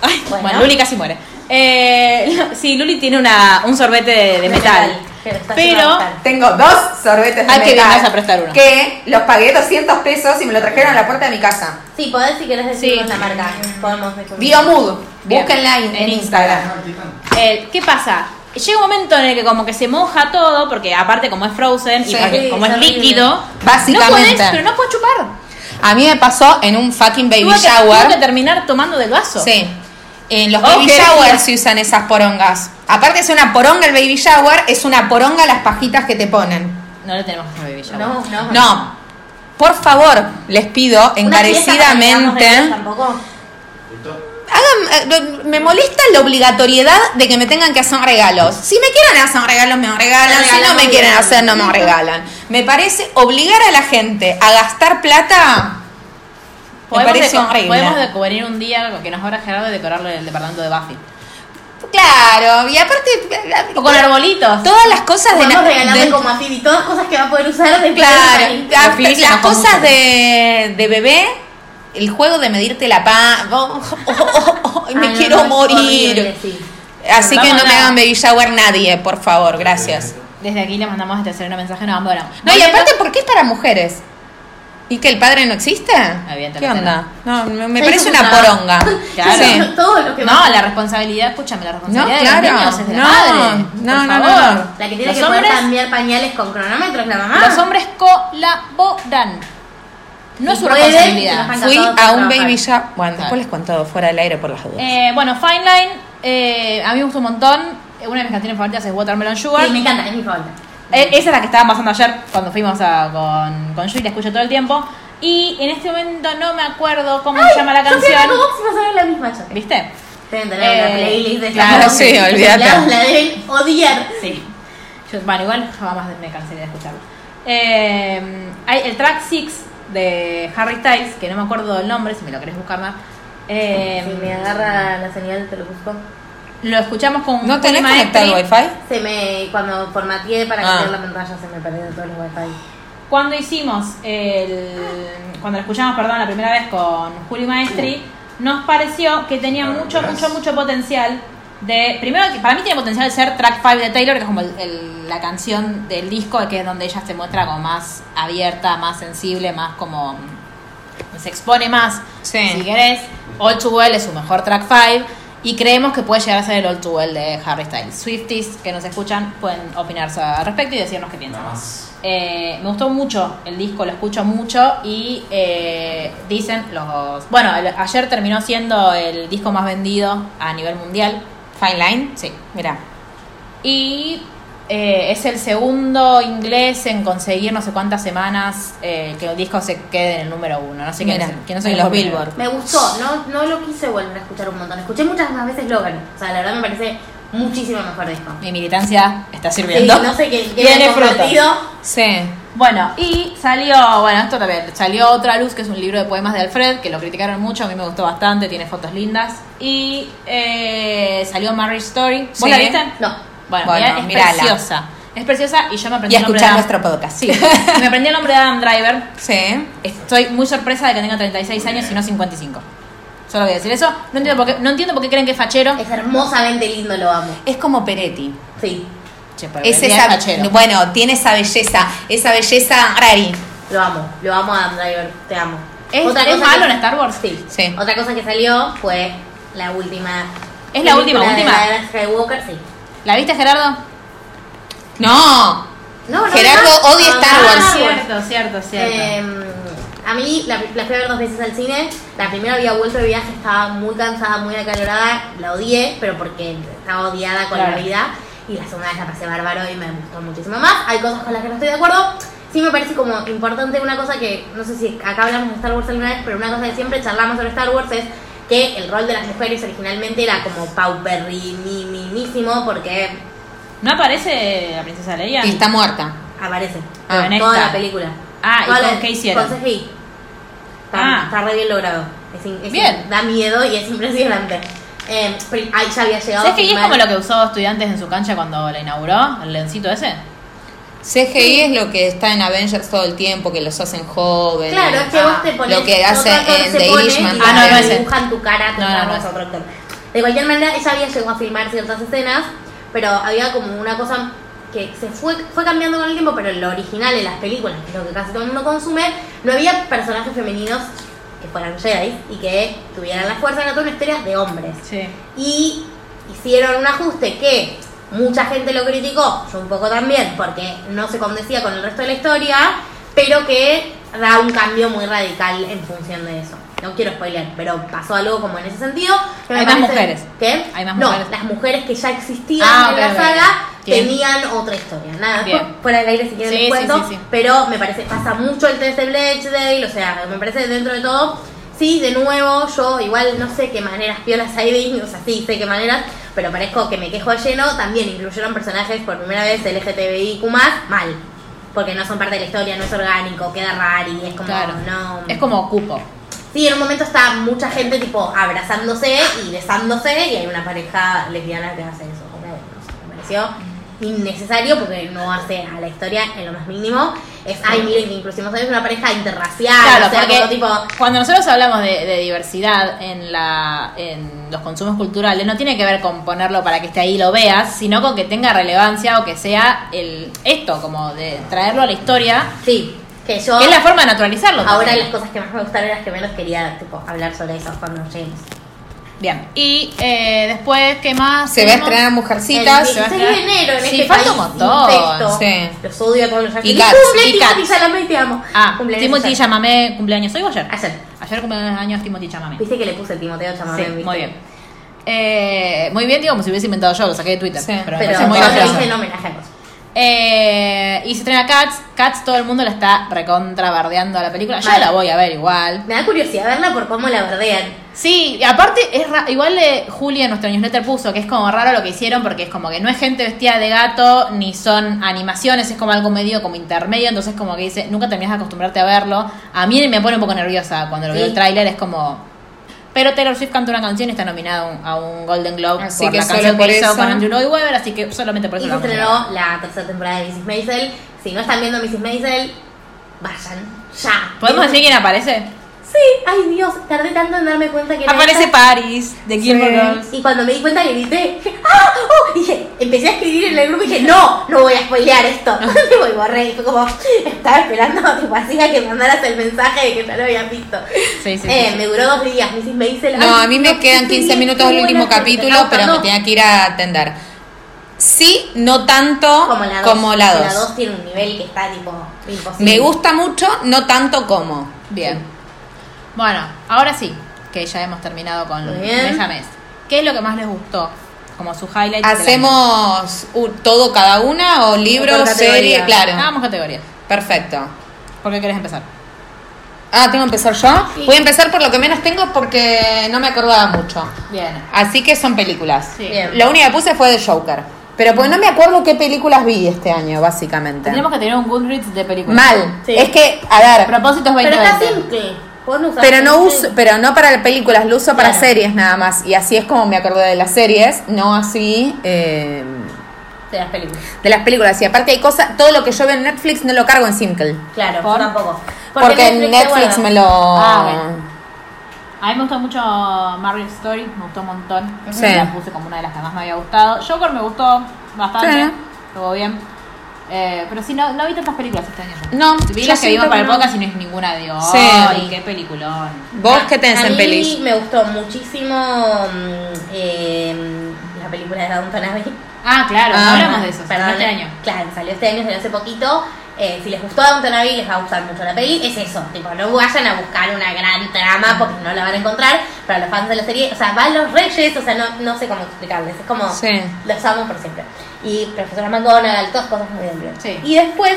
[SPEAKER 2] Ay, bueno.
[SPEAKER 3] Ah. Bueno.
[SPEAKER 2] Luli casi muere. Eh, lo- sí, Luli tiene una, un sorbete de, de
[SPEAKER 3] De
[SPEAKER 2] metal.
[SPEAKER 3] metal, pero está lleno de
[SPEAKER 2] Pero.
[SPEAKER 3] metal.
[SPEAKER 7] Tengo dos sorbetes de
[SPEAKER 2] Ay, qué bien,
[SPEAKER 7] metal
[SPEAKER 2] vas a prestar uno.
[SPEAKER 7] Que los pagué 200 pesos y me lo trajeron a la puerta de mi casa.
[SPEAKER 3] Sí, podés si querés decirnos
[SPEAKER 2] Sí.
[SPEAKER 3] la marca. Podemos decir.
[SPEAKER 7] Biomood.
[SPEAKER 2] Bien.
[SPEAKER 7] Búsquenla en, en Instagram.
[SPEAKER 6] No, Titanes.
[SPEAKER 2] eh, ¿Qué pasa? Llega un momento en el que como que se moja todo, porque aparte como es frozen
[SPEAKER 7] Sí.
[SPEAKER 2] y porque
[SPEAKER 3] Sí,
[SPEAKER 2] como
[SPEAKER 3] es
[SPEAKER 2] es
[SPEAKER 3] horrible.
[SPEAKER 2] líquido,
[SPEAKER 7] Básicamente.
[SPEAKER 2] no podés, pero no puedes chupar.
[SPEAKER 7] A mí me pasó en un fucking baby
[SPEAKER 2] Tuve que,
[SPEAKER 7] shower.
[SPEAKER 2] tuve que terminar tomando del vaso.
[SPEAKER 7] Sí. En los
[SPEAKER 2] Oh,
[SPEAKER 7] baby
[SPEAKER 2] qué
[SPEAKER 7] showers
[SPEAKER 2] rico.
[SPEAKER 7] se usan esas porongas. Aparte es una poronga el baby shower, es una poronga las pajitas que te ponen.
[SPEAKER 2] No le tenemos que hacer baby shower.
[SPEAKER 3] No, no.
[SPEAKER 7] No. Por favor, les pido
[SPEAKER 3] Una fiesta para que hagamos
[SPEAKER 7] encarecidamente.
[SPEAKER 3] regalos Tampoco.
[SPEAKER 6] Justo.
[SPEAKER 7] Hagan, eh, me molesta la obligatoriedad de que me tengan que hacer regalos. Si me quieren hacer regalos, me regalan.
[SPEAKER 3] Me
[SPEAKER 7] Si no
[SPEAKER 3] regalan,
[SPEAKER 7] me
[SPEAKER 3] muy
[SPEAKER 7] quieren
[SPEAKER 3] bien.
[SPEAKER 7] hacer, no me regalan. Me parece obligar a la gente a gastar plata. Me
[SPEAKER 2] Podemos,
[SPEAKER 7] parece
[SPEAKER 2] deco-
[SPEAKER 7] horrible.
[SPEAKER 2] podemos descubrir un día que nos habrá Gerardo y decorarle el departamento de Buffy.
[SPEAKER 7] Claro, y aparte. eh,
[SPEAKER 2] O con arbolitos.
[SPEAKER 7] Todas las cosas de,
[SPEAKER 8] Podemos
[SPEAKER 7] na-
[SPEAKER 8] regalarle
[SPEAKER 7] de-
[SPEAKER 8] como a Phoebe todas cosas que va a poder usar después
[SPEAKER 7] Claro,
[SPEAKER 8] de
[SPEAKER 7] la-
[SPEAKER 2] A Phoebe se
[SPEAKER 7] las
[SPEAKER 2] enojó
[SPEAKER 7] cosas
[SPEAKER 2] mucho.
[SPEAKER 7] de, de bebé, el juego de medirte la oh, pan. oh, me
[SPEAKER 8] Ah, no,
[SPEAKER 7] quiero
[SPEAKER 8] no, es
[SPEAKER 7] morir.
[SPEAKER 8] horrible, sí.
[SPEAKER 7] Así que
[SPEAKER 2] Vamos,
[SPEAKER 7] no me
[SPEAKER 2] nada.
[SPEAKER 7] hagan baby shower nadie, por favor, gracias.
[SPEAKER 2] Desde aquí le mandamos este tercer mensaje, no, bueno.
[SPEAKER 7] No, y aparte, ¿por qué es para mujeres? ¿Y que el padre no existe?
[SPEAKER 2] Evidentemente
[SPEAKER 7] ¿Qué onda? No, me, me
[SPEAKER 8] Eso es
[SPEAKER 7] parece
[SPEAKER 8] un
[SPEAKER 7] una
[SPEAKER 8] trabajo.
[SPEAKER 7] poronga.
[SPEAKER 2] Claro.
[SPEAKER 7] Sí.
[SPEAKER 8] Todo lo que
[SPEAKER 2] No, la responsabilidad, escúchame, la
[SPEAKER 7] No,
[SPEAKER 2] responsabilidad de los
[SPEAKER 7] claro.
[SPEAKER 2] niños es de la
[SPEAKER 7] No,
[SPEAKER 2] madre.
[SPEAKER 7] no,
[SPEAKER 2] por
[SPEAKER 7] no, no,
[SPEAKER 2] favor.
[SPEAKER 7] no.
[SPEAKER 8] La que tiene
[SPEAKER 2] Los
[SPEAKER 8] que poder
[SPEAKER 2] hombres-
[SPEAKER 8] cambiar pañales con cronómetros, la
[SPEAKER 7] Ah.
[SPEAKER 8] mamá.
[SPEAKER 2] Los hombres colaboran. No es
[SPEAKER 8] Y
[SPEAKER 2] su
[SPEAKER 8] pueden,
[SPEAKER 2] responsabilidad.
[SPEAKER 8] y nos han
[SPEAKER 7] Fui
[SPEAKER 8] Encantados
[SPEAKER 7] a
[SPEAKER 8] de
[SPEAKER 7] un
[SPEAKER 8] trabajar.
[SPEAKER 7] baby shower. Bueno, después
[SPEAKER 2] Claro.
[SPEAKER 7] les cuento fuera del aire por las dudas.
[SPEAKER 2] Eh, bueno, Fine Line, eh, a mí me gusta un montón. Eh, Una de mis canciones favoritas es Watermelon Sugar.
[SPEAKER 8] Sí, me encanta, es mi favorita.
[SPEAKER 2] Eh, esa es la que estaban pasando ayer cuando fuimos a, con, con Yui, la escucho todo el tiempo. Y en este momento no me acuerdo cómo se llama la
[SPEAKER 8] Yo fui a
[SPEAKER 2] canción.
[SPEAKER 8] Black Box y vas a ver la misma yo.
[SPEAKER 2] ¿Viste?
[SPEAKER 8] Deben tener una
[SPEAKER 2] Eh,
[SPEAKER 8] playlist de
[SPEAKER 2] claro,
[SPEAKER 8] esas
[SPEAKER 7] sí,
[SPEAKER 8] cosas.
[SPEAKER 7] olvídate.
[SPEAKER 8] La la deben odiar.
[SPEAKER 2] Sí. Yo, bueno, igual jamás me cansé de escucharlo. Eh, hay el track 6 de Harry Styles, que no me acuerdo el nombre, si me lo querés buscar más. Eh,
[SPEAKER 8] Si me agarra la señal, te lo busco.
[SPEAKER 2] Lo escuchamos con
[SPEAKER 7] ¿No
[SPEAKER 2] Juli
[SPEAKER 7] tenés conectado el
[SPEAKER 2] Maestri
[SPEAKER 7] wifi?
[SPEAKER 8] Se me, cuando formateé para
[SPEAKER 7] Ah.
[SPEAKER 8] cambiar la pantalla, se me perdió todos los wifi.
[SPEAKER 2] Cuando hicimos el. Cuando lo escuchamos, perdón, la primera vez con Juli Maestri, nos pareció que tenía mucho, mucho, mucho potencial de. Primero, que para mí tiene potencial de ser track 5 de Taylor, que es como el- el- la canción del disco, que es donde ella se muestra como más abierta, más sensible, más como. mm, se expone más,
[SPEAKER 7] Sí.
[SPEAKER 2] si querés. All Too Well es su mejor track 5. Y creemos que puede llegar a ser el All Too Well de Harry Styles. Swifties que nos escuchan pueden opinar al respecto y decirnos qué piensan.
[SPEAKER 6] Nada más.
[SPEAKER 2] Eh, me gustó mucho el disco, lo escucho mucho y eh, dicen los... Bueno, el- ayer terminó siendo el disco más vendido a nivel mundial.
[SPEAKER 7] Fine Line.
[SPEAKER 2] Sí.
[SPEAKER 7] Mirá.
[SPEAKER 2] Y eh, es el segundo inglés en conseguir no sé cuántas semanas eh, que el disco se quede en el número uno. No sé quién
[SPEAKER 7] Mirá,
[SPEAKER 2] es el- quién es el
[SPEAKER 7] en los
[SPEAKER 2] número
[SPEAKER 7] Billboard.
[SPEAKER 2] uno.
[SPEAKER 8] Me gustó, no, no lo quise volver a escuchar un montón. Escuché muchas más veces Logan. O sea, la verdad me parece muchísimo mejor disco.
[SPEAKER 2] Mi militancia está
[SPEAKER 8] Sí,
[SPEAKER 2] sirviendo.
[SPEAKER 8] no sé qué, qué
[SPEAKER 2] Viene
[SPEAKER 8] me he
[SPEAKER 2] fruto.
[SPEAKER 8] convertido.
[SPEAKER 7] Sí.
[SPEAKER 2] Bueno, y salió, bueno, esto también, salió Otra Luz, que es un libro de poemas de Alfred, que lo criticaron mucho, a mí me gustó bastante, tiene fotos lindas. Y eh, salió Marriage Story. ¿Vos
[SPEAKER 7] Sí.
[SPEAKER 2] la viste?
[SPEAKER 8] No.
[SPEAKER 2] Bueno,
[SPEAKER 7] Bueno,
[SPEAKER 2] mirá, es
[SPEAKER 7] mirala.
[SPEAKER 2] preciosa. Es preciosa y yo me aprendí
[SPEAKER 7] Y a
[SPEAKER 2] el nombre
[SPEAKER 7] escuchar
[SPEAKER 2] de
[SPEAKER 7] nuestro podcast.
[SPEAKER 2] Sí, me aprendí el nombre de Adam Driver.
[SPEAKER 7] Sí.
[SPEAKER 2] Estoy muy sorpresa de que tenga 36 años y no 55. Solo voy a decir eso. No entiendo por qué, no entiendo por qué creen que es fachero.
[SPEAKER 8] Es hermosamente lindo, lo amo.
[SPEAKER 7] Es como Peretti.
[SPEAKER 8] Sí,
[SPEAKER 2] Che, pero
[SPEAKER 7] Es
[SPEAKER 2] en realidad
[SPEAKER 7] esa,
[SPEAKER 2] fachero.
[SPEAKER 7] bueno, tiene esa belleza, esa belleza rari.
[SPEAKER 8] lo amo. Lo amo a Adam Driver, te amo.
[SPEAKER 2] ¿Es, es malo en
[SPEAKER 8] que,
[SPEAKER 2] Star Wars?
[SPEAKER 8] Sí.
[SPEAKER 7] Sí.
[SPEAKER 8] Otra cosa que salió fue la última.
[SPEAKER 2] ¿Es la última,
[SPEAKER 8] película
[SPEAKER 2] última?
[SPEAKER 8] De Adam Skywalker, sí.
[SPEAKER 2] ¿La viste, Gerardo?
[SPEAKER 7] No,
[SPEAKER 8] No,
[SPEAKER 7] Gerardo
[SPEAKER 8] no, no.
[SPEAKER 7] odia Star
[SPEAKER 8] Ah,
[SPEAKER 7] Wars.
[SPEAKER 8] bueno.
[SPEAKER 2] Cierto, cierto, cierto.
[SPEAKER 8] Eh, a mí la, la fui a ver dos veces al cine. La primera había vuelto de viaje, estaba muy cansada, muy acalorada. La odié, pero porque estaba odiada con la
[SPEAKER 2] Claro.
[SPEAKER 8] vida. Y la segunda vez la pasé bárbaro y me gustó muchísimo más. Hay cosas con las que no estoy de acuerdo. Sí me parece como importante una cosa que, no sé si acá hablamos de Star Wars alguna vez, pero una cosa que siempre charlamos sobre Star Wars es que el rol de las mujeres originalmente era como pauperrimimimísimo porque
[SPEAKER 2] ¿No aparece la princesa Leia?
[SPEAKER 7] y está muerta.
[SPEAKER 8] aparece
[SPEAKER 7] Ah,
[SPEAKER 2] en
[SPEAKER 8] toda
[SPEAKER 2] esta.
[SPEAKER 8] la película.
[SPEAKER 2] Ah, ¿y
[SPEAKER 8] Toda
[SPEAKER 2] con
[SPEAKER 8] la-
[SPEAKER 2] qué hicieron?
[SPEAKER 8] Con CGI. Está,
[SPEAKER 2] Ah.
[SPEAKER 8] está re bien logrado. Es in- es in-
[SPEAKER 2] Bien.
[SPEAKER 8] da miedo y es impresionante. Eh, pri- ay, ya había llegado.
[SPEAKER 2] ¿Sabes que es
[SPEAKER 8] filmar-
[SPEAKER 2] como lo que usó estudiantes en su cancha cuando la inauguró? ¿El lencito ese?
[SPEAKER 7] CGI es lo que está en Avengers todo el tiempo, que los hacen jóvenes.
[SPEAKER 8] Claro, es que vos te pones.
[SPEAKER 7] Lo que hace eh,
[SPEAKER 8] otro actor
[SPEAKER 7] en
[SPEAKER 8] se
[SPEAKER 7] The
[SPEAKER 8] pone
[SPEAKER 7] Irishman.
[SPEAKER 8] Y
[SPEAKER 2] Ah, no, no
[SPEAKER 8] te
[SPEAKER 2] ese.
[SPEAKER 8] dibujan tu cara, tu
[SPEAKER 2] No, no,
[SPEAKER 8] cara,
[SPEAKER 2] no
[SPEAKER 8] otro actor. De cualquier manera, ella había llegado a filmar ciertas escenas, pero había como una cosa que se fue, fue cambiando con el tiempo, pero lo original en las películas, que es lo que casi todo el mundo consume, no había personajes femeninos que fueran Jedi y que tuvieran la fuerza, eran todas historias de hombres.
[SPEAKER 2] Sí.
[SPEAKER 8] y hicieron un ajuste que mucha gente lo criticó, yo un poco también, porque no se condecía con el resto de la historia, pero que da un cambio muy radical en función de eso. No quiero spoiler, pero pasó algo como en ese sentido. que me
[SPEAKER 2] Hay más
[SPEAKER 8] parece-
[SPEAKER 2] mujeres.
[SPEAKER 8] ¿Qué?
[SPEAKER 2] Hay más
[SPEAKER 8] no,
[SPEAKER 2] mujeres.
[SPEAKER 8] las mujeres que ya existían
[SPEAKER 2] Ah,
[SPEAKER 8] en
[SPEAKER 2] ok,
[SPEAKER 8] la
[SPEAKER 2] ok,
[SPEAKER 8] saga
[SPEAKER 2] ok. Bien.
[SPEAKER 8] tenían otra historia. Nada,
[SPEAKER 2] Bien.
[SPEAKER 8] después fuera del aire si quieren
[SPEAKER 2] Sí,
[SPEAKER 8] les
[SPEAKER 2] sí,
[SPEAKER 8] cuento,
[SPEAKER 2] sí, sí.
[SPEAKER 8] pero me parece, pasa mucho el test de Bletchdale, o sea, me parece dentro de todo, sí, de nuevo, yo igual no sé qué maneras piolas hay de ir, o sea, sí, sé qué maneras, pero parezco que me quejo de lleno, también incluyeron personajes por primera vez LGTBIQ+, mal, porque no son parte de la historia, no es orgánico, queda raro y es como,
[SPEAKER 2] Claro.
[SPEAKER 8] no...
[SPEAKER 2] Es como cupo.
[SPEAKER 8] Sí, en un momento está mucha gente tipo abrazándose y besándose y hay una pareja lesbiana que hace eso. Ok, no sé, me pareció innecesario porque no hace a la historia en lo más mínimo. Es, ay, miren que inclusive es una pareja interracial,
[SPEAKER 2] Claro,
[SPEAKER 8] Ah, o sea,
[SPEAKER 2] porque
[SPEAKER 8] como tipo...
[SPEAKER 2] cuando nosotros hablamos de, de diversidad en, la, en los consumos culturales, no tiene que ver con ponerlo para que esté ahí y lo veas, sino con que tenga relevancia o que sea el esto, como de traerlo a la historia,
[SPEAKER 8] Sí, que yo...
[SPEAKER 2] que es la forma de naturalizarlo.
[SPEAKER 8] Ahora
[SPEAKER 2] también.
[SPEAKER 8] las cosas que más me gustaron eran las que menos quería tipo, hablar sobre eso cuando lleguemos.
[SPEAKER 2] Bien, y eh, después, ¿qué más?
[SPEAKER 7] Se va a
[SPEAKER 2] tenemos?
[SPEAKER 7] estrenar Mujercitas.
[SPEAKER 8] El 16 de enero en
[SPEAKER 2] Sí,
[SPEAKER 8] este
[SPEAKER 2] falta
[SPEAKER 8] país
[SPEAKER 2] un montón,
[SPEAKER 8] infecto.
[SPEAKER 7] sí.
[SPEAKER 8] Los odio a todos los
[SPEAKER 7] Y
[SPEAKER 8] argentinos.
[SPEAKER 7] Cats,
[SPEAKER 8] Cumple,
[SPEAKER 7] y
[SPEAKER 8] Timothy
[SPEAKER 7] Cats.
[SPEAKER 8] Chalamet, te amo.
[SPEAKER 2] Ah,
[SPEAKER 8] Cumple
[SPEAKER 2] Timothy
[SPEAKER 8] ayer.
[SPEAKER 2] Chamamé, cumpleaños hoy o ayer.
[SPEAKER 8] Ayer.
[SPEAKER 2] Ayer cumpleaños Timothy Chamamé.
[SPEAKER 8] Viste que le puse el Timoteo Chamamé.
[SPEAKER 2] Sí,
[SPEAKER 8] ¿viste?
[SPEAKER 2] muy bien. Eh, muy bien, digo, como si hubiese inventado yo, lo saqué de Twitter.
[SPEAKER 7] Sí,
[SPEAKER 2] pero me
[SPEAKER 8] Pero
[SPEAKER 2] parece muy
[SPEAKER 8] yo le
[SPEAKER 2] gracioso.
[SPEAKER 8] hice en homenaje a cosas.
[SPEAKER 2] Eh, y se estrena Cats. Cats todo el mundo la está recontrabardeando a la película. Yo
[SPEAKER 8] Mal.
[SPEAKER 2] la voy a ver igual.
[SPEAKER 8] Me da curiosidad verla por cómo la verdean.
[SPEAKER 2] Sí, y aparte es ra- igual eh, Julia en nuestro newsletter puso que es como raro lo que hicieron porque es como que no es gente vestida de gato ni son animaciones, es como algo medio como intermedio, entonces como que dice, nunca terminas de acostumbrarte a verlo. A mí me pone un poco nerviosa cuando lo veo
[SPEAKER 8] Sí.
[SPEAKER 2] el tráiler, es como pero Taylor Swift canta una canción y está nominada a un, a un Golden Globe
[SPEAKER 7] Así
[SPEAKER 2] por
[SPEAKER 7] que
[SPEAKER 2] la
[SPEAKER 7] solo
[SPEAKER 2] canción
[SPEAKER 7] por
[SPEAKER 2] que hizo
[SPEAKER 7] eso.
[SPEAKER 2] con Andrew Lloyd Webber, así que solamente por
[SPEAKER 8] Y
[SPEAKER 2] eso
[SPEAKER 8] se
[SPEAKER 2] la vamos a ver.
[SPEAKER 8] estrenó la tercera temporada de Mrs. Maisel. Si no están viendo Mrs. Maisel, vayan ya.
[SPEAKER 2] ¿Podemos decir quién aparece?
[SPEAKER 8] Sí, ay Dios, tardé tanto en darme cuenta que era
[SPEAKER 2] Aparece
[SPEAKER 8] esa.
[SPEAKER 2] Paris de Gilmore
[SPEAKER 7] Sí.
[SPEAKER 2] Girls.
[SPEAKER 8] Y cuando me di cuenta grité, dije, ¡ah! ¡Oh! Y dije, empecé a escribir en el grupo y dije, no, no voy a spoilear esto.
[SPEAKER 7] Ah.
[SPEAKER 8] Tipo, y borré y fue como, estaba esperando tipo, así a que mandaras el mensaje de que ya lo habías visto.
[SPEAKER 2] Sí, sí, sí,
[SPEAKER 8] eh,
[SPEAKER 2] sí.
[SPEAKER 8] Me duró dos días, Mrs. Maisel.
[SPEAKER 7] No,
[SPEAKER 8] ay,
[SPEAKER 7] a mí me
[SPEAKER 8] no,
[SPEAKER 7] quedan
[SPEAKER 8] qué
[SPEAKER 7] 15
[SPEAKER 8] bien,
[SPEAKER 7] minutos
[SPEAKER 8] qué
[SPEAKER 7] del último
[SPEAKER 8] buena,
[SPEAKER 7] capítulo,
[SPEAKER 8] está
[SPEAKER 7] pero me
[SPEAKER 8] gustando.
[SPEAKER 7] tenía que ir a atender. Sí, no tanto
[SPEAKER 8] Como la 2.
[SPEAKER 7] como la 2.
[SPEAKER 8] La 2 tiene un nivel que está tipo imposible.
[SPEAKER 7] Me gusta mucho, no tanto como.
[SPEAKER 2] Bien. Bueno, ahora sí, que ya hemos terminado con
[SPEAKER 8] Muy bien.
[SPEAKER 2] mes a mes. ¿Qué es lo que más les gustó? Como su
[SPEAKER 8] Este
[SPEAKER 2] highlight. del año.
[SPEAKER 7] ¿Hacemos u- todo cada una o
[SPEAKER 8] O
[SPEAKER 7] libro,
[SPEAKER 8] por
[SPEAKER 7] serie?
[SPEAKER 8] categoría.
[SPEAKER 7] Claro.
[SPEAKER 2] Hagamos categorías.
[SPEAKER 7] Perfecto.
[SPEAKER 2] ¿Por qué querés empezar?
[SPEAKER 7] Ah, ¿tengo que empezar yo? Voy a empezar por lo que menos tengo porque no me acordaba mucho.
[SPEAKER 2] Bien.
[SPEAKER 7] Así que son películas.
[SPEAKER 2] Sí.
[SPEAKER 8] Bien.
[SPEAKER 7] Lo único que puse fue de Joker. Pero pues no me acuerdo qué películas vi este año, básicamente.
[SPEAKER 2] Tendríamos que tener un Goodreads de películas.
[SPEAKER 7] Mal.
[SPEAKER 8] Sí.
[SPEAKER 7] Es que, a ver,
[SPEAKER 2] Propósitos 20.
[SPEAKER 8] Pero está simple. Vos no usás
[SPEAKER 7] Pero no
[SPEAKER 8] simple.
[SPEAKER 7] uso, pero no para películas, lo uso para
[SPEAKER 8] Claro.
[SPEAKER 7] series nada más. Y así es como me acordé de las series, no así eh,
[SPEAKER 8] de las películas.
[SPEAKER 7] de las películas. Y aparte hay cosas, todo lo que yo veo en Netflix no lo cargo en Simple.
[SPEAKER 8] Claro,
[SPEAKER 2] ¿Por?
[SPEAKER 8] yo tampoco.
[SPEAKER 7] Porque, en
[SPEAKER 8] en
[SPEAKER 7] Netflix, me lo.
[SPEAKER 2] Ah, A mí me gustó mucho Marriage Story, me gustó un montón.
[SPEAKER 7] Sí.
[SPEAKER 2] La puse como una de las que más me había gustado. Joker me gustó bastante,
[SPEAKER 7] Sí.
[SPEAKER 2] estuvo bien. Eh, pero sí, no, no vi tantas películas este año. yo.
[SPEAKER 7] No,
[SPEAKER 2] vi
[SPEAKER 7] Mm, yo
[SPEAKER 2] las que
[SPEAKER 7] siento
[SPEAKER 2] vimos para
[SPEAKER 7] que
[SPEAKER 2] el
[SPEAKER 7] no.
[SPEAKER 2] podcast y no es ninguna de
[SPEAKER 7] Sí.
[SPEAKER 2] hoy. ¡Qué peliculón!
[SPEAKER 7] ¿Vos qué tenés
[SPEAKER 8] Ah, a
[SPEAKER 7] en
[SPEAKER 8] mí
[SPEAKER 7] pelis?
[SPEAKER 8] me gustó muchísimo mm, eh, la película de Downton Abbey.
[SPEAKER 2] Ah, claro,
[SPEAKER 7] Ah,
[SPEAKER 2] no hablamos de eso.
[SPEAKER 8] Perdón,
[SPEAKER 2] Perdón, este año.
[SPEAKER 8] Claro, salió este año, salió hace poquito. Eh, si les gustó Downton Abbey, les va a gustar mucho la peli. Es eso, tipo, no vayan a buscar una gran trama porque no la van a encontrar. Para los fans de la serie, o sea, van los reyes, o sea, no, no sé cómo explicarles. Es como,
[SPEAKER 7] Sí.
[SPEAKER 8] los amo por siempre. Y profesora McGonagall, todas cosas muy del bien.
[SPEAKER 2] Sí.
[SPEAKER 8] Y después,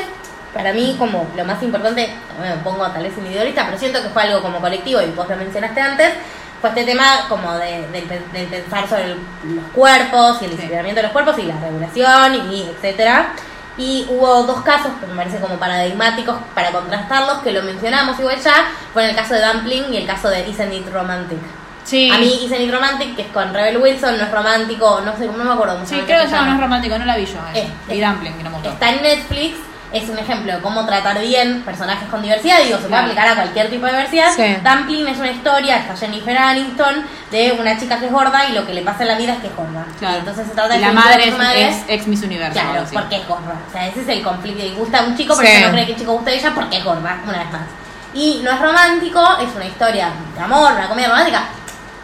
[SPEAKER 8] para mí, como lo más importante, me pongo tal vez individualista, pero siento que fue algo como colectivo, y vos lo mencionaste antes, fue este tema como de, del pen- del pensar sobre el- los cuerpos y el disciplinamiento de los cuerpos y la regulación y etcétera. Y hubo dos casos que me parecen como paradigmáticos para contrastarlos, que lo mencionamos igual ya, fue el caso de Dumpling y el caso de Isn't It Romantic.
[SPEAKER 2] Sí,
[SPEAKER 8] A mí Isn't It Romantic, que es con Rebel Wilson, no es romántico, no sé, no me acuerdo. cómo se
[SPEAKER 2] sí
[SPEAKER 8] llama
[SPEAKER 2] creo
[SPEAKER 8] el
[SPEAKER 2] que ya no
[SPEAKER 8] llama.
[SPEAKER 2] es romántico, no la vi yo. eh.
[SPEAKER 8] Eh,
[SPEAKER 2] vi
[SPEAKER 8] eh.
[SPEAKER 2] Dumpling, que no me gustó.
[SPEAKER 8] Está en Netflix, es un ejemplo de cómo tratar bien personajes con diversidad, digo, se puede
[SPEAKER 2] Claro.
[SPEAKER 8] aplicar a cualquier tipo de diversidad.
[SPEAKER 7] Sí.
[SPEAKER 8] Dumpling es una historia, está Jennifer Aniston, de una chica que es gorda y lo que le pasa en la vida es que es gorda.
[SPEAKER 2] Claro.
[SPEAKER 8] Y entonces se trata de
[SPEAKER 2] Y la
[SPEAKER 8] fingir
[SPEAKER 2] madre
[SPEAKER 8] que
[SPEAKER 2] es,
[SPEAKER 8] su
[SPEAKER 2] es ex Miss Universo. algo
[SPEAKER 8] Claro,
[SPEAKER 2] así.
[SPEAKER 8] porque es gorda. O sea, ese es el conflicto. Y gusta a un chico, pero
[SPEAKER 7] Sí.
[SPEAKER 8] ella no cree que el chico gusta a ella porque es gorda, una vez más. Y no es romántico, es una historia de amor, una comedia romántica.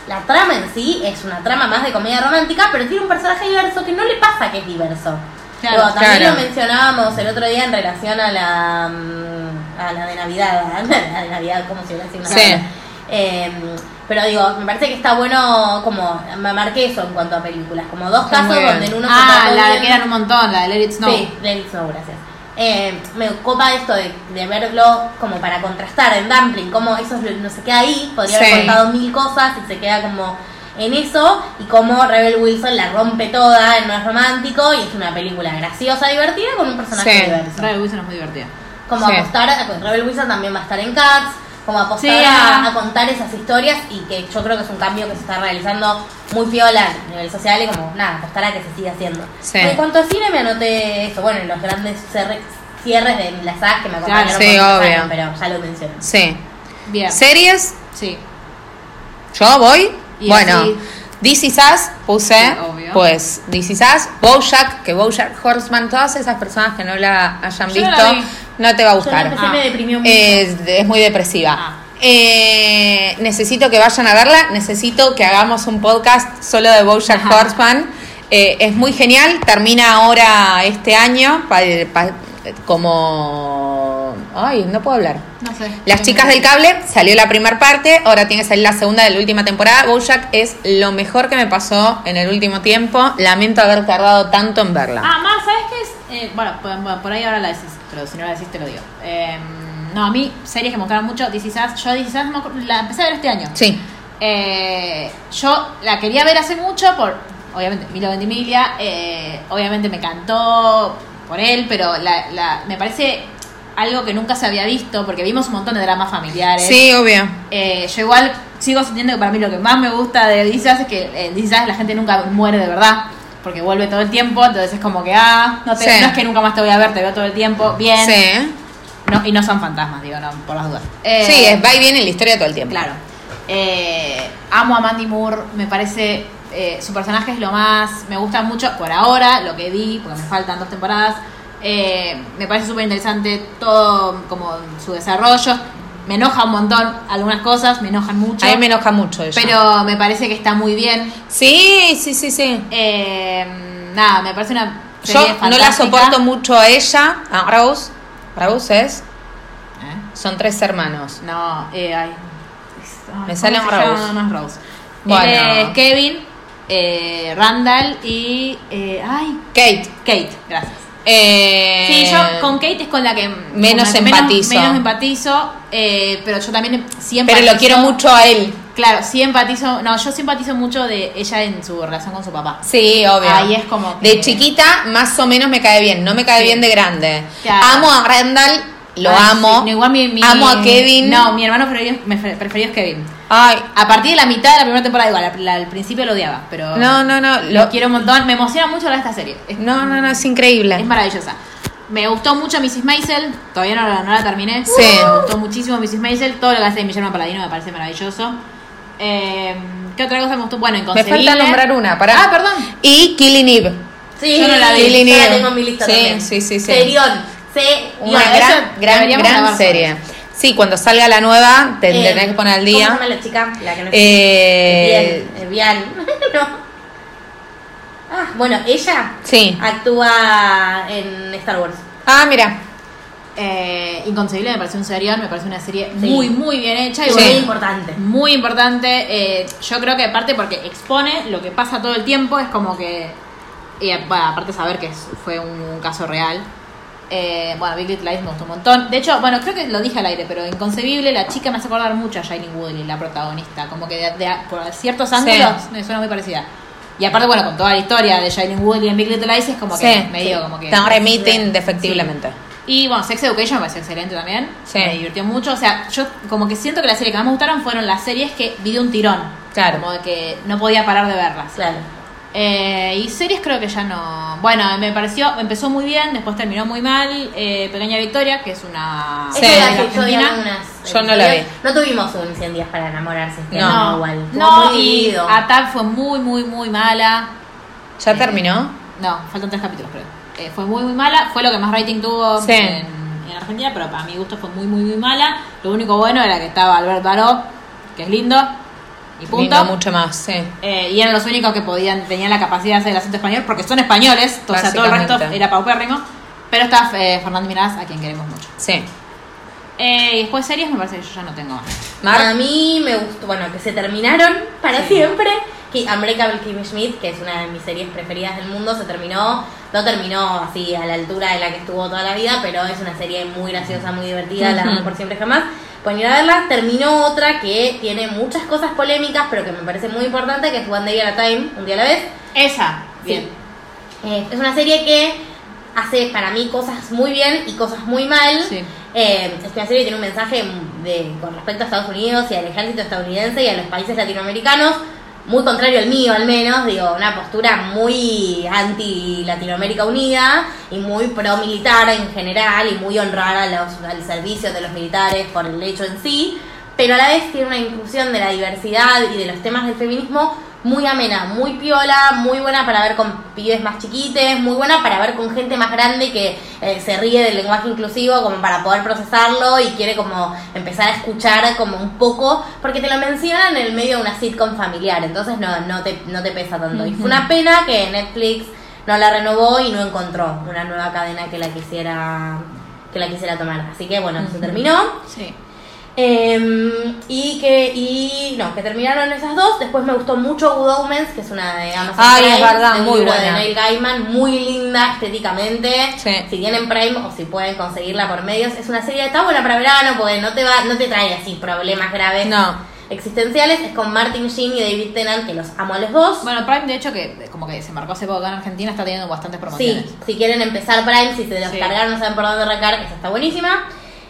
[SPEAKER 8] La trama en sí es una trama más de comedia romántica, pero tiene un personaje diverso que no le pasa que es diverso.
[SPEAKER 2] Claro,
[SPEAKER 8] Digo, también
[SPEAKER 7] claro.
[SPEAKER 8] lo mencionábamos el otro día en relación a la, mm, a la de Navidad, a la de Navidad, como se hubiera sido una
[SPEAKER 7] Sí.
[SPEAKER 8] Navidad. Eh, pero digo, me parece que está bueno, como me marqué eso en cuanto a películas, como dos
[SPEAKER 7] Está muy
[SPEAKER 8] casos
[SPEAKER 7] bien.
[SPEAKER 8] donde en uno se
[SPEAKER 2] ah,
[SPEAKER 8] trató
[SPEAKER 2] la
[SPEAKER 8] bien-
[SPEAKER 2] que eran un montón, la de Let It Snow.
[SPEAKER 8] Sí, del Snow, gracias. Eh, me copa esto de, de verlo como para contrastar en Dumpling, como eso es lo- no se queda ahí, podría
[SPEAKER 7] Sí.
[SPEAKER 8] haber contado mil cosas y se queda como en eso, y como Rebel Wilson la rompe toda, no es romántico, y es una película graciosa, divertida, con un personaje
[SPEAKER 7] Sí.
[SPEAKER 8] diverso.
[SPEAKER 2] Rebel Wilson es muy divertida.
[SPEAKER 8] Como
[SPEAKER 7] Sí.
[SPEAKER 8] apostar, pues, Rebel Wilson también va a estar en Cats, como apostar
[SPEAKER 2] Sí,
[SPEAKER 8] a,
[SPEAKER 2] ah.
[SPEAKER 8] a contar esas historias y que yo creo que es un cambio que se está realizando muy piola a nivel social y como nada, apostar a que se siga haciendo.
[SPEAKER 7] Sí.
[SPEAKER 8] En cuanto al cine me anoté eso, bueno, en los grandes cierre- cierres de las sagas que me
[SPEAKER 2] Claro,
[SPEAKER 8] acompañaron
[SPEAKER 7] sí,
[SPEAKER 8] por muchos
[SPEAKER 7] obvio.
[SPEAKER 8] años, pero ya lo mencioné.
[SPEAKER 7] Sí.
[SPEAKER 2] Bien.
[SPEAKER 7] ¿Series?
[SPEAKER 2] Sí.
[SPEAKER 7] ¿Yo voy?
[SPEAKER 2] Y
[SPEAKER 7] bueno.
[SPEAKER 2] así-
[SPEAKER 7] DC Sass puse,
[SPEAKER 2] Sí, obvio.
[SPEAKER 7] pues DC Sass, Bojack, que Bojack Horseman, todas esas personas que no la hayan
[SPEAKER 2] Yo
[SPEAKER 7] visto,
[SPEAKER 2] no la vi.
[SPEAKER 7] no te va a
[SPEAKER 8] Yo la
[SPEAKER 7] gustar. Ah.
[SPEAKER 8] empecé, me deprimió mucho.
[SPEAKER 7] Es, es muy depresiva.
[SPEAKER 2] Ah.
[SPEAKER 7] Eh, necesito que vayan a verla, necesito que hagamos un podcast solo de Bojack
[SPEAKER 2] Ajá.
[SPEAKER 7] Horseman. Eh, es muy genial, termina ahora este año pa- pa- como... Ay, no puedo hablar.
[SPEAKER 2] No sé.
[SPEAKER 7] Las chicas del cable, salió la primera parte, ahora tiene que salir la segunda de la última temporada. Bojack es lo mejor que me pasó en el último tiempo. Lamento haber tardado tanto en verla.
[SPEAKER 2] Ah, más, ¿sabes qué es? Eh, bueno, por, bueno, por ahí ahora la decís, pero si no la decís te lo digo. Eh, no, a mí, series que me gustaron mucho, This Is Us, yo This Is Us me acuerdo- la empecé a ver este año.
[SPEAKER 7] Sí,
[SPEAKER 2] Eh, yo la quería ver hace mucho por, obviamente, Milo Ventimiglia, eh, obviamente me cantó por él, pero la, la- me parece algo que nunca se había visto, porque vimos un montón de dramas familiares.
[SPEAKER 7] sí, obvio.
[SPEAKER 2] Eh, yo igual sigo sintiendo que para mí lo que más me gusta de This Is Us es que en This Is Us la gente nunca muere de verdad. Porque vuelve todo el tiempo, entonces es como que, ah, no, te-
[SPEAKER 7] Sí.
[SPEAKER 2] no es que nunca más te voy a ver, te veo todo el tiempo, bien.
[SPEAKER 7] Sí. ¿eh?
[SPEAKER 2] No, y no son fantasmas, digo, no, por las dudas. Eh,
[SPEAKER 7] Sí, es, va y viene en la historia todo el tiempo.
[SPEAKER 2] Claro. Eh, amo a Mandy Moore, me parece. eh, su personaje es lo más. Me gusta mucho por ahora, lo que vi, porque me faltan dos temporadas. Eh, me parece súper interesante todo como su desarrollo. Me enoja un montón algunas cosas, me enojan mucho.
[SPEAKER 7] A mí me enoja mucho ella.
[SPEAKER 2] pero me parece que está muy bien.
[SPEAKER 7] Sí, sí, sí, sí.
[SPEAKER 2] Eh, nada, me parece una.
[SPEAKER 7] Yo
[SPEAKER 2] serie
[SPEAKER 7] no la
[SPEAKER 2] fantástica. Ah.
[SPEAKER 7] soporto mucho a ella, a Rose. Rose es,
[SPEAKER 2] ¿Eh?
[SPEAKER 7] son tres hermanos.
[SPEAKER 2] No, eh, ay.
[SPEAKER 7] Me sale
[SPEAKER 2] ¿cómo
[SPEAKER 7] un
[SPEAKER 2] se
[SPEAKER 7] Rose.
[SPEAKER 2] llama? No, es Rose.
[SPEAKER 7] Bueno.
[SPEAKER 2] Él es Kevin, eh, Randall y. eh, ay,
[SPEAKER 7] Kate.
[SPEAKER 2] Kate, gracias.
[SPEAKER 7] eh,
[SPEAKER 2] Sí, yo con Kate es con la que
[SPEAKER 7] menos
[SPEAKER 2] con la que
[SPEAKER 7] empatizo.
[SPEAKER 2] Menos, menos empatizo, eh, pero yo también siempre.
[SPEAKER 7] Pero lo quiero mucho a él.
[SPEAKER 2] Claro, sí empatizo. No, yo sí empatizo mucho de ella en su relación con su papá.
[SPEAKER 7] Sí, obvio.
[SPEAKER 2] Ahí es como que-
[SPEAKER 7] De chiquita, más o menos me cae bien. No me cae bien de grande.
[SPEAKER 2] Claro.
[SPEAKER 7] Amo a Randall, lo
[SPEAKER 2] Ay,
[SPEAKER 7] amo.
[SPEAKER 2] sí, no, igual mi- mi-
[SPEAKER 7] Amo a Kevin.
[SPEAKER 2] No, mi hermano preferido, me- preferido es Kevin.
[SPEAKER 7] Ay,
[SPEAKER 2] A partir de la mitad de la primera temporada, igual, al, al principio lo odiaba, pero.
[SPEAKER 7] no, no, no.
[SPEAKER 2] Lo
[SPEAKER 7] Lo,
[SPEAKER 2] quiero un montón. Me emociona mucho hablar de esta serie. Es-
[SPEAKER 7] No, no, no, es increíble.
[SPEAKER 2] Es maravillosa. Me gustó mucho Mrs. Maisel. Todavía no, la- no la terminé.
[SPEAKER 7] Sí.
[SPEAKER 2] Me gustó muchísimo Mrs. Maisel. Todo lo que hace Guillermo Paladino me parece maravilloso. Eh, ¿Qué otra cosa me gustó? Bueno,
[SPEAKER 7] me
[SPEAKER 2] Inconcebible.
[SPEAKER 7] falta nombrar una, pará.
[SPEAKER 2] Ah, perdón.
[SPEAKER 7] Y Killing Eve.
[SPEAKER 8] Sí,
[SPEAKER 2] Yo no la vi.
[SPEAKER 7] Killing
[SPEAKER 8] yo la
[SPEAKER 7] Eve.
[SPEAKER 8] tengo en mi lista
[SPEAKER 7] Sí,
[SPEAKER 8] también.
[SPEAKER 7] sí, sí, sí.
[SPEAKER 8] Serión,
[SPEAKER 7] Una gran,
[SPEAKER 8] serión.
[SPEAKER 7] gran,
[SPEAKER 2] deberíamos
[SPEAKER 7] gran
[SPEAKER 2] grabar
[SPEAKER 7] serie. Sí, cuando salga la nueva, te
[SPEAKER 8] Eh,
[SPEAKER 7] tendrás que poner al
[SPEAKER 8] ¿Cómo
[SPEAKER 7] día.
[SPEAKER 8] se llama la chica? La que no
[SPEAKER 7] Eh,
[SPEAKER 8] Bien, bien. no. Ah, bueno, ella
[SPEAKER 7] sí.
[SPEAKER 8] actúa en Star Wars.
[SPEAKER 7] Ah, mira.
[SPEAKER 2] Eh, Inconcebible me pareció un serión. Me parece una serie muy, muy bien hecha. Y
[SPEAKER 7] Sí.
[SPEAKER 8] Muy
[SPEAKER 2] bueno,
[SPEAKER 8] importante.
[SPEAKER 2] Muy importante. eh, yo creo que aparte porque expone lo que pasa todo el tiempo, es como que. Y a- bueno, aparte saber que es- fue un caso real. Eh, bueno, Big Little Lies me gustó un montón. De hecho, bueno, creo que lo dije al aire, pero inconcebible, la chica me hace acordar mucho a Shailene Woodley, la protagonista. Como que de- de- por ciertos ángulos me suena muy parecida. Y aparte, bueno, con toda la historia de Shailene Woodley en Big Little Lies es como que
[SPEAKER 7] Sí.
[SPEAKER 2] medio como que.
[SPEAKER 7] Te remite indefectiblemente.
[SPEAKER 2] Y bueno, Sex Education me pareció excelente también.
[SPEAKER 7] Sí.
[SPEAKER 2] Me divirtió mucho. O sea, yo como que siento que las series que más me gustaron fueron las series que vi de un tirón.
[SPEAKER 7] Claro.
[SPEAKER 2] Como de que no podía parar de verlas.
[SPEAKER 8] Claro.
[SPEAKER 2] Eh, y series creo que ya no. Bueno, me pareció, empezó muy bien, después terminó muy mal. Eh, Pequeña Victoria, que es una.
[SPEAKER 7] Sí.
[SPEAKER 8] Esa
[SPEAKER 2] serie
[SPEAKER 8] es la que yo
[SPEAKER 2] argentina.
[SPEAKER 8] vi en unas-
[SPEAKER 7] Yo no la vi.
[SPEAKER 8] No tuvimos un 100 días para enamorarse. este
[SPEAKER 7] No.
[SPEAKER 8] año
[SPEAKER 2] No,
[SPEAKER 8] igual. Estuvo
[SPEAKER 2] no,
[SPEAKER 8] muy
[SPEAKER 2] y
[SPEAKER 8] dividido.
[SPEAKER 2] Attack fue muy, muy, muy mala.
[SPEAKER 7] ¿Ya terminó?
[SPEAKER 2] No, faltan tres capítulos, creo. Eh, fue muy, muy mala. Fue lo que más rating tuvo
[SPEAKER 7] Sí.
[SPEAKER 2] en, en Argentina, pero para mi gusto fue muy, muy, muy mala. Lo único bueno era que estaba Albert Baró, que es lindo, y punto.
[SPEAKER 7] Vino mucho más, sí.
[SPEAKER 2] Eh, y eran los únicos que podían tenían la capacidad de hacer el acento español, porque son españoles, o sea, todo el resto
[SPEAKER 7] Básicamente.
[SPEAKER 2] era paupérrimo. Pero está eh, Fernando Mirás, a quien queremos mucho.
[SPEAKER 7] Sí.
[SPEAKER 2] Eh, y después series me parece que yo ya no tengo más.
[SPEAKER 7] Mar.
[SPEAKER 8] A mí me gustó, bueno, que se terminaron para siempre. Que Unbreakable Kimmy Schmidt, que es una de mis series preferidas del mundo, se terminó. No terminó así a la altura de la que estuvo toda la vida, pero es una serie muy graciosa, muy divertida, la amo por siempre jamás. Pueden ir a verla. Terminó otra que tiene muchas cosas polémicas, pero que me parece muy importante, que es One Day at a Time, un día a la vez.
[SPEAKER 2] Esa, bien.
[SPEAKER 8] Eh, es una serie que hace para mí cosas muy bien y cosas muy mal.
[SPEAKER 2] Sí.
[SPEAKER 8] Eh, es una serie que este tiene un mensaje de, con respecto a Estados Unidos y al ejército estadounidense y a los países latinoamericanos, muy contrario al mío al menos, digo, una postura muy anti-Latinoamérica Unida y muy pro-militar en general y muy honrar a los- al servicio de los militares por el hecho en sí, pero a la vez tiene una inclusión de la diversidad y de los temas del feminismo muy amena, muy piola, muy buena para ver con pibes más chiquites, muy buena para ver con gente más grande que eh, se ríe del lenguaje inclusivo como para poder procesarlo y quiere como empezar a escuchar como un poco, porque te lo mencionan en el medio de una sitcom familiar, entonces no, no, te, no te pesa tanto. Y fue una pena que Netflix no la renovó y no encontró una nueva cadena que la quisiera que la quisiera tomar. Así que bueno, se terminó.
[SPEAKER 2] Sí.
[SPEAKER 8] Em, y que y no que terminaron esas dos después me gustó mucho Good Omens que es una de Amazon
[SPEAKER 7] Ay, es
[SPEAKER 8] Prime,
[SPEAKER 7] verdad,
[SPEAKER 8] del
[SPEAKER 7] muy
[SPEAKER 8] libro de
[SPEAKER 7] buena.
[SPEAKER 8] Neil Gaiman muy linda estéticamente
[SPEAKER 7] Sí.
[SPEAKER 8] si tienen Prime o si pueden conseguirla por medios es una serie está buena para verano porque no te va no te trae así problemas graves
[SPEAKER 7] No.
[SPEAKER 8] existenciales es con Martin Sheen y David Tennant que los amo a los dos
[SPEAKER 2] Bueno, Prime, de hecho, que eh, como que se marcó hace poco acá en Argentina, está teniendo bastantes promociones.
[SPEAKER 8] Sí, si quieren empezar Prime, si se los
[SPEAKER 2] Sí.
[SPEAKER 8] cargaron, no saben por dónde arrancar, esa está buenísima.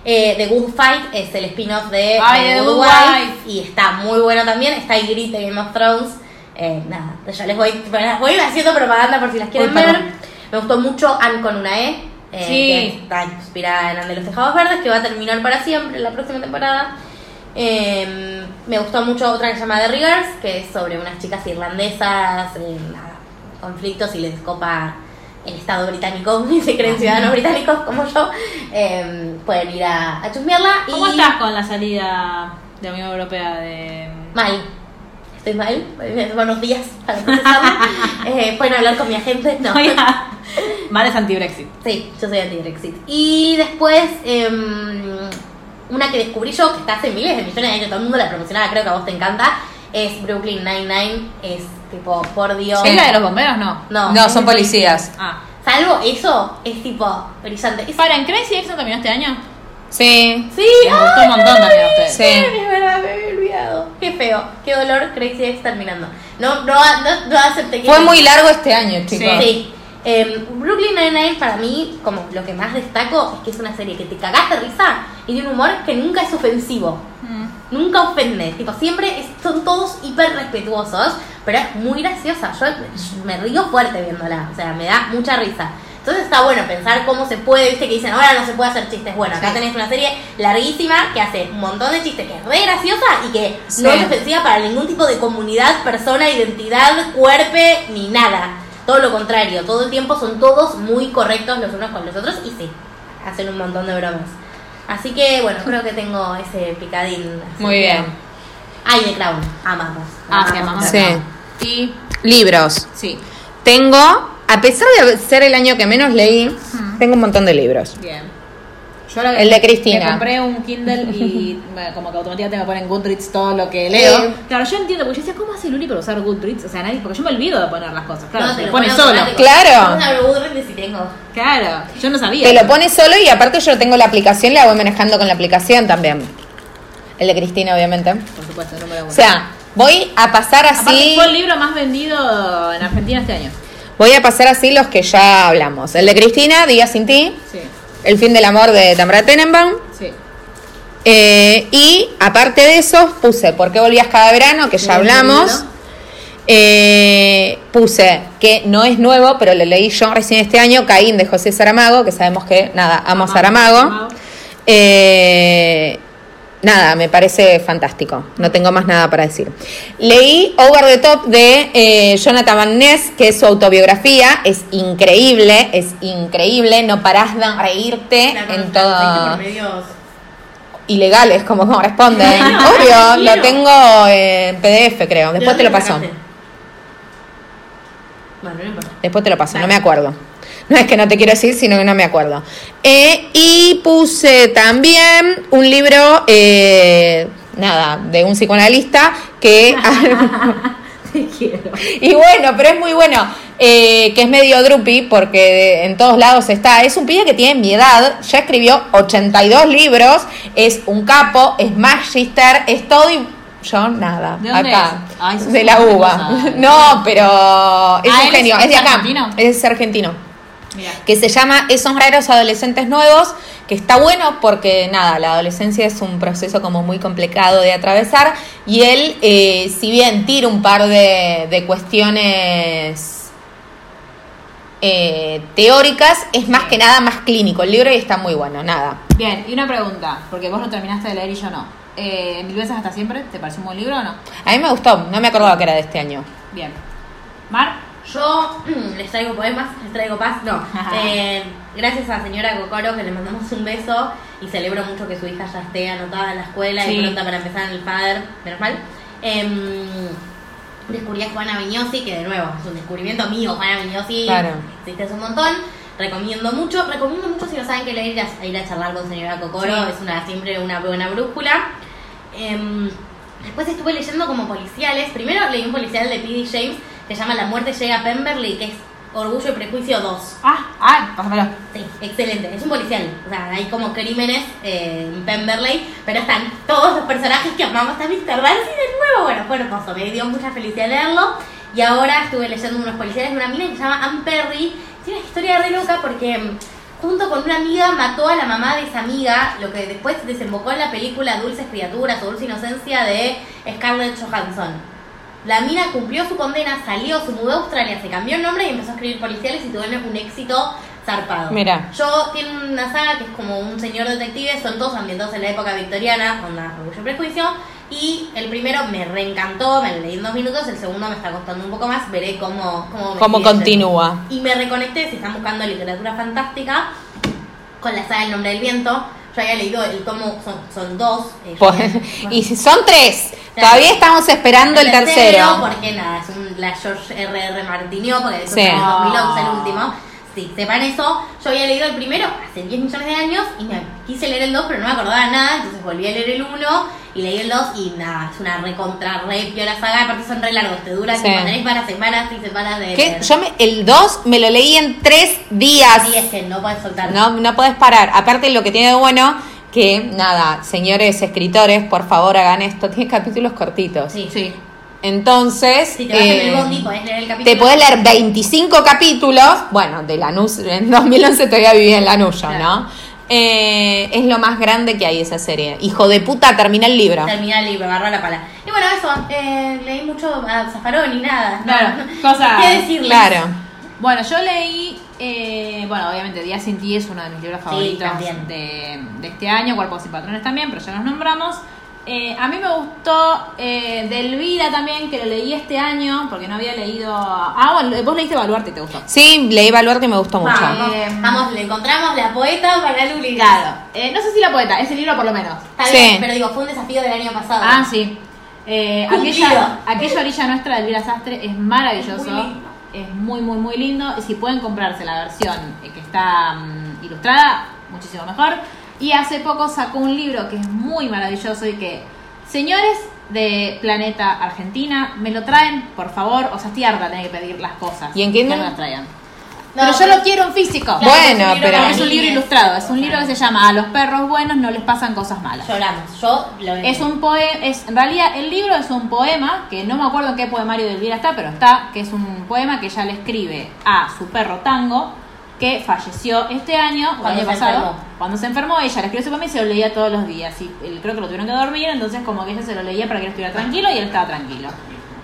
[SPEAKER 8] Eh, The Good Fight es el spin-off de
[SPEAKER 2] Ay,
[SPEAKER 8] eh,
[SPEAKER 2] The Good Wife.
[SPEAKER 8] y está muy bueno también. Está Ygritte de Game of Thrones. Eh, nada, yo les voy, voy haciendo propaganda por si las quieren
[SPEAKER 2] Uy,
[SPEAKER 8] ver.
[SPEAKER 2] perdón.
[SPEAKER 8] Me gustó mucho Anne con una E. eh,
[SPEAKER 2] Sí.
[SPEAKER 8] que está inspirada en Anne de los Tejados Verdes, que va a terminar para siempre la próxima temporada. Eh, me gustó mucho otra que se llama The Riggers, que es sobre unas chicas irlandesas en nada, conflictos y les copa el Estado británico y se creen ciudadanos británicos como yo. Eh, pueden ir a, a chusmearla.
[SPEAKER 2] ¿Cómo
[SPEAKER 8] y...
[SPEAKER 2] estás con la salida de la Unión Europea de.
[SPEAKER 8] Mal. Estoy mal. Buenos días para procesarlo. eh, Pueden hablar con mi agente. No.
[SPEAKER 2] Mal es anti-Brexit.
[SPEAKER 8] Sí, yo soy anti-Brexit. Y después, em, una que descubrí yo, que está hace miles de millones de años, todo el mundo la promocionaba, creo que a vos te encanta, es Brooklyn Nine-Nine. Es tipo, por Dios.
[SPEAKER 2] ¿Es la de los bomberos? No.
[SPEAKER 8] No.
[SPEAKER 7] No, son policías.
[SPEAKER 2] Ah.
[SPEAKER 8] Salvo eso, es tipo brillante. Es-
[SPEAKER 2] Para, ¿en Crazy Ex no terminó este año?
[SPEAKER 7] Sí.
[SPEAKER 8] Sí,
[SPEAKER 2] Me
[SPEAKER 8] ah,
[SPEAKER 2] gustó un montón también a ustedes.
[SPEAKER 7] Sí.
[SPEAKER 8] es verdad, me había olvidado. Qué feo, qué dolor, Crazy Ex terminando. No, no, no, no acepté que.
[SPEAKER 7] Fue muy largo este año, chicos.
[SPEAKER 2] Sí.
[SPEAKER 8] Sí. Em, Brooklyn Nine-Nine para mí, como lo que más destaco, es que es una serie que te cagaste risa y tiene un humor que nunca es ofensivo.
[SPEAKER 7] Mm.
[SPEAKER 8] Nunca ofende. Tipo, siempre es- son todos hiper respetuosos, pero es muy graciosa. Yo, yo me río fuerte viéndola. O sea, me da mucha risa. Entonces está bueno pensar cómo se puede, viste que dicen, ahora no se puede hacer chistes. Bueno, acá
[SPEAKER 7] Sí.
[SPEAKER 8] tenés una serie larguísima que hace un montón de chistes, que es re graciosa y que no
[SPEAKER 7] Sí.
[SPEAKER 8] es ofensiva para ningún tipo de comunidad, persona, identidad, cuerpo, ni nada. Todo lo contrario, todo el tiempo son todos muy correctos los unos con los otros y sí, hacen un montón de bromas. Así que bueno, creo que tengo ese picadín. así
[SPEAKER 7] Muy
[SPEAKER 8] que-
[SPEAKER 7] bien.
[SPEAKER 8] Ay, de Crown, amamos.
[SPEAKER 2] Ah, sí, amamos.
[SPEAKER 7] Sí.
[SPEAKER 2] Sí.
[SPEAKER 7] Libros.
[SPEAKER 2] Sí.
[SPEAKER 7] Tengo, a pesar de ser el año que menos leí, tengo un montón de libros.
[SPEAKER 2] Bien. Yo ahora
[SPEAKER 7] El de
[SPEAKER 2] me-
[SPEAKER 7] Cristina.
[SPEAKER 2] Me compré un Kindle y me- como que automáticamente me ponen Goodreads todo lo que leo. Claro, yo entiendo, porque yo decía, ¿cómo hace Luli para usar Goodreads? O sea, nadie, porque yo me olvido de poner las cosas. Claro,
[SPEAKER 8] No,
[SPEAKER 2] se
[SPEAKER 8] te
[SPEAKER 2] lo
[SPEAKER 8] lo
[SPEAKER 2] pone
[SPEAKER 8] pone
[SPEAKER 2] solo.
[SPEAKER 8] automático.
[SPEAKER 7] Claro.
[SPEAKER 8] Vamos a ver Goodreads si tengo.
[SPEAKER 2] Claro, yo no sabía.
[SPEAKER 7] Te lo pone solo y aparte yo tengo la aplicación, la voy manejando con la aplicación también. El de Cristina, obviamente.
[SPEAKER 2] Por supuesto, número uno.
[SPEAKER 7] O sea, voy a pasar
[SPEAKER 2] Aparte,
[SPEAKER 7] así,
[SPEAKER 2] fue el libro más vendido en Argentina este año.
[SPEAKER 7] voy a pasar así los que ya hablamos. El de Cristina, Día sin ti,
[SPEAKER 2] Sí,
[SPEAKER 7] El fin del amor de Tamara Tenenbaum.
[SPEAKER 2] sí.
[SPEAKER 7] Eh, y aparte de eso, puse ¿Por qué volvías cada verano? que ya hablamos. Eh, puse que no es nuevo, pero lo leí yo recién este año, Caín de José Saramago, que sabemos que nada, amo a
[SPEAKER 4] Ah,
[SPEAKER 7] Saramago. Eh, nada, me parece fantástico. No tengo más nada para decir. Leí Over the Top de eh, Jonathan Van Ness, que es su autobiografía. Es increíble, es increíble. No parás de reírte en todo ilegales, como corresponde. Obvio, lo tengo eh, en PDF, creo. Después te lo paso.
[SPEAKER 8] Bueno, no importa.
[SPEAKER 7] Después te lo paso, no me acuerdo. No es que no te quiero decir, sino que no me acuerdo. Eh, y puse también un libro, eh, nada, de un psicoanalista que... Y bueno, pero es muy bueno, eh, que es medio drupi, porque de- en todos lados está. Es un pibe que tiene mi edad, ya escribió 82 libros, es un capo, es magister, es todo y yo nada.
[SPEAKER 2] ¿De dónde
[SPEAKER 7] acá.
[SPEAKER 2] es? Ay, sos
[SPEAKER 7] de la
[SPEAKER 2] una
[SPEAKER 7] uva.
[SPEAKER 2] cosa.
[SPEAKER 7] No, pero es
[SPEAKER 2] Ah,
[SPEAKER 7] un
[SPEAKER 2] ¿él es-
[SPEAKER 7] genio, es,
[SPEAKER 2] es
[SPEAKER 7] de acá.
[SPEAKER 2] argentino?
[SPEAKER 7] Es argentino.
[SPEAKER 9] Mirá.
[SPEAKER 7] que se llama Esos raros adolescentes nuevos, que está bueno porque nada, la adolescencia es un proceso como muy complicado de atravesar y él, eh, si bien tira un par de, de cuestiones eh, teóricas, es más que nada más clínico el libro y está muy bueno, nada.
[SPEAKER 2] Bien, y una pregunta, porque vos lo terminaste de leer y yo no. Eh, ¿Mil veces hasta siempre? ¿Te pareció un buen libro o no?
[SPEAKER 7] A mí me gustó, no me acordaba que era de este año.
[SPEAKER 2] Bien. Mar,
[SPEAKER 3] Yo mm, les traigo poemas, les traigo paz, no. Eh, gracias a señora Cocoro que le mandamos un beso y celebro mucho que su hija ya esté anotada en la escuela
[SPEAKER 2] Sí.
[SPEAKER 3] y pronta para empezar en el padre, menos mal. Em, descubrí a Juana Viñosi, que de nuevo es un descubrimiento mío, Juana Viñosi.
[SPEAKER 7] Claro.
[SPEAKER 3] Existe hace un montón. Recomiendo mucho, recomiendo mucho si no saben que leer ir a, ir a charlar con señora Cocoro,
[SPEAKER 2] Sí.
[SPEAKER 3] es una siempre una buena brújula. Em, después estuve leyendo como policiales. Primero leí un policial de P.D. James que se llama La muerte llega a Pemberley, que es Orgullo y Prejuicio 2.
[SPEAKER 2] Ah, ah, pásamelo.
[SPEAKER 3] Sí, excelente. Es un policial. O sea, hay como crímenes eh, en Pemberley, pero están todos los personajes que amamos. Está Mr. Darcy de nuevo. Bueno, fue hermoso. Me dio mucha felicidad leerlo. Y ahora estuve leyendo unos policiales de una mina que se llama Anne Perry. Tiene una historia re loca porque mm, junto con una amiga mató a la mamá de esa amiga, lo que después desembocó en la película Dulces Criaturas o Dulce Inocencia de Scarlett Johansson. La mina cumplió su condena, salió, se mudó a Australia, se cambió el nombre y empezó a escribir policiales y tuvo un éxito zarpado.
[SPEAKER 7] Mira.
[SPEAKER 3] Yo tiene una saga que es como un señor detective, son todos ambientados en la época victoriana, con la Orgullo y Prejuicio. Y el primero me reencantó, me lo leí en dos minutos, el segundo me está costando un poco más, veré cómo, cómo, me
[SPEAKER 7] ¿Cómo
[SPEAKER 3] sigue
[SPEAKER 7] continúa?
[SPEAKER 3] yendo. Y me reconecté, si están buscando literatura fantástica, con la saga El Nombre del Viento. Yo había leído el tomo, son, son dos. eh, yo-
[SPEAKER 7] Pues, y si son tres, todavía estamos esperando el tercero.
[SPEAKER 3] Porque nada, es un, la George R.R. Martinió, porque después
[SPEAKER 7] Sí. Ah.
[SPEAKER 3] en 2011 el último. Sí, sepan eso. Yo había leído el primero hace 10 millones de años y me quise leer el 2, pero no me acordaba nada. Entonces volví a leer el 1 y leí el 2 y nada, es una recontra, re piola saga. Aparte son re largos, te duran
[SPEAKER 7] Sí.
[SPEAKER 3] como 3 varas semanas, 6 semanas de.
[SPEAKER 7] ¿Qué?
[SPEAKER 3] leer.
[SPEAKER 7] Yo me- el 2 me lo leí en tres días.
[SPEAKER 3] Así es que no puedes soltar.
[SPEAKER 7] No, no podés parar. Aparte, lo que tiene de bueno, que nada, señores escritores, por favor hagan esto. Tiene capítulos cortitos.
[SPEAKER 3] Sí.
[SPEAKER 7] Entonces,
[SPEAKER 3] Si te vas en el
[SPEAKER 7] eh,
[SPEAKER 3] bondi, podés leer el capítulo.
[SPEAKER 7] te podés leer 25 capítulos. Bueno, de Lanús, en 2011 todavía vivía en Lanús, yo, ¿no? Eh, es lo más grande que hay esa serie. Hijo de puta, termina el libro.
[SPEAKER 3] Terminar el libro, agarrar la pala. Y bueno, eso, eh, leí mucho a Zaffaroni, nada. no,
[SPEAKER 2] Claro,
[SPEAKER 3] no.
[SPEAKER 2] cosas-
[SPEAKER 3] ¿Qué decirles?
[SPEAKER 7] Claro.
[SPEAKER 2] Bueno, yo leí, eh, bueno, obviamente Día sin ti es uno de mis libros favoritos
[SPEAKER 3] también.
[SPEAKER 2] de, de este año, Cuerpos y Patrones también, pero ya los nombramos. Eh, a mí me gustó eh, de Elvira también, que lo leí este año, porque no había leído... Ah, bueno, vos leíste Baluarte y te gustó.
[SPEAKER 7] Sí, leí Baluarte y me gustó mucho.
[SPEAKER 3] Vamos,
[SPEAKER 2] Em,
[SPEAKER 3] eh, vamos, le encontramos la poeta para Luli.
[SPEAKER 2] Claro, eh, no sé si la poeta, ese libro por lo menos.
[SPEAKER 3] Está bien,
[SPEAKER 7] Sí.
[SPEAKER 3] pero digo, fue un desafío del año pasado.
[SPEAKER 2] Ah, sí. Eh,
[SPEAKER 3] Cumplido.
[SPEAKER 2] aquella, aquella orilla nuestra de Elvira Sastre es maravilloso.
[SPEAKER 3] Muy lindo.
[SPEAKER 2] es muy, muy, muy lindo. Y si pueden comprarse la versión eh, que está mm, ilustrada, muchísimo mejor. Y hace poco sacó un libro que es muy maravilloso y que, señores de Planeta Argentina, me lo traen, por favor. O sea, estoy harta de tener que pedir las cosas.
[SPEAKER 7] ¿Y en Kindle?
[SPEAKER 2] Que me las traigan.
[SPEAKER 3] No,
[SPEAKER 2] pero yo lo quiero en físico.
[SPEAKER 3] Claro,
[SPEAKER 7] Bueno,
[SPEAKER 3] es un libro
[SPEAKER 7] pero-
[SPEAKER 3] para
[SPEAKER 2] es un libro
[SPEAKER 3] niñes.
[SPEAKER 2] ilustrado. Es un libro que se llama A los perros buenos no les pasan cosas malas.
[SPEAKER 3] Lloramos, yo lo
[SPEAKER 2] Es un poema, es, en realidad el libro es un poema, que no me acuerdo en qué poemario de Elvira está, pero está, que es un poema que ella le escribe a su perro Tango, que falleció este año, o
[SPEAKER 3] Cuando
[SPEAKER 2] el año
[SPEAKER 3] se
[SPEAKER 2] pasado,
[SPEAKER 3] enfermó.
[SPEAKER 2] cuando se enfermó, ella le escribió su poema y se lo leía todos los días, y él- creo que lo tuvieron que dormir, entonces como que ella se lo leía para que él estuviera tranquilo y él estaba tranquilo.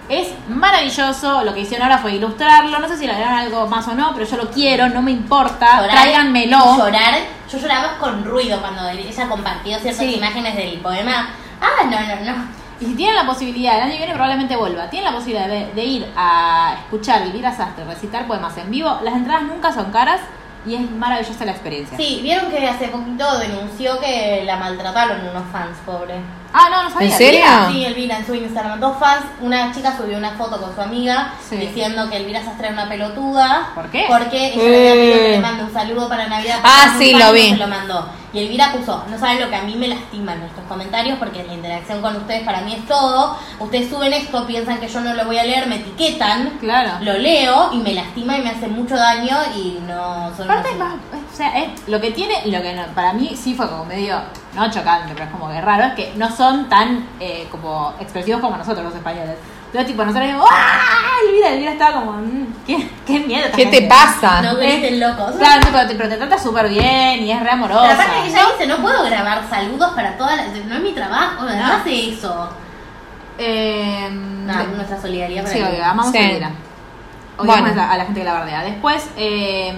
[SPEAKER 2] Es maravilloso, lo que hicieron ahora fue ilustrarlo, no sé si le harán algo más o no, pero yo lo quiero, no me importa,
[SPEAKER 3] Llorar,
[SPEAKER 2] tráiganmelo.
[SPEAKER 3] Llorar, yo lloraba con ruido cuando ella compartió ciertas
[SPEAKER 2] Sí.
[SPEAKER 3] imágenes del poema. Ah, no, no, no.
[SPEAKER 2] Y si tienen la posibilidad, el año que viene probablemente vuelva, tienen la posibilidad de, de ir a escuchar Elvira Sastre recitar poemas en vivo, las entradas nunca son caras y es maravillosa la experiencia.
[SPEAKER 3] Sí, vieron que hace poquito denunció que la maltrataron unos fans, pobre.
[SPEAKER 2] Ah, no, no sabía.
[SPEAKER 7] ¿En serio?
[SPEAKER 2] Elvira.
[SPEAKER 3] Sí, Elvira en su Instagram. Dos fans, una chica subió una foto con su amiga
[SPEAKER 2] Sí.
[SPEAKER 3] diciendo que Elvira Sastre era una pelotuda.
[SPEAKER 2] ¿Por qué?
[SPEAKER 3] Porque ella le había pedido que
[SPEAKER 7] Eh.
[SPEAKER 3] le mande un saludo para Navidad.
[SPEAKER 7] Ah,
[SPEAKER 3] para su
[SPEAKER 7] sí,
[SPEAKER 3] fan,
[SPEAKER 7] lo
[SPEAKER 3] no
[SPEAKER 7] vi.
[SPEAKER 3] Se lo mandó. Y Elvira puso, no saben lo que a mí me lastiman nuestros comentarios porque la interacción con ustedes para mí es todo. Ustedes suben esto, piensan que yo no lo voy a leer, me etiquetan.
[SPEAKER 2] Claro.
[SPEAKER 3] Lo leo y me lastima y me hace mucho daño y no son
[SPEAKER 2] Aparte,
[SPEAKER 3] unos-
[SPEAKER 2] va- o sea, es- lo que tiene, lo que no- para mí sí fue como medio, no chocante, pero es como que raro, es que no son tan eh, como expresivos como nosotros los españoles. Pero tipo, nosotros dijimos, ¡ah! Elvira, Elvira estaba como, "Mm, ¿qué, qué miedo? esta
[SPEAKER 7] ¿Qué te
[SPEAKER 2] gente".
[SPEAKER 7] pasa?
[SPEAKER 8] No griten locos.
[SPEAKER 2] Claro, no, pero te, pero te trata súper bien y es re amorosa.
[SPEAKER 8] Pero aparte que ella dice, no puedo grabar saludos para todas las... No es mi trabajo, no hace eso.
[SPEAKER 2] Eh,
[SPEAKER 8] Nada, nuestra solidaridad para
[SPEAKER 2] Sí,
[SPEAKER 8] ella.
[SPEAKER 2] obvio, amamos
[SPEAKER 7] Sí.
[SPEAKER 2] a Elvira.
[SPEAKER 7] Bueno.
[SPEAKER 2] Odiamos a, a la gente que la bardea. Después, eh,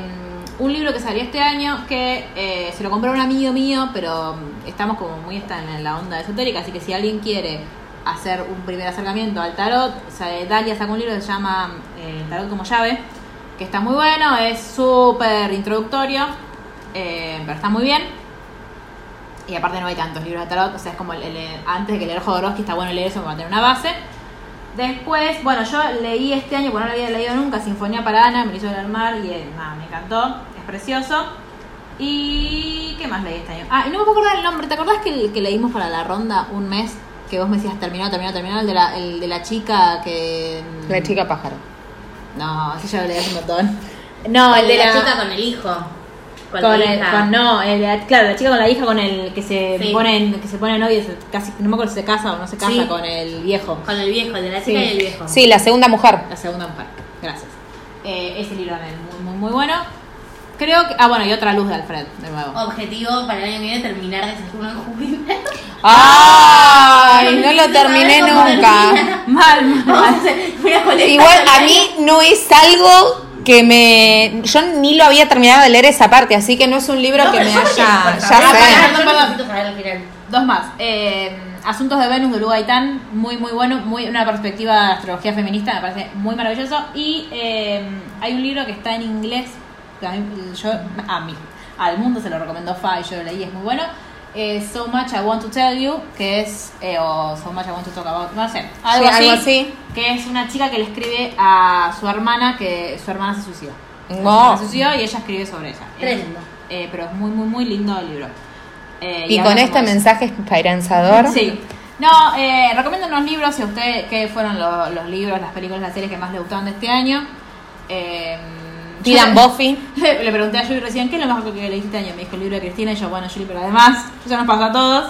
[SPEAKER 2] un libro que salió este año que eh, se lo compró un amigo mío, pero mm, estamos como muy esta- en la onda esotérica, así que si alguien quiere hacer un primer acercamiento al tarot, o sea, Dalia sacó un libro que se llama eh, Tarot como llave, que está muy bueno, es súper introductorio, eh, pero está muy bien. Y aparte no hay tantos libros de tarot, o sea, es como el- el- antes de que leer Jodorowsky está bueno leer eso para tener una base. Después, bueno, yo leí este año, porque no lo había leído nunca, Sinfonía para Ana, me hizo del mar y eh, nada, me encantó, es precioso. ¿Y qué más leí este año? Ah, y no me puedo acordar el nombre, ¿te acordás que, el- que leímos para la ronda un mes? Que vos me decías terminó, terminó, terminó, el de la, el de la chica que... mm,
[SPEAKER 7] La chica pájaro.
[SPEAKER 2] No, ese ya lo leí hace un montón. No, el de la,
[SPEAKER 8] chica con el hijo. Con,
[SPEAKER 2] con
[SPEAKER 8] la
[SPEAKER 2] el,
[SPEAKER 8] hija.
[SPEAKER 2] con- no, el de la- claro, la chica con la hija con el que se
[SPEAKER 8] Sí.
[SPEAKER 2] pone en- que se pone novio, se- casi no me acuerdo si se casa o no se casa
[SPEAKER 8] Sí.
[SPEAKER 2] con el viejo.
[SPEAKER 8] Con el viejo, el de la chica y el viejo.
[SPEAKER 7] Sí, la segunda mujer.
[SPEAKER 2] La segunda mujer. Gracias. Eh, ese libro también muy muy muy bueno. Creo que ah bueno, y otra luz de Alfred de nuevo.
[SPEAKER 8] Objetivo para el año que viene terminar desayuno en Júpiter.
[SPEAKER 7] Ay, no lo terminé
[SPEAKER 8] ¿Cómo
[SPEAKER 7] nunca.
[SPEAKER 8] termina?
[SPEAKER 2] Mal, mal.
[SPEAKER 8] Vamos a hacer una colecta
[SPEAKER 7] Igual a
[SPEAKER 8] solidaria.
[SPEAKER 7] mí no es algo que me... Yo ni lo había terminado de leer esa parte, así que no es un libro
[SPEAKER 8] No,
[SPEAKER 7] que
[SPEAKER 8] pero
[SPEAKER 7] me
[SPEAKER 8] yo no
[SPEAKER 7] haya...
[SPEAKER 8] quiero
[SPEAKER 7] Ya
[SPEAKER 8] cortar. Ah, pará,
[SPEAKER 7] sé.
[SPEAKER 8] yo necesito saber al final.
[SPEAKER 2] Dos más. Eh, Asuntos de Venus de Lu Gaitán, muy muy bueno, muy una perspectiva de astrología feminista, me parece muy maravilloso. Y eh, hay un libro que está en inglés, que a mí, yo, a mí, al mundo se lo recomendó Fa y yo lo leí, es muy bueno. Eh, so Much I Want to Tell You, que es, eh, o So Much I Want to Talk About, no sé, algo,
[SPEAKER 7] Sí,
[SPEAKER 2] así,
[SPEAKER 7] algo así.
[SPEAKER 2] que es una chica que le escribe a su hermana que su hermana se suicidó.
[SPEAKER 7] No.
[SPEAKER 2] Se suicidó y ella escribe sobre ella. Es-
[SPEAKER 8] Tremendo.
[SPEAKER 2] eh, pero es muy, muy, muy lindo el libro. Eh,
[SPEAKER 7] Y
[SPEAKER 2] habla
[SPEAKER 7] con
[SPEAKER 2] como
[SPEAKER 7] este
[SPEAKER 2] de-
[SPEAKER 7] mensaje esperanzador.
[SPEAKER 2] Sí. No, eh, recomiendo unos libros, si a usted, qué fueron lo- los libros, las películas, las series que más le gustaron de este año. Eh,
[SPEAKER 7] Pidan
[SPEAKER 2] yo-
[SPEAKER 7] Buffy.
[SPEAKER 2] Le, le pregunté a Julie recién, ¿qué es lo mejor que leíste este año? Me dijo el libro de Cristina y yo, bueno, Julie, pero además, eso nos pasó a todos.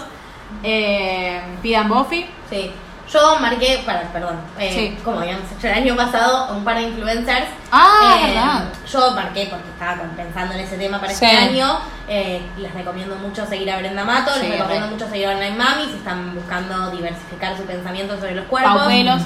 [SPEAKER 2] Eh, pidan Buffy.
[SPEAKER 8] Sí. Yo marqué, para, perdón, eh,
[SPEAKER 2] Sí.
[SPEAKER 8] como habíamos hecho el año pasado, un par de influencers.
[SPEAKER 2] Ah,
[SPEAKER 8] Eh,
[SPEAKER 2] verdad.
[SPEAKER 8] Yo marqué porque estaba con- pensando en ese tema para
[SPEAKER 7] Sí.
[SPEAKER 8] este año. Eh, les recomiendo mucho seguir a Brenda Mato,
[SPEAKER 2] Sí,
[SPEAKER 8] les recomiendo
[SPEAKER 2] re.
[SPEAKER 8] mucho seguir a Online Mami si están buscando diversificar su pensamiento sobre los cuerpos.
[SPEAKER 2] Paupelos.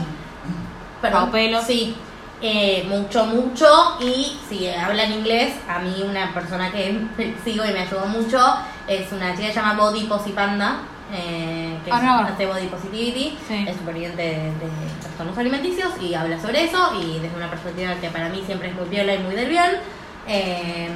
[SPEAKER 8] Perdón.
[SPEAKER 2] Paupelo.
[SPEAKER 8] Sí. Eh, mucho, mucho. Y si hablan inglés, a mí una persona que sigo y me ayudó mucho es una chica que se llama Body Posy Panda. eh, que
[SPEAKER 2] Ah, no.
[SPEAKER 8] hace body positivity,
[SPEAKER 2] Sí.
[SPEAKER 8] es superviviente de, de trastornos alimenticios y habla sobre eso y desde una perspectiva que para mí siempre es muy viola y muy del bien. Eh,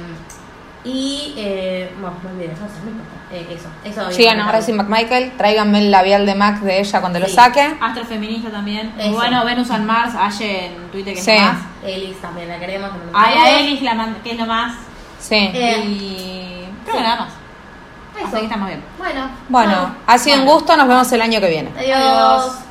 [SPEAKER 8] y, eh, bueno, me olvidé, no sé, no importa. Eh, eso, eso había
[SPEAKER 7] Sigan a
[SPEAKER 8] comentado.
[SPEAKER 7] Gracie McMichael, tráiganme el labial de Mac de ella cuando lo
[SPEAKER 8] Sí.
[SPEAKER 7] saque.
[SPEAKER 2] Astrofeminista también.
[SPEAKER 8] Eso.
[SPEAKER 2] Bueno, Venus on Mars, Aye en Twitter, que
[SPEAKER 7] Sí.
[SPEAKER 2] es lo más.
[SPEAKER 8] Elis también la queremos. que nos
[SPEAKER 2] Ay,
[SPEAKER 8] mandó.
[SPEAKER 2] a Elis, la man- que es lo más.
[SPEAKER 7] Sí.
[SPEAKER 8] Eh,
[SPEAKER 2] Y creo que nada más.
[SPEAKER 8] eso.
[SPEAKER 2] Así que estamos bien.
[SPEAKER 8] Bueno,
[SPEAKER 7] Bueno, ha sido un gusto, nos vemos el año que viene.
[SPEAKER 8] Adiós.